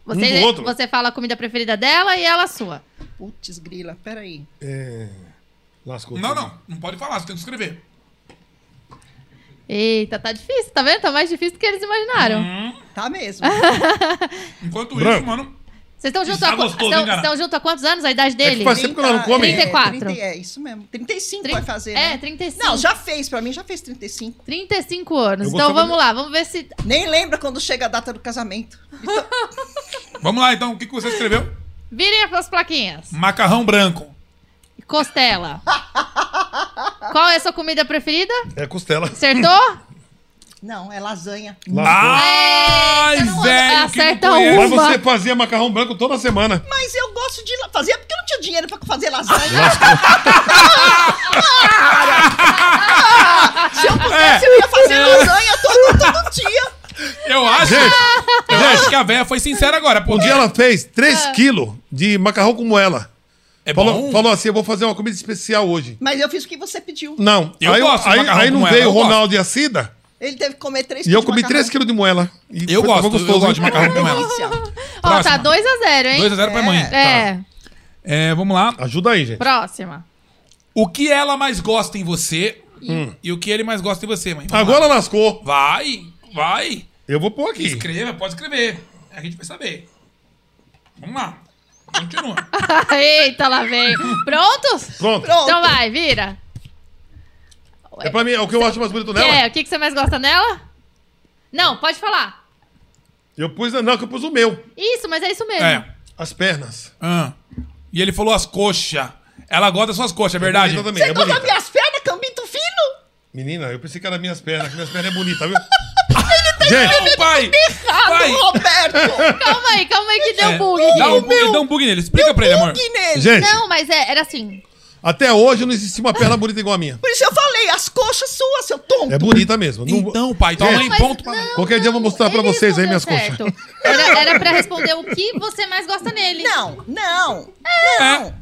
B: Um
A: Você,
D: do outro?
A: você fala a comida preferida dela e ela a sua.
C: Putz, grila, peraí.
D: É... Lascou
B: Não,
D: tudo.
B: não, não pode falar, você tem que escrever.
A: Eita, tá difícil, tá vendo? Tá mais difícil do que eles imaginaram.
B: Hum.
C: Tá mesmo.
A: Ah,
B: Enquanto isso,
D: Branco.
B: mano,
A: Vocês estão junto,
B: Está
A: a, qu-
B: tá gostoso,
A: estão-
B: hein, cara?
A: estão junto a quantos anos? A idade
D: É
A: dele?
D: que faz tempo que ela não come.
C: é,
A: 34.
C: 30, É, isso mesmo. 35 vai fazer,
A: É,
C: né?
A: 35.
C: Não, já fez, pra mim já fez 35.
A: 35 anos.
D: Eu
A: Então
D: gostava
A: vamos lá, vamos ver se.
C: Nem lembra quando chega a data do casamento.
B: vamos lá então, o que que você escreveu?
A: Virem as plaquinhas.
B: Macarrão branco.
A: Costela. Qual é a sua comida preferida?
D: É costela.
A: Acertou?
C: Não, é lasanha.
B: Ah.
D: Lá-
B: Ai,
A: você então não
B: velho. que
A: acerta
B: não
A: um.
B: conhece.
D: Mas
A: uva.
D: você fazia macarrão branco toda semana.
C: Mas eu gosto de la- fazer porque eu não tinha dinheiro pra fazer lasanha. Se eu pudesse, eu ia fazer
D: É.
C: lasanha todo, todo dia.
B: Eu acho. Eu
D: Gente.
B: acho que a véia foi sincera agora.
D: Um
B: Porque
D: dia ela fez 3 quilos de macarrão com moela.
B: É
D: falou,
B: bom.
D: falou assim: eu vou fazer uma comida especial hoje.
C: Mas eu fiz o que você pediu.
D: Não.
B: Eu
D: aí
B: gosto de
D: aí,
B: macarrão
D: aí
B: com
D: não
B: moela,
D: veio
B: eu
D: o Ronaldo e a Cida.
C: Ele deve comer três
D: E eu comi 3 quilos de moela. E
B: Eu
D: foi-
B: gosto,
D: foi
B: eu gosto de
D: hein?
B: macarrão com moela.
A: Ó, tá
B: Próxima.
A: 2x0, hein?
B: 2x0 pra mãe. Tá.
A: É,
B: É, vamos lá.
D: Ajuda aí, gente.
A: próxima.
B: O que ela mais gosta em você e o que ele mais gosta em você, mãe? Vamos lá.
D: Agora lascou.
B: Vai, vai.
D: Eu vou pôr aqui.
B: Escreva, pode escrever. A gente vai saber. Vamos lá. Continua.
A: Tá Eita, lá vem. Prontos?
D: Pronto.
C: Pronto.
A: Então vai, vira.
D: É pra mim, é o que eu acho mais bonito nela.
A: É, o que, que você mais gosta nela? Não, pode falar.
D: Eu pus. Não, que eu pus o meu.
A: Isso, mas é isso mesmo.
B: é.
D: As pernas.
B: Ah. E ele falou as coxas. Ela gosta das suas coxas, é verdade?
D: Bonita também,
C: Você
D: é
C: gosta das
D: bonita.
C: minhas pernas, cambito fino?
D: Menina, eu pensei que era minhas pernas, que minhas pernas é bonita, viu?
A: tá
D: gente,
B: Não, Então, pai!
C: Ah,
B: Pai!
C: do Roberto!
A: Calma aí, calma aí que deu
B: É,
A: bug.
B: Dá um bug,
C: meu-
B: dá um bug nele. Explica pra ele, amor.
C: Bug nele.
D: gente,
A: Não, mas é, era assim.
D: até hoje não existe uma perna bonita igual a minha.
C: Por isso eu falei, as coxas suas, seu tonto.
D: É bonita mesmo. Não-
B: Então, pai,
D: Gente,
B: toma em
A: Mas,
B: ponto pra
A: não,
D: Qualquer dia eu vou mostrar pra
A: ele
D: vocês aí minhas
A: respondeu
D: coxas.
A: certo. Era, era pra responder o que você mais gosta nele.
C: Não, não, não.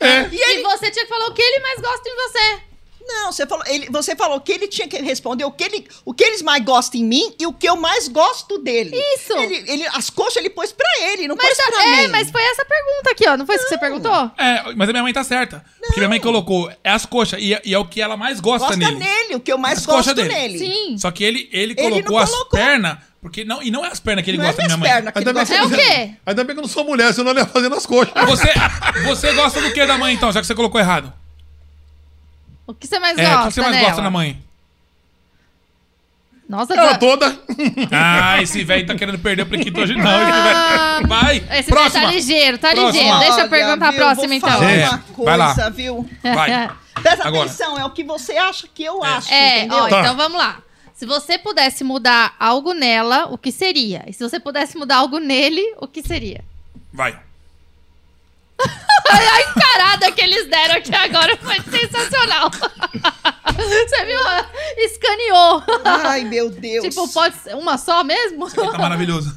D: É.
A: E, você tinha que falar o que ele mais gosta em você.
C: Não, você falou, ele- você falou que ele tinha que responder o que, ele, o que eles mais gostam em mim e o que eu mais gosto dele.
A: Isso.
C: Ele, ele- as coxas ele pôs pra ele, não
A: Mas,
C: pôs pra
A: tá-
C: mim.
A: é, mas foi essa pergunta aqui, ó. Não foi isso que você perguntou?
B: É, mas a minha mãe tá certa. Porque minha mãe colocou é as coxas e, é- e é o que ela mais gosta,
C: Gosta
B: nele.
C: nele. o que eu mais
B: As coxas
C: gosto
B: dele.
C: dele.
A: Sim.
B: Só que ele, ele
C: não
B: colocou as
C: colocou.
B: pernas, porque não, e não é as pernas que ele
C: Não é
B: gosta da
C: minhas
B: minha mãe.
C: pernas que ele
D: Ainda bem, que
C: gosta.
D: eu
A: É
D: não
A: o
D: sei-
A: quê?
D: ainda bem que eu não sou mulher, senão eu ia fazendo as coxas.
B: Você, você gosta do que da mãe, então, já que você colocou errado?
A: O que você mais
B: É,
A: gosta? né,
B: o que você mais
A: nela?
B: gosta na mãe?
A: Nossa, tá-
D: Ela
A: ela
D: toda.
B: Ah, esse velho tá querendo perder o prequito hoje, não. Esse velho- Vai!
A: Ah, Esse daí
B: próxima!
A: tá ligeiro, tá
B: Próxima.
A: ligeiro. Deixa eu
C: Olha,
A: perguntar a
C: viu, vou
A: próxima, então.
C: falar
B: Gente,
C: uma
B: vai lá.
C: coisa, viu?
B: Vai.
C: Presta
B: Agora.
C: atenção, é o que você acha que eu acho,
A: É,
C: entendeu?
A: ó,
D: Tá.
A: então vamos lá. Se você pudesse mudar algo nela, o que seria? E se você pudesse mudar algo nele, o que seria?
B: Vai.
A: A encarada que eles deram aqui agora foi sensacional. Você viu? Escaneou.
C: Ai, meu Deus.
A: Tipo, pode ser uma só mesmo?
B: Tá maravilhoso.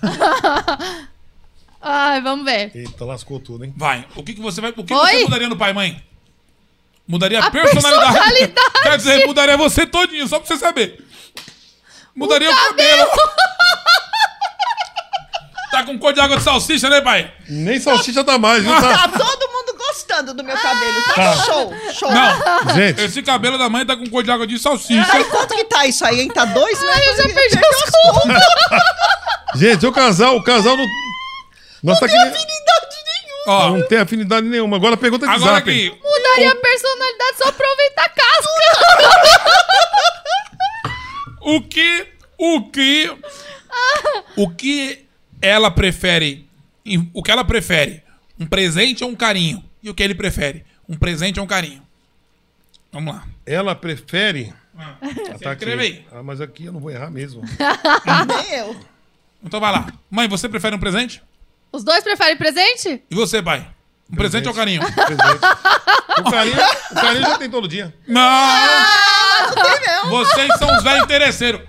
A: Ai, vamos ver.
D: Eita, lascou tudo, hein?
B: Vai. O que, que você vai. O que
A: Oi?
B: você mudaria no pai e mãe? Mudaria a,
A: A
B: personalidade.
A: personalidade.
B: Quer dizer, mudaria você todinho, só pra você saber. Mudaria o, cabelo. tá com cor de água de salsicha, né, pai?
D: Nem salsicha tá mais, viu? Tá-
C: Tá todo mundo gostando do meu cabelo, tá?
D: Tá.
C: Show, show.
B: Não.
D: Gente,
B: Esse cabelo da mãe tá com cor de água de salsicha.
C: Ai, quanto que tá isso aí, hein? Tá dois, né?
A: Ai, eu já
C: Quanto que-
A: perdi
C: perdeu
A: as
C: contas.
D: gente, o casal, o casal não. Nós tá aqui.
C: Afinidade nenhuma.
B: Ó,
D: Não tem afinidade nenhuma. Agora pergunta é de
B: agora
D: zap.
B: aqui.
A: Mudaria a personalidade, só aproveitar a casca.
B: O que. O que. O que ela prefere. em- O que ela prefere? Um presente ou um carinho? E o que ele prefere? Um presente ou um carinho? Vamos lá.
D: Ela prefere. Ah, tá
B: escreve aí.
D: Ah, mas aqui eu não vou errar mesmo.
C: Nem eu.
B: Então vai lá. Mãe, você prefere um presente?
A: Os dois preferem presente?
B: E você, pai? Um presente,
D: Presente.
B: ou carinho?
D: Presente. o, carinho, o carinho já tem todo dia.
B: Não!
C: Ah, Não tem, não.
B: Vocês são os velhos interesseiros.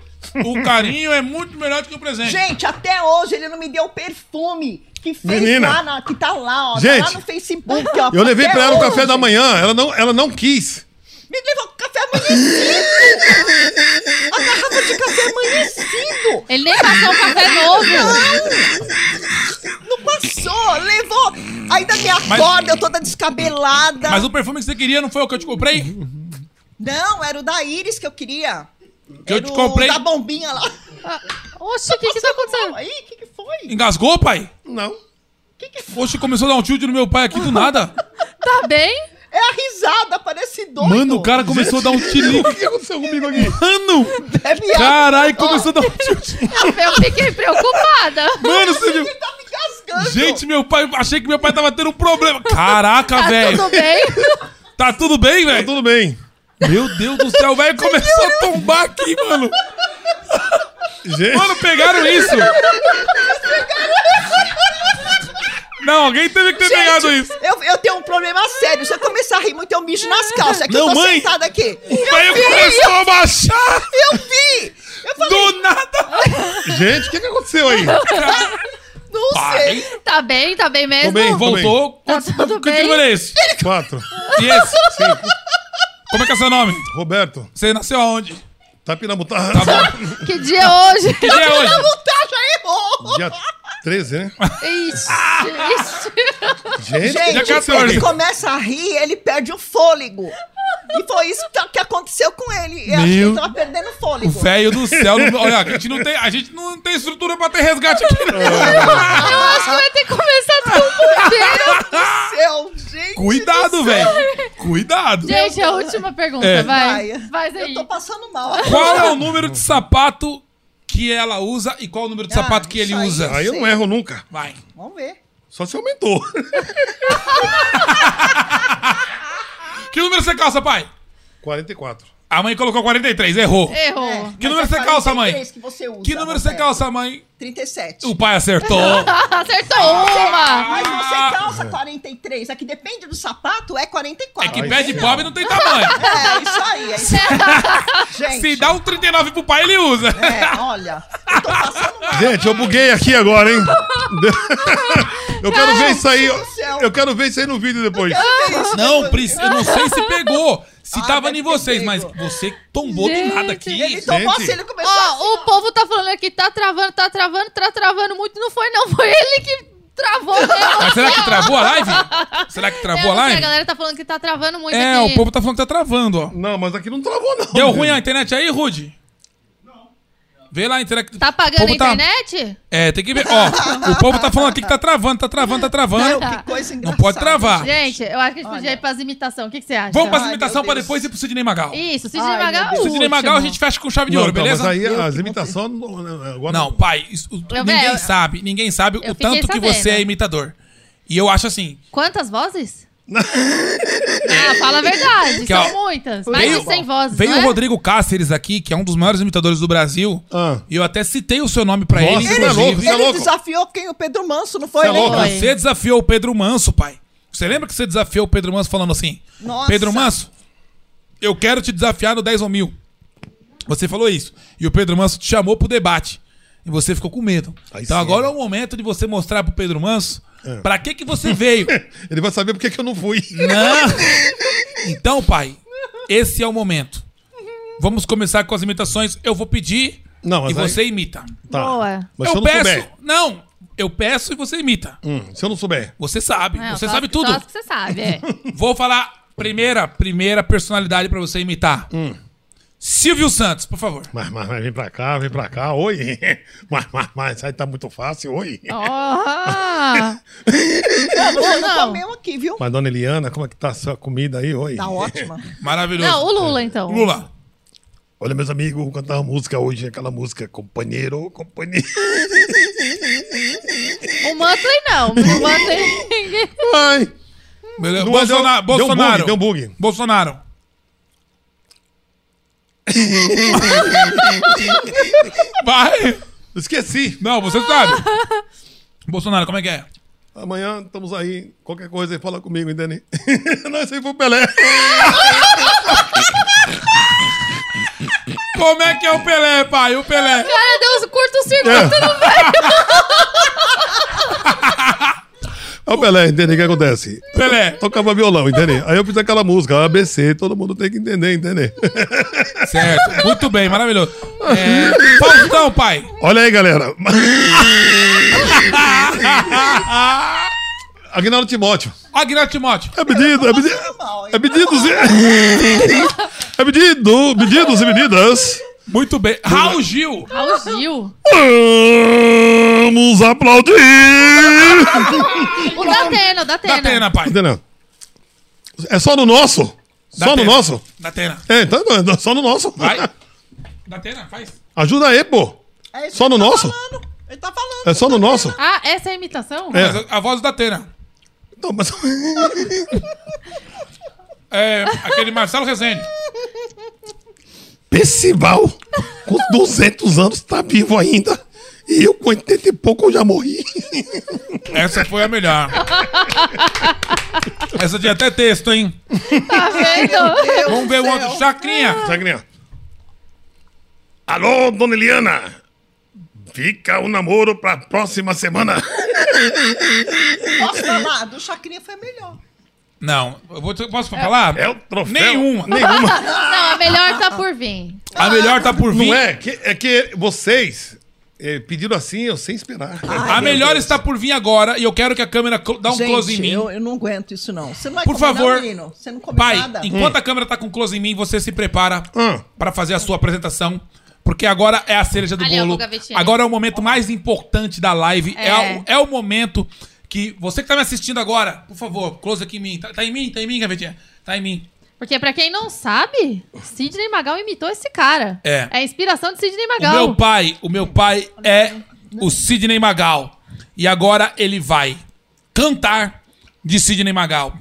B: O carinho é muito melhor do que o presente.
C: Gente, até hoje ele não me deu o perfume que fez
D: Menina.
C: lá, na, que tá lá, ó. tá
D: Gente,
C: lá no Facebook, ó.
D: Eu levei
C: Até
D: pra ela o
C: hoje.
D: café da manhã, ela não, ela não quis.
C: Me levou café amanhecido. A garrafa de café amanhecido.
A: Ele nem passou um café novo.
C: Não passou, levou. Ainda me
B: Mas-
C: acorda, eu toda descabelada.
B: Mas o perfume que você queria não foi o que eu te comprei?
C: Não, era o da Iris que eu queria.
B: Que eu
C: Era
B: te
C: o
B: comprei.
C: Da bombinha lá.
A: Oxe, o que que tá acontecendo?
C: Aí, o que, que foi?
B: Engasgou, pai?
D: Não.
B: Oxe, começou a dar um tilt no meu pai aqui do nada.
A: Tá bem?
C: É a risada, parece doido.
B: Mano, o cara começou a dar um tilico.
D: O que aconteceu comigo aqui?
B: Mano!
C: É minha...
B: Caralho, começou a dar um tilt.
A: Eu fiquei preocupada.
B: Mano, você viu?
C: Ele tá me cascando.
B: Gente, meu pai, achei que meu pai tava tendo um problema. Caraca,
A: Tá
B: velho.
A: tudo bem?
B: Tá tudo bem,
D: Tá
B: velho?
D: tudo bem.
B: Meu Deus do céu, o velho começou a tombar aqui, mano.
D: Gente,
B: Mano, pegaram isso. Não, alguém teve que ter pegado isso.
C: Eu, eu tenho um problema sério. Se eu começar a rir muito, eu mijo nas calças. É que
B: Não,
C: eu tô
B: mãe.
C: sentada aqui.
B: O velho começou a baixar
C: Eu vi! Eu falei,
B: do nada.
D: gente, o que, que aconteceu aí?
C: não sei.
A: Tá bem, tá bem mesmo?
D: bem, vou-
B: Voltou.
A: Tá tudo
B: Que
A: bem.
B: número é esse?
D: Quatro.
B: E esse? Como é que é seu nome?
D: Roberto,
B: Você nasceu aonde?
D: Tapinabutarra.
B: Tá bom.
A: Que dia é hoje?
B: Que dia é hoje?
C: O Tá, já errou.
D: Dia 13, né?
A: Ixi, ixi.
D: Gente,
C: Gente,
B: dia
C: quando
B: 14.
C: ele começa a rir, ele perde o fôlego. E foi isso que tá- que aconteceu com ele. Eu acho que
B: Meu-
C: ele tava perdendo o
B: O
C: fôlego.
B: velho do céu. não- Olha, a gente não tem, a gente não tem estrutura pra ter resgate aqui. né?
A: Eu acho que vai ter um que começar tudo inteiro.
C: Seu, gente.
B: Cuidado, velho. Cuidado.
A: Gente, a última pergunta,
B: É.
A: vai. Faz
C: Eu
A: aí.
C: tô passando mal.
B: Qual é o número de sapato que ela usa e qual o número de
C: Ah,
B: sapato que ele
C: isso aí.
B: usa?
D: Aí eu não erro nunca.
B: Vai.
C: Vamos ver.
D: Só se aumentou.
B: Que número você calça, pai?
D: 44.
B: A mãe colocou 43, errou.
A: Errou.
B: Que
C: Mas
B: número
C: é
B: você calça, mãe?
C: 43 Que, você usa,
B: Que número você
C: Roberto.
B: calça, mãe?
C: 37.
B: O pai acertou.
A: Acertou uma.
C: Mas você calça 43. É que depende do sapato, é 44.
B: É que
D: Aí
B: pé de
D: sim.
B: pobre não tem tamanho.
C: É, isso aí. É isso
B: Se
C: aí. Gente,
B: dá um 39 pro pai, ele usa.
C: é, olha. Eu tô passando mal.
D: Gente, eu buguei aqui agora, hein? Eu quero ver isso aí.
C: Meu Deus do céu.
D: Eu quero ver isso aí no vídeo depois.
B: Não, Pris, eu não sei se pegou. Se
C: Ah,
B: tava
C: deve
B: em
C: ter
B: vocês,
C: pego.
B: mas você tombou do
A: Gente,
B: nada aqui.
C: Ele tomou
D: Gente.
C: assim, ele começou assim,
A: Ó, o povo tá falando aqui, tá travando, tá travando, tá travando muito. Não foi, não. Foi ele que travou.
B: Mas será que travou a live? Será que
A: Eu
B: travou
A: não
B: a
A: sei, A
B: live?
A: galera tá falando que tá travando muito
B: É,
A: aqui.
B: o povo tá falando que tá travando, ó.
D: Não, mas aqui não travou, não.
B: Deu ruim a internet aí, Rude? Não. Vê lá, internet.
A: Tá
B: O
A: pagando a
B: povo tá-
A: internet?
B: É, tem que ver. Ó, o povo tá falando aqui que tá travando, tá travando, tá travando.
A: Não,
C: Que coisa
B: Não
C: engraçada.
B: pode travar.
A: Gente, eu acho que a gente podia ir pras imitações. O que, que você acha?
B: Ah. Vamos pra
C: Ai,
B: imitação
C: meu
B: pra
C: Deus.
B: depois ir pro Sidney Magal.
A: Isso, Sidney
C: Ai, meu
A: Magal.
C: Deus.
A: o
B: Sidney
A: último.
B: Magal a gente fecha com chave de ouro,
D: Não, tá,
B: beleza?
D: Mas aí as
C: que
D: imitações. não- não- Agora
B: Não, pai, isso- o-
A: Eu-
B: ninguém
A: eu-
B: sabe, ninguém sabe
A: eu
B: o tanto
A: fiquei
B: que você
A: sabendo.
B: é imitador. E eu acho assim,
A: Quantas vozes? ah, fala a verdade.
B: Que,
A: são
B: ó,
A: muitas. Mais
B: veio-
A: de 100 vozes.
B: veio
A: não é?
B: o Rodrigo Cáceres aqui, que é um dos maiores imitadores do Brasil,
D: Ah.
B: e eu até citei o seu nome pra
D: Nossa,
B: ele,
D: você é
B: inclusive.
D: louco, você é
C: Ele
D: louco.
C: desafiou quem? O Pedro Manso, não foi?
D: Você é louco?
A: Foi.
B: Tá Você desafiou o Pedro Manso, pai. Você lembra que você desafiou o Pedro Manso falando assim?
C: Nossa.
B: Pedro Manso, eu quero te desafiar no 10 ou mil. Você falou isso. E o Pedro Manso te chamou pro debate. E você ficou com medo.
D: Aí
B: então
D: sim. É.
B: agora é o momento de você mostrar pro Pedro Manso pra que que você veio.
D: Ele vai saber por que que eu não fui.
B: Não. Então, pai, esse é o momento. Vamos começar com as imitações. Eu vou pedir
D: Não, mas
B: e
D: aí-
B: você imita.
D: Tá.
A: Boa.
D: Mas se
B: eu
D: eu não
B: peço.
D: souber.
B: Não, eu peço e você imita.
D: Hum, se eu não souber.
B: Você sabe.
A: Não,
B: você
A: só
B: sabe
A: as-
B: tudo.
A: Só as que você sabe, é.
B: Vou falar primeira, primeira personalidade pra você imitar.
D: Hum.
B: Silvio Santos, por favor.
D: Mas, mas, mas vem pra cá, vem pra cá. Oi. Mas, mas, mas, aí tá muito fácil. Oi.
A: Ah!
C: Você não
A: Não.
C: comeu aqui, viu?
D: Mas, dona Eliana, como é que tá a sua comida aí? Oi.
C: Tá ótima.
B: Maravilhoso.
A: Não, o Lula, então.
B: Lula.
D: Olha, meus amigos, vou cantar uma música hoje, aquela música companheiro, companheiro.
A: O Mantley, não. O Mantley...
D: Ai.
B: Beleza. Bolsonaro.
D: Lula deu- deu
B: Bolsonaro.
D: bug, deu bug.
B: Bolsonaro. Vai.
D: Esqueci.
B: Não, você sabe. Bolsonaro, como é que é?
D: Amanhã estamos aí. Qualquer coisa, fala comigo, hein, Dani? Não, isso aí foi o Pelé.
B: Como é que é o Pelé, pai? O Pelé.
A: Cara, deu um curto-circuito no
D: É o Pelé, entende? O que acontece?
B: Pelé.
D: Tocava violão, entende? Aí eu fiz aquela música, ABC, todo mundo tem que entender, entende?
B: Certo. Muito bem, maravilhoso. É... Faustão, pai.
D: Olha aí, galera. Agnaldo Timóteo.
B: Aguinaldo Timóteo.
D: É pedido, é pedido.
C: mal, hein?
D: É pedidos e. É pedido, pedidos e medidas.
B: Muito bem. Raul Ah, Gil.
A: Raul Gil.
D: Vamos aplaudir!
A: O Datena, o Datena.
B: Datena, pai.
D: Entendeu? É só no nosso? Só no
B: Datena.
D: nosso?
B: Datena.
D: É, então é só no nosso.
B: Vai. Datena, faz.
D: Ajuda aí, pô.
C: É isso
D: Só
C: que
D: no
C: ele tá
D: nosso?
C: falando. Ele tá falando.
D: É só no nosso.
A: Ah, essa é a imitação?
D: É.
B: Mas a- A voz da Datena.
D: Então, mas...
B: é, aquele Marcelo Rezende.
D: Percival, com 200 anos, tá vivo ainda. E eu com 80 e pouco eu já morri.
B: Essa foi a melhor. Essa tinha até texto, hein?
A: Tá vendo?
B: Vamos ver o outro. Chacrinha.
D: Sagrinha. Alô, dona Eliana. Fica o namoro pra próxima semana.
C: Posso falar? Do Chacrinha foi melhor.
B: Não, eu vou te- posso falar?
D: É o troféu.
B: Nenhuma.
D: Nenhuma.
A: Não, a melhor tá por vir.
B: A melhor tá por vir.
D: Não é? Que, é que vocês eh, pediram assim, eu sem esperar.
B: A melhor está por vir agora e eu quero que a câmera cl- dá um
C: Gente,
B: close em mim.
C: Eu, eu não aguento isso, não. Você não vai
B: Por
C: comer, não,
B: favor.
C: menino? Você não come
B: Pai,
C: nada?
B: enquanto a câmera tá com close em mim, você se prepara
D: Hum.
B: pra fazer a sua apresentação. Porque agora é a cereja do
A: Ali, ó,
B: bolo.
A: com a gavetinha.
B: Agora é o momento mais importante da live. É,
A: É.
B: o, é o momento que você que tá me assistindo agora, por favor, close aqui em mim. Tá, tá em mim? Tá em mim, gavetinha? Tá em mim.
A: Porque pra quem não sabe, Sidney Magal imitou esse cara.
B: É.
A: É a inspiração de Sidney
B: O meu
A: Magal.
B: pai, o meu pai é o Sidney Magal. E agora ele vai cantar de Sidney Magal.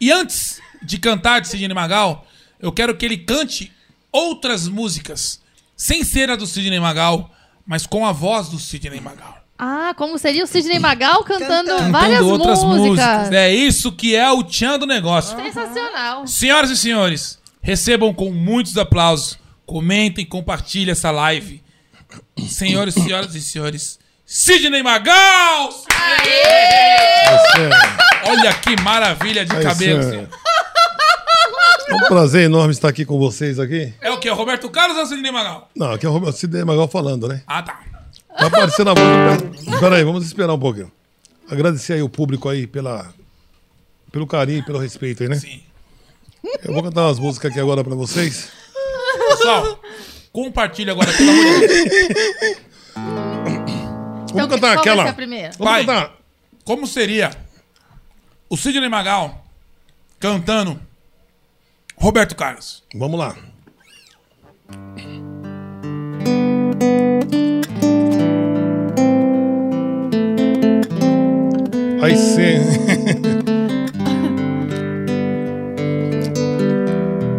B: E antes de cantar de Sidney Magal, eu quero que ele cante outras músicas, sem ser a do Sidney Magal, mas com a voz do Sidney Magal.
A: Ah, como seria o Sidney Magal cantando,
C: Cantando
A: várias
B: Cantando outras
A: músicas.
B: É isso que é o tchan do negócio.
A: Sensacional.
B: Senhoras e senhores, recebam com muitos aplausos. Comentem, compartilhem essa live. Senhores, senhoras e senhores, Sidney Magal!
D: É
B: Olha que maravilha de cabelo. senhor.
D: É um prazer enorme estar aqui com vocês aqui.
B: É o que? Roberto Carlos ou Sidney Magal?
D: Não, aqui é o Roberto Cidei Magal falando, né?
B: Ah, tá.
D: Tá aparecendo a música. Pera aí, vamos esperar um pouquinho. Agradecer aí o público aí pela, pelo carinho e pelo respeito aí, né?
B: Sim.
D: Eu vou cantar umas músicas aqui agora pra vocês.
B: Pessoal, compartilha agora, pelo amor de Deus.
D: Vamos
A: Então,
D: cantar
A: qual vai
D: aquela.
A: ser a primeira?
D: Vamos
B: Vai.
D: cantar.
B: Como seria o Sidney Magal cantando Roberto Carlos?
D: Vamos lá. Aí sim.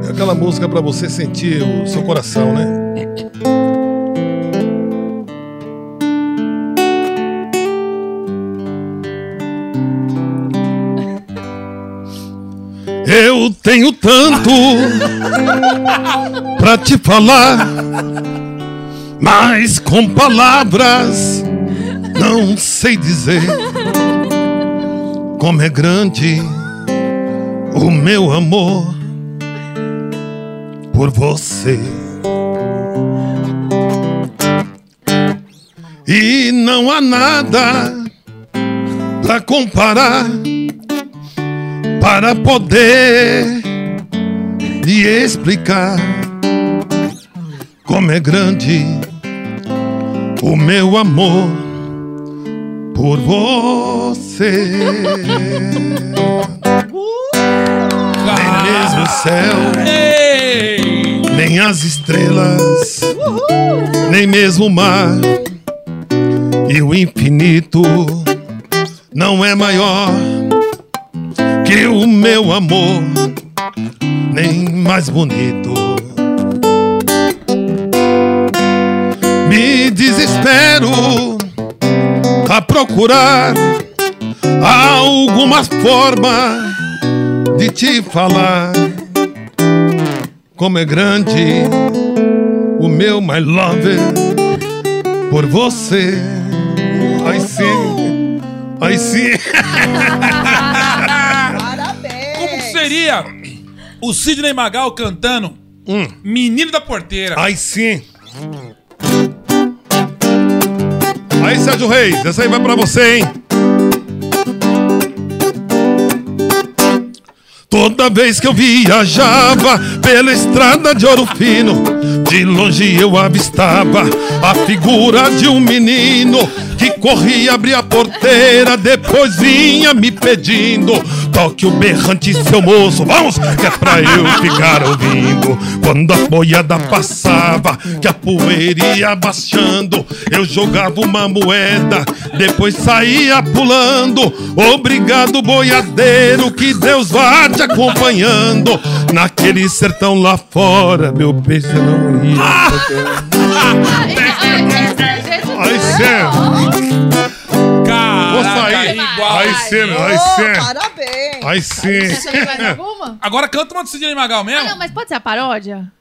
D: É aquela música pra você sentir o seu coração, né? Eu tenho tanto pra te falar, mas com palavras não sei dizer como é grande o meu amor por você. E não há nada pra comparar para poder e explicar como é grande o meu amor por você. Nem mesmo o céu,
B: Ei!
D: nem as estrelas, nem mesmo o mar e o infinito não é maior que o meu amor, nem mais bonito. me desespero a procurar alguma forma de te falar como é grande o meu my love por você. Aí sim, aí sim.
C: Parabéns!
B: Como
A: É.
B: seria o Sidney Magal cantando
D: Hum,
B: Menino da Porteira?
D: aí sim. Aí, Sérgio Reis, essa aí vai pra você, hein? Toda vez que eu viajava pela estrada de ouro fino, de longe eu avistava a figura de um menino que corria abria a porteira, depois vinha me pedindo. toque o berrante, seu moço, vamos! Que é pra eu ficar ouvindo quando a boiada passava, que a poeira ia baixando. Eu jogava uma moeda, depois saía pulando. Obrigado, boiadeiro, que Deus vá te acompanhando. Naquele sertão lá fora, meu peixe não ia.
A: Ah, então, é,
D: Aí cê. Vou sair.
B: igual.
D: Aí cê, aí cê.
C: parabéns.
D: Aí cê.
A: Você tem mais alguma?
B: Agora canta uma do Sidney Magal
A: Ah,
B: mesmo?
A: não, mas pode ser a paródia?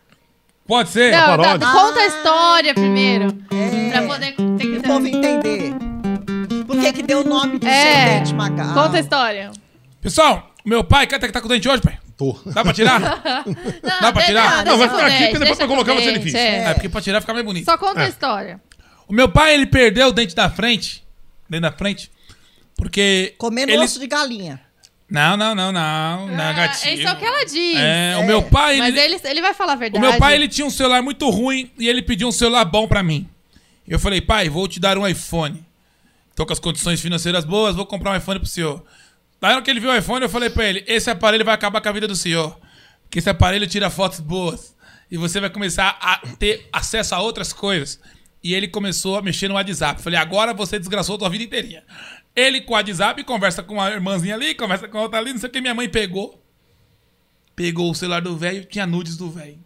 B: Pode ser?
A: Não, dá-
D: paródia?
A: conta a
B: Ah.
A: história primeiro.
C: É.
A: Pra poder. Tem que um-
C: O povo entender. Por que que deu o nome do
A: É.
C: seu dente magal?
A: Conta a história.
B: Pessoal, meu pai, quer que tá com o dente hoje, pai?
D: Tô.
B: Dá pra tirar? Dá pra
A: de-
B: tirar?
A: deixa
B: Não,
D: vai
A: com
D: ficar aqui,
A: dente,
D: porque depois
A: deixa
D: pra colocar
A: com
D: vai ser
A: dente,
D: difícil.
A: é.
B: É, porque pra tirar fica mais bonito.
A: Só conta a
D: É.
A: história.
B: O meu pai, ele perdeu o dente da frente. Dente da frente. Porque.
C: Comendo
B: ele...
C: osso de galinha.
B: Não, não, não, não. Não,
A: Ah,
B: gatinho.
A: Isso é o que ela diz.
B: É, o meu pai,
A: Mas
B: ele...
A: ele, ele vai falar a
B: O
A: verdade.
B: meu pai, ele tinha um celular muito ruim e ele pediu um celular bom pra mim. Eu falei, pai, vou te dar um iPhone. Tô com as condições financeiras boas, vou comprar um iPhone pro senhor. Na hora que ele viu o iPhone, eu falei pra ele, esse aparelho vai acabar com a vida do senhor. Porque esse aparelho tira fotos boas. E você vai começar a ter acesso a outras coisas. E ele começou a mexer no WhatsApp. Falei, agora você desgraçou a tua vida inteirinha. Ele com o WhatsApp conversa com uma irmãzinha ali, conversa com a outra ali, não sei o que. Minha mãe pegou. Pegou o celular do velho, tinha nudes do velho.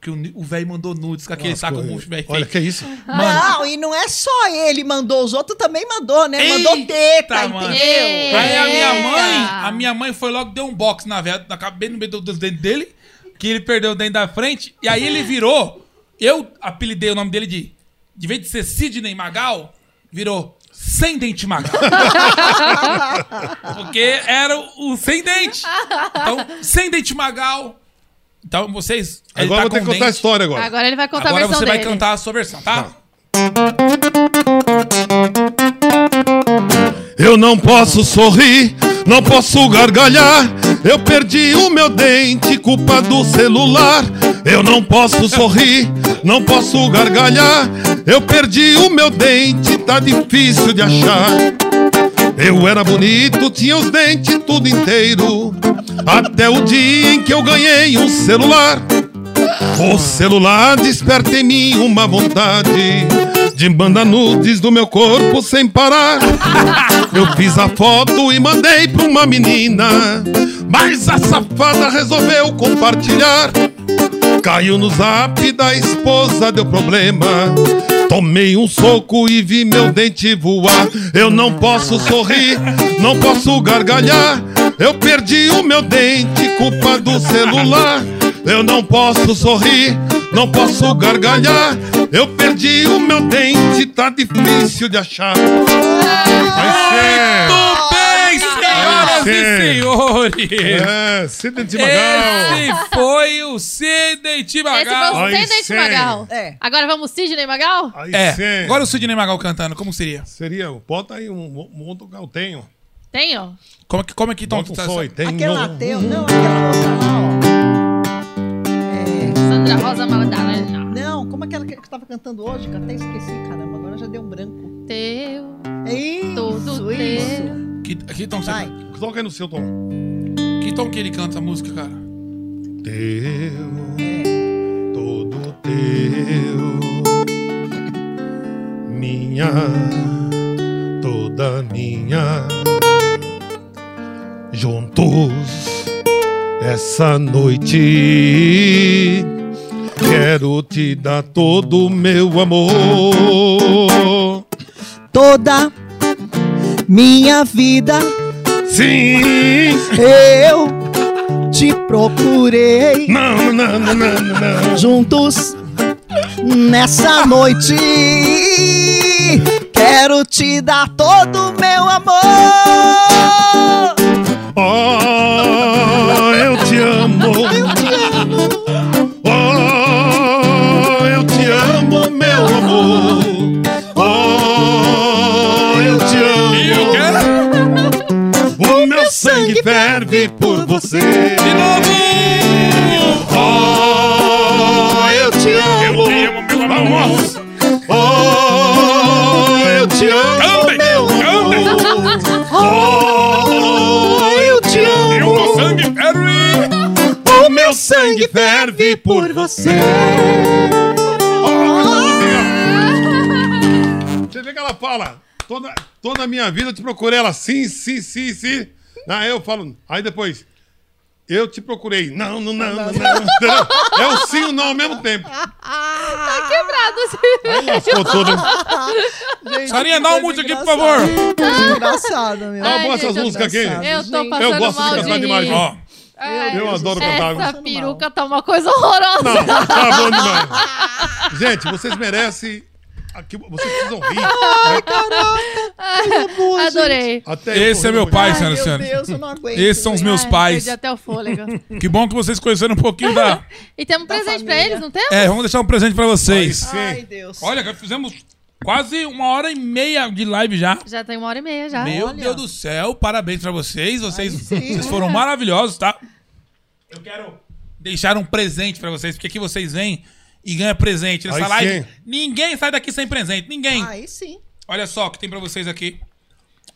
B: Que o ni- o velho mandou nudes com aquele saco murcho, velho.
D: Olha,
B: feio.
D: que isso?
C: Não, e não é só ele mandou, os outros também mandou, né? mandou
B: Eita,
C: teta,
B: mano.
C: entendeu?
B: Aí a minha mãe,
A: Eita.
B: a minha mãe foi logo deu um box na velha, na cabeça no meio do- dos dentes dele, que ele perdeu o dente da frente, e aí ele virou, eu apelidei o nome dele de, de vez de ser Sidney Magal, virou Sem Dente Magal. Porque era o, o sem dente. Então, Sem Dente Magal. Então, vocês... ele
D: Agora
B: tá
D: eu vou ter que
B: com
D: contar a
B: dente.
D: história agora.
A: Agora ele vai contar a
B: Agora
A: versão
B: você
A: dele.
B: vai cantar a sua versão, tá?
D: Eu não posso sorrir, não posso gargalhar. Eu perdi o meu dente, culpa do celular. Eu não posso sorrir, não posso gargalhar. Eu perdi o meu dente, tá difícil de achar. Eu era bonito, tinha os dentes tudo inteiro. Até o dia em que eu ganhei um celular. O celular desperta em mim uma vontade de mandar nudes do meu corpo sem parar. Eu fiz a foto e mandei pra uma menina, mas a safada resolveu compartilhar. Caiu no zap da esposa, deu problema. Tomei um soco e vi meu dente voar. Eu não posso sorrir, não posso gargalhar. Eu perdi o meu dente, culpa do celular. Eu não posso sorrir, não posso gargalhar. Eu perdi o meu dente, tá difícil de achar. Vai ser.
B: Muito bem, senhoras e
D: Sim.
B: senhores!
D: É, Sidney de Magal.
B: Esse foi o Sidney
A: Esse foi
B: Timagal.
A: o
D: Aí
A: Sem Dente
D: sim.
A: Magal.
C: É.
A: Agora vamos Sidney Magal?
D: Aí sim.
B: É, agora o Sidney Magal cantando, como seria?
D: Seria, bota aí um monte que eu tenho.
A: Tem, ó.
B: Como é que, como é que
D: Bota um
B: tá-
D: sol aí, tem
C: Aquela
D: um-
C: teu, não, aquela outra lá, ó.
A: Sandra Rosa Madalena.
C: É, Não, como aquela que eu tava cantando hoje, que eu até esqueci, caramba, agora já deu um branco.
A: Teu.
C: É Isso,
A: Todo
C: isso.
A: teu.
B: Que, que, tom você- tá-
C: Vai.
D: Toca aí no seu tom.
B: que tom que ele canta a música, cara?
D: Teu,
C: É.
D: todo teu, minha, toda minha, juntos, essa noite. Quero te dar todo o meu amor.
C: Toda minha vida
D: Sim!
C: eu te procurei.
D: Não, não, não, não, não.
C: juntos nessa noite. Quero te dar todo o meu amor.
D: Oh, eu te amo. Eu te amo. Oh, eu te amo, meu amor. Oh, eu te amo. O meu sangue ferve por você.
B: De novo!
D: Oh, eu te amo. Vamos. Oh, eu te amo,
B: Cantem,
D: meu amor.
B: cantem.
D: Oh, eu te
C: sangue ferve por você.
D: Você vê que ela fala, toda, toda a minha vida eu te procurei. Ela, sim, sim, sim, sim. Aí eu falo, aí depois, eu te procurei. Não, não, não, não, não. não. É o sim e o não ao mesmo tempo.
A: Tá quebrado esse
D: Aí lascou todo.
C: Gente,
B: Sarinha,
C: que
B: dá um
C: coisa
B: mute aqui, por
C: engraçada.
B: favor.
C: Que Engraçado, meu.
D: Ah,
A: Ai,
D: boa essas
A: gente,
D: músicas aqui.
C: engraçado.
A: Eu tô
C: Gente,
A: passando
D: Eu gosto
A: mal
D: de cantar
A: de
D: demais.
A: rir.
B: Ó,
A: Ai,
D: Eu adoro cantar.
A: Essa peruca tá uma coisa horrorosa.
D: Não, tá bom demais. Gente, vocês merecem. Aqui, vocês precisam rir. né?
C: boa,
A: Adorei.
D: Até eu
B: Esse é
D: corri
B: meu
D: no banheiro.
B: pai,
C: Ai,
B: senhoras e
C: meu
B: senhores.
C: Deus, eu não aguento.
B: Esses são os
C: gente.
B: meus
A: Ai,
B: pais.
A: Perdi até o fôlego.
B: Que bom que vocês conheceram um pouquinho da.
A: E temos um
C: Da
A: presente pra
C: família.
A: eles, não temos?
B: É, vamos deixar um presente pra
D: Aí
B: vocês.
D: sim.
C: Ai, Deus.
B: Olha, já fizemos quase uma hora e meia de live já.
A: Já tem uma hora e meia já.
B: Meu
C: Ah, olha.
B: Deus do céu, parabéns pra vocês. Vocês,
C: Aí sim.
B: vocês foram maravilhosos, tá? Eu quero deixar um presente pra vocês, porque aqui vocês vêm e ganham presente. Nessa
D: Aí
B: live,
D: sim.
B: ninguém sai daqui sem presente. Ninguém.
C: Aí sim.
B: Olha só o que tem pra vocês aqui.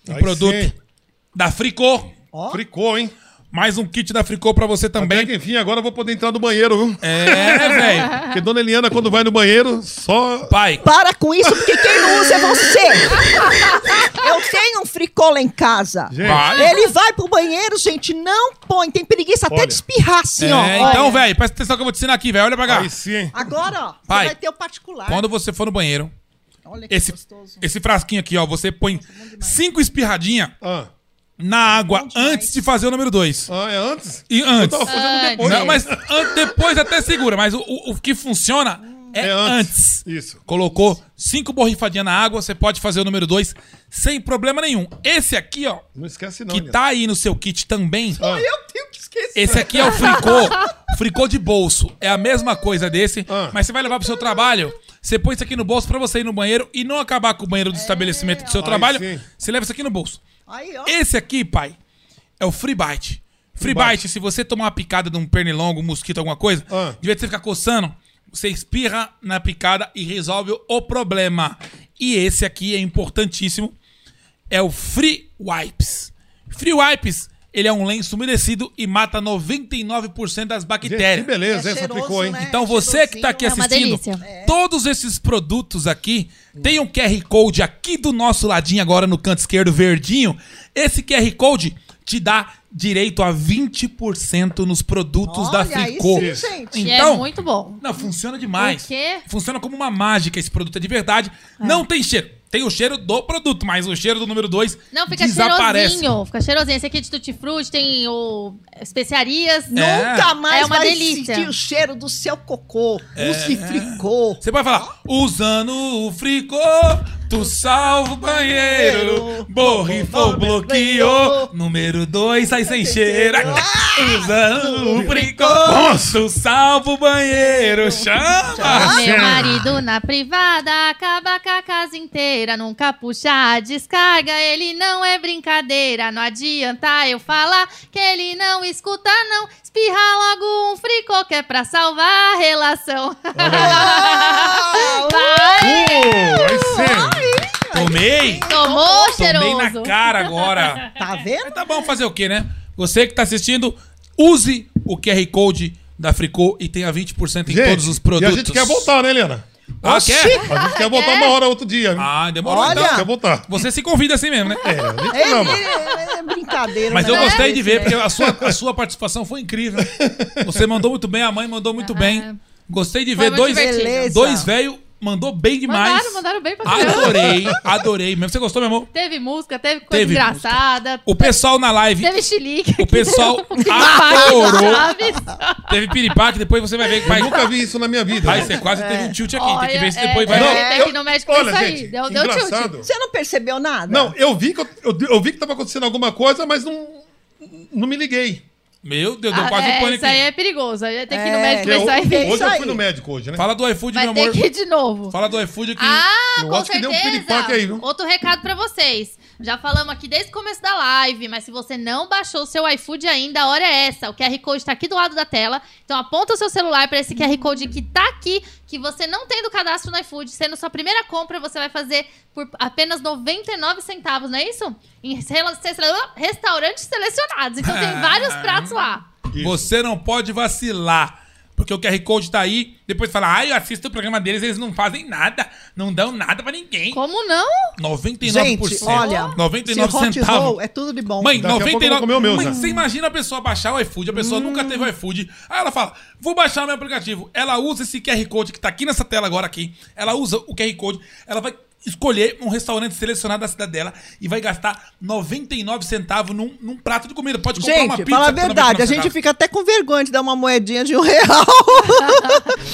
B: Um
D: Aí
B: produto
D: sim.
B: da Fricô.
C: Ó.
D: Fricou, hein?
B: Mais um kit da Fricô pra você
D: Bem
B: também.
D: que enfim, agora eu vou poder entrar no banheiro, viu?
B: É, velho.
D: Porque Dona Eliana, quando vai no banheiro, só.
B: Pai,
C: Para com isso, porque quem não usa é você. Eu tenho um fricô lá em casa.
D: Gente,
B: Vai.
C: Ele vai pro banheiro, gente, não põe. Tem preguiça até
D: Olha.
C: de espirrar assim, ó.
B: É,
C: Olha.
B: então, velho, presta atenção que eu vou te ensinar aqui, velho. Olha pra cá.
D: aí sim.
C: Agora, ó,
B: Pai,
C: você vai ter o particular.
B: Quando você for no banheiro,
C: Olha que
B: esse,
C: gostoso. é
B: esse frasquinho aqui, ó, você põe cinco espirradinhas
D: Ah,
B: na água
C: demais.
B: antes de fazer o número dois.
D: ah, é antes?
B: E
D: Eu
B: antes.
D: tava fazendo
A: Antes.
D: depois.
B: Não, mas an- depois até segura, mas o, o- o que funciona é,
D: É
B: antes.
A: Ah.
D: antes. Isso.
B: Colocou cinco borrifadinhas na água, você pode fazer o número dois sem problema nenhum. Esse aqui, ó,
D: Não esquece, não.
B: que
D: Eliana. Ah,
B: tá aí no seu kit também.
C: Ai, Eu tenho que esquecer.
B: Esse aqui é o fricô. fricô de bolso. É a mesma coisa desse,
D: Ah.
B: mas você vai levar pro seu trabalho. Você põe isso aqui no bolso pra você ir no banheiro e não acabar com o banheiro do estabelecimento do seu
D: ó.
B: trabalho.
D: É. Aí sim.
B: Você leva isso aqui no bolso.
C: Aí, ó.
B: Esse aqui, pai, é o free bite. Free
D: Free
B: bite, se você tomar uma picada de um pernilongo, um mosquito, alguma coisa,
D: Ah.
B: de vez em você ficar coçando, você espirra na picada e resolve o problema. E esse aqui é importantíssimo, é o Free Wipes. Free Wipes, ele é um lenço umedecido e mata 99% das
D: Gente,
B: bactérias.
D: que beleza,
C: É
D: essa
C: cheiroso,
D: ficou, hein?
C: né?
B: Então você que tá aqui
A: É uma
B: assistindo,
A: delícia.
B: todos esses produtos aqui, tem um QR Code aqui do nosso ladinho agora no canto esquerdo verdinho. Esse QR Code te dá direito a 20% nos produtos da
C: Olha, aí
B: Fricô.
C: sim, gente.
A: E
B: Então-
A: é muito bom.
B: Não, funciona demais.
A: O quê?
B: Funciona como uma mágica esse produto, é de verdade. Não tem cheiro. Tem o cheiro do produto, mas o cheiro do número 2
A: Não, fica
B: desaparece.
A: cheirosinho. Fica cheirosinho. Esse aqui é de tutti frutti, tem o... especiarias.
B: É.
C: Nunca mais
A: É uma
C: vai
A: delícia.
C: sentir o cheiro do seu cocô.
B: É.
C: Use fricô.
B: Você vai falar, usando o fricô, tu salva o banheiro, borrifou, bloqueou, número dois sai sem cheiro. Usando o fricô, tu salva o banheiro, chama!
A: Meu marido na privada acaba com a casa inteira. Nunca puxa a descarga, ele não é brincadeira. Não adianta eu falar que ele não escuta, não. Espirra logo um fricô que é pra salvar a relação.
D: Uh, aí sim.
B: Tomei,
A: Tomou,
B: tomei na
A: cheiroso.
B: cara agora.
C: Tá vendo?
B: Tá bom fazer o quê, né? Você que tá assistindo, use o QR Code da Fricô e tenha 20% em
D: Gente,
B: todos os produtos.
D: E a gente quer voltar, né, Helena?
B: Ah, quer?
D: A gente quer voltar uma hora outro dia. viu?
B: Ah, demorou
C: Olha.
B: então.
D: Quer voltar.
B: Você se convida assim mesmo, né?
D: É, a gente
C: É,
D: não.
C: é- é brincadeira.
B: Mas
C: um
B: eu
C: negócio
B: gostei de
C: desse,
B: ver,
C: né?
B: porque a sua, a sua participação foi incrível. Você mandou muito bem, a mãe mandou muito bem. Gostei de
A: Ah.
B: ver
A: muito
B: dois,
C: divertido.
B: dois velho mandou bem demais.
A: Mandaram, mandaram bem pra caramba.
B: Adorei, adorei mesmo. Você gostou, meu amor?
A: Teve música, teve coisa
B: Teve
A: engraçada.
B: O pessoal na live,
A: Teve chilique.
B: o pessoal adorou. Teve piripaque, depois você vai ver que vai,
D: Eu nunca vi isso na minha vida.
B: vai ser quase teve um tilt aqui. tem que ver se depois
A: é,
B: vai.
A: é,
D: Não,
A: tem
D: eu-
A: que ir no médico com
D: olha,
A: isso aí.
D: gente,
A: deu deu
D: engraçado.
A: tilt.
C: Você não percebeu nada?
D: Não, eu vi, que eu, eu- eu vi que tava acontecendo alguma coisa, mas não, não me liguei.
B: Meu Deus, deu
A: Ah,
B: quase um
A: é,
B: pânico.
A: isso aí é perigoso. Aí tem que ir no
C: É,
A: médico
D: Porque
A: com isso aí.
D: eu- hoje
C: isso
D: eu
C: aí.
D: fui no médico hoje, né?
B: Fala do iFood, meu
A: Vai ter
B: amor.
A: que ir de novo.
B: Fala do iFood aqui.
A: Ah,
D: Eu
A: com
D: acho que deu um
A: certeza.
D: piripaque aí, viu?
A: Outro recado pra vocês. Já falamos aqui desde o começo da live, mas se você não baixou o seu iFood ainda, a hora é essa. O QR Code tá aqui do lado da tela. Então aponta o seu celular pra esse QR Code que tá aqui, que você não tem do cadastro no iFood. Sendo sua primeira compra, você vai fazer por apenas 99 uh, centavos, não é isso? Em rela- se- se- restaurantes selecionados. Então tem vários pratos lá.
B: Você não pode vacilar. Porque o QR Code tá aí, depois fala, ah, eu assisto o programa deles, eles não fazem nada, não dão nada pra ninguém.
A: Como não?
B: 99%.
C: Gente, olha,
B: 99
C: se hot
B: centavos.
C: roll é tudo de bom.
B: Mãe,
D: Daqui a pouco eu
B: 99...
D: vou comer o meu, né?
B: Mãe,
D: Zé.
B: você imagina a pessoa baixar o iFood, a pessoa nunca teve o iFood. Aí ela fala, vou baixar meu aplicativo. Ela usa esse QR Code que tá aqui nessa tela agora aqui. Ela usa o QR Code, ela vai escolher um restaurante selecionado da cidade dela e vai gastar 99 centavos num, num prato de comida. Pode comprar uma
C: Gente,
B: pizza.
C: fala
B: por
C: a
B: 99
C: verdade, a gente
B: centavos.
C: fica até com vergonha de dar uma moedinha de um real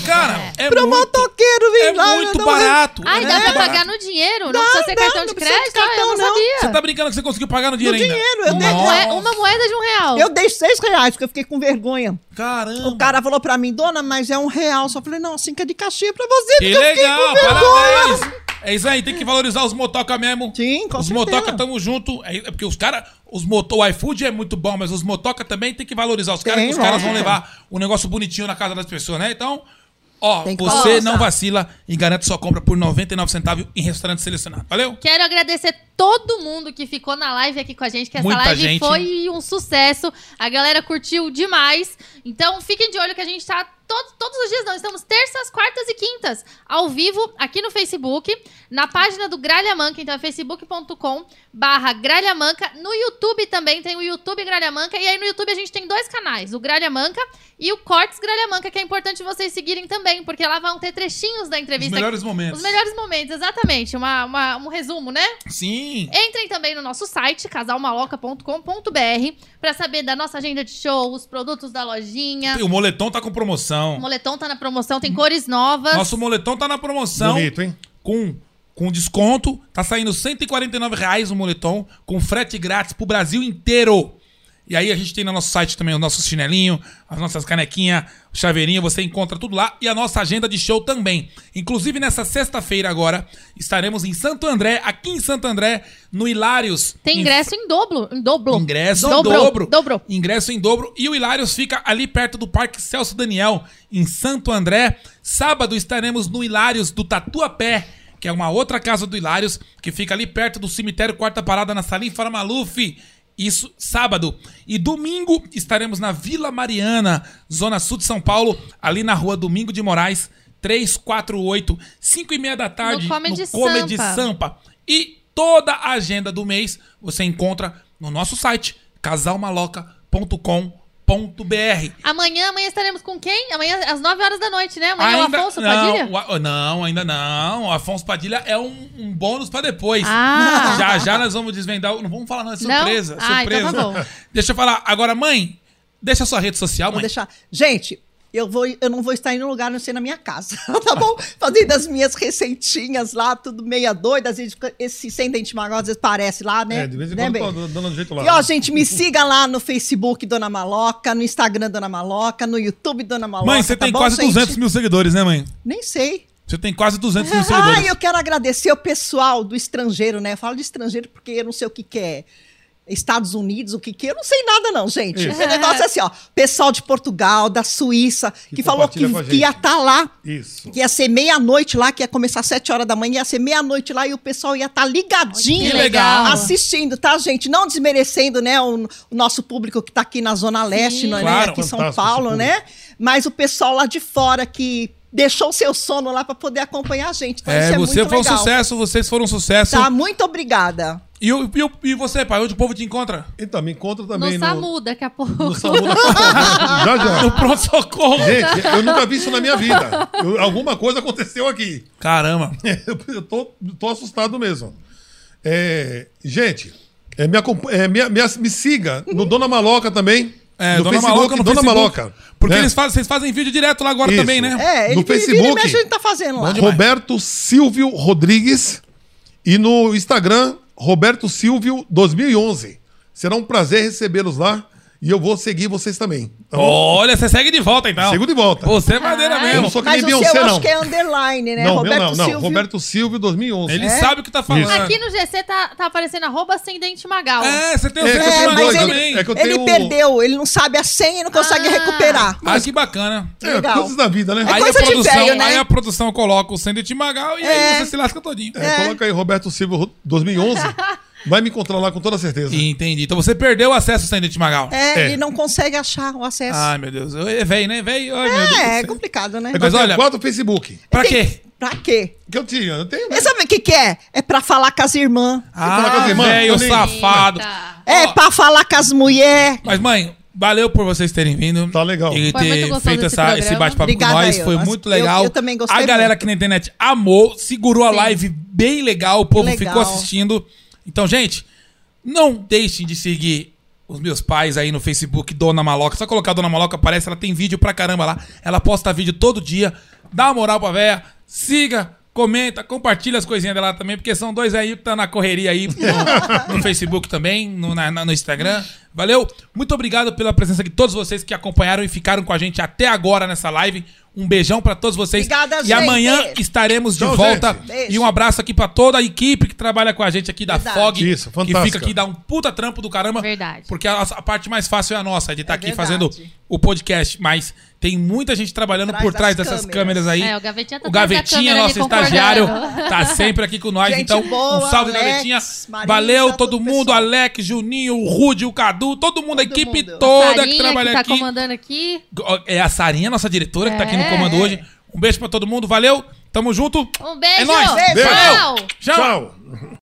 B: Cara, é,
C: pro
B: muito,
C: Então, motoqueiro vir
B: é
C: lá. um
B: muito
C: não-
B: barato.
A: Ai,
B: é
A: dá
B: muito
A: pra
B: barato.
A: pagar no dinheiro? Não
C: Dá,
A: precisa ser
C: dá,
A: cartão
C: não
A: de
C: precisa de
A: crédito? Ah, eu não,
C: cartão, não.
B: Você
A: sabia.
B: tá brincando que você conseguiu pagar no dinheiro
C: No
B: ainda?
C: dinheiro, eu é dei-
A: Uma moe-
B: Nossa.
A: uma moeda de um real.
C: Eu dei seis reais, porque eu fiquei com vergonha.
B: Caramba.
C: O cara falou pra mim, dona, mas é um real. Só falei, não, cinco é de cachê pra você.
B: Que
C: porque eu fiquei
B: legal,
C: com vergonha.
B: parabéns! É isso aí, tem que valorizar os motoca mesmo.
C: Sim, com
B: Os
C: certeza.
B: motoca, tamo junto. É é porque os caras, os motor, o iFood é muito bom, mas os motoca também tem que valorizar. Os caras
C: Tem,
B: os caras vão
C: lógico.
B: levar um negócio bonitinho na casa das pessoas, né? Então, ó,
C: Tem que
B: você
C: valorizar.
B: não vacila e garante sua compra por 99 centavos em restaurante selecionado. Valeu?
A: Quero agradecer todo mundo que ficou na live aqui com a gente, que essa
B: Muita
A: live
B: gente.
A: foi um sucesso. A galera curtiu demais. Então fiquem de olho que a gente tá todo- todos os dias, não, estamos terças, quartas e quintas, ao vivo aqui no Facebook, na página do Gralha Manca, então é facebook.com barra Gralha Manca. No YouTube também tem o YouTube Gralha Manca, e aí no YouTube a gente tem dois canais, o Gralha Manca e o Cortes Gralha Manca, que é importante vocês seguirem também, porque lá vão ter trechinhos da
B: Os
A: entrevista
B: melhores momentos.
A: os melhores momentos, exatamente. Uma, uma- um resumo, né?
B: Sim.
A: Entrem também no nosso site, casalmaloca.com.br, pra saber da nossa agenda de shows, produtos da lojinha.
B: O moletom tá com promoção.
A: O É. moletom tá na promoção, tem cores novas.
B: Nosso moletom tá na promoção.
D: Bonito, hein?
B: com com desconto, tá saindo R$ 149 reais o moletom, com frete grátis pro Brasil inteiro. E aí a gente tem no nosso site também os nossos chinelinhos, as nossas canequinhas, o chaveirinho, você encontra tudo lá e a nossa agenda de show também. Inclusive nessa sexta-feira agora, estaremos em Santo André, aqui em Santo André, no Hilários.
A: Tem
B: em
A: ingresso em dobro. Em dobro.
B: Ingresso
A: dobro,
B: em dobro.
A: Dobro.
B: Ingresso em dobro. E o Hilários fica ali perto do Parque Celso Daniel, em Santo André. Sábado estaremos no Hilários do Tatuapé, que é uma outra casa do Hilários, que fica ali perto do cemitério Quarta Parada, na Salim Farmaluf. Isso sábado. E domingo estaremos na Vila Mariana, Zona Sul de São Paulo, ali na rua Domingo de Moraes, 348, 5 e meia da tarde,
A: Comedy
B: no Comedy
A: Sampa.
B: Sampa. E toda a agenda do mês você encontra no nosso site, casalmaloca.com.br.
A: Amanhã, amanhã estaremos com quem? Amanhã às 9 horas da noite, né? Amanhã é o Afonso
B: não,
A: Padilha?
B: o A- não, ainda não. O Afonso Padilha é um, um bônus pra depois.
A: Ah.
B: Já já nós vamos desvendar. o- Não vamos falar, não. É surpresa.
A: Não? Ah,
B: surpresa.
A: então tá bom.
B: Deixa eu falar. Agora, mãe, deixa a sua rede social,
C: Vou
B: mãe.
C: deixar. Gente, eu, vou, eu não vou estar em um lugar, a não ser na minha casa, tá bom? Fazendo as minhas receitinhas lá, tudo meia doida, às vezes fica- esse sem dente magro, às vezes parece lá, né?
D: É, de vez em
C: Né,
D: quando
C: bem?
D: tô dando- dando um jeito lá.
C: E ó, gente, me siga lá no Facebook Dona Maloca, no Instagram Dona Maloca, no YouTube Dona Maloca.
B: mãe, você
C: tá
B: tem
C: bom,
B: quase
C: gente?
B: 200 mil seguidores, né, mãe?
C: Nem sei.
B: Você tem quase 200 mil seguidores.
C: Ah, eu quero agradecer o pessoal do estrangeiro, né? Eu falo de estrangeiro porque eu não sei o que, que é. Estados Unidos, o que que é, eu não sei nada não, gente. Esse negócio é assim, ó, pessoal de Portugal, da Suíça, que,
D: Que
C: falou que,
D: compartilha com a
C: que ia
D: gente.
C: estar lá,
D: Isso.
C: que ia ser meia-noite lá, que ia começar às sete horas da manhã, ia ser meia-noite lá e o pessoal ia estar ligadinho.
A: Que
B: legal. Assim
C: Assistindo, tá, gente? Não desmerecendo, né, o, o nosso público que tá aqui na Zona Leste,
A: Sim.
C: né,
B: Claro,
C: aqui em São
D: fantástico
C: Paulo,
D: esse
C: né? Mas o pessoal lá de fora que deixou o seu sono lá para poder acompanhar a gente. Então,
B: É,
C: isso é
B: você
C: muito
B: foi
C: legal.
B: um sucesso, vocês foram um sucesso.
C: Tá, muito obrigada.
B: E, o- e o- e você, pai, onde o povo te encontra?
D: Então, me encontra
A: No
D: também no...
A: SAMU, daqui a pouco.
D: no Samu da- Já, já.
B: No pronto-socorro.
D: Gente, eu nunca vi isso na minha vida. Eu- alguma coisa aconteceu aqui.
B: Caramba.
D: Eu tô, tô assustado mesmo. É, gente, é, me, acompa- é, me, me, ass- me siga no Dona Maloca também.
B: É,
D: no
B: Dona
D: Facebook,
B: Maloca no
D: Dona
B: Facebook.
D: Maloca.
B: Porque
D: né?
B: eles fazem, vocês fazem vídeo direto lá agora
D: Isso.
B: também, né?
C: É, ele
D: No
C: vira- vira e
D: Facebook? um
C: mexe, ele tá fazendo lá.
D: Roberto Silvio Rodrigues e no Instagram Roberto Silvio 2011. Será um prazer recebê-los lá e eu vou seguir vocês também. Tá bom?
B: Olha, você segue de volta então.
D: Sigo de volta.
B: Você é madeira
A: Ai.
D: Eu não
B: mesmo.
D: sou que
C: Mas
D: nem
C: o seu
D: Beyoncé,
C: eu
D: um não.
C: acho que é underline, né?
D: Não, meu
C: Roberto
D: não, não.
C: Silvio.
D: Roberto Silvio 2011.
B: Ele
C: É?
B: sabe o que tá falando.
D: Isso.
A: Aqui no GC tá, tá aparecendo arroba sem dente magal.
B: É, você tem o
D: É,
B: seu
D: que eu
C: É,
D: tenho
C: mas
D: dois,
C: ele,
B: também.
D: é que eu
C: ele
D: tenho-
C: perdeu, ele não sabe a senha e não consegue
A: Ah.
C: recuperar.
B: Ah, que bacana.
D: É,
C: Legal.
D: coisas da vida, né?
C: É coisa de
B: produção,
C: velho, né?
B: aí a produção coloca o Sandy Magal e aí
C: É.
B: você se lasca todinho.
D: É, Coloca aí Roberto Silvio 2011 Vai me encontrar lá com toda certeza.
B: Entendi. Então você perdeu o acesso sem dente Magal.
C: É,
D: É. Ah,
C: ele não consegue achar o acesso.
B: Ai, meu Deus. É velho, né? Velho. Ai, meu Deus do
C: é, é
B: céu.
C: complicado, né?
D: É que
B: Mas
D: eu
B: olha-
D: tenho quatro Facebook.
B: Pra
C: Tem-
B: quê?
C: Pra quê?
D: Que eu tinha, eu tenho. né?
C: E sabe o que, que é? É pra falar com as irmãs.
D: colocar
B: Ah,
D: as irmãs?
B: velho
D: Eu nem-
B: safado.
A: Eita.
C: É
B: Ó.
C: pra falar com as mulheres.
B: Mas, mãe, valeu por vocês terem vindo.
D: Tá legal.
B: E
A: Foi muito
B: ter
A: gostoso
B: feito
A: esse
B: essa-
A: programa.
B: esse bate-papo com
C: Obrigada
B: nós.
C: eu.
B: Foi
C: Nossa,
B: muito legal.
C: eu- eu também gostei
B: A galera
C: muito.
B: aqui na internet amou, segurou a
A: Sim.
B: live bem legal. O povo
C: Legal.
B: ficou assistindo. Então, gente, não deixem de seguir os meus pais aí no Facebook, Dona Maloca. É Só colocar Dona Maloca, aparece. Ela tem vídeo pra caramba lá. Ela posta vídeo todo dia. Dá uma moral pra véia. Siga. Comenta, compartilha as coisinhas dela também, porque são dois aí que tá na correria aí no, no Facebook também, no, na- na- no Instagram. Valeu, muito obrigado pela presença de todos vocês que acompanharam e ficaram com a gente até agora nessa live. Um beijão pra todos vocês.
C: Obrigada,
B: e
C: gente.
B: amanhã estaremos de
D: Tchau,
B: volta.
D: gente.
C: Beijo.
B: E um abraço aqui pra toda a equipe que trabalha com a gente aqui da
C: Verdade.
B: FOG.
D: Isso,
B: Que
D: fantástica.
B: fica aqui, dá um puta trampo do caramba.
A: Verdade.
B: Porque a, a parte mais fácil é a nossa, de estar
C: É
B: aqui
C: verdade.
B: fazendo o podcast. Mas tem muita gente trabalhando
C: Atrás
B: por trás
C: das
B: dessas câmeras,
C: câmeras.
B: aí.
A: É, o Gavetinha tá
B: O
A: atrás da
B: Gavetinha,
A: câmera
B: nosso
A: ali
B: estagiário,
A: concordando.
B: tá sempre aqui com nós.
C: Gente
B: então, um
C: boa,
B: salve,
C: Alex,
B: Gavetinha.
C: Marisa,
B: Valeu
C: todo
B: todo
C: o
B: mundo,
C: pessoal.
B: Alex, Juninho, o Rude, o Cadu, todo mundo, a equipe
C: mundo.
B: toda
A: Sarinha,
B: que trabalha
A: tá
B: aqui.
A: comandando aqui.
B: É a Sarinha, nossa diretora, que tá aqui no
A: É.
B: comando hoje. Um beijo pra todo mundo, valeu. Tamo junto.
A: Um beijo.
B: É nóis.
D: Beijo.
A: Tchau.
B: Tchau.
D: Tchau.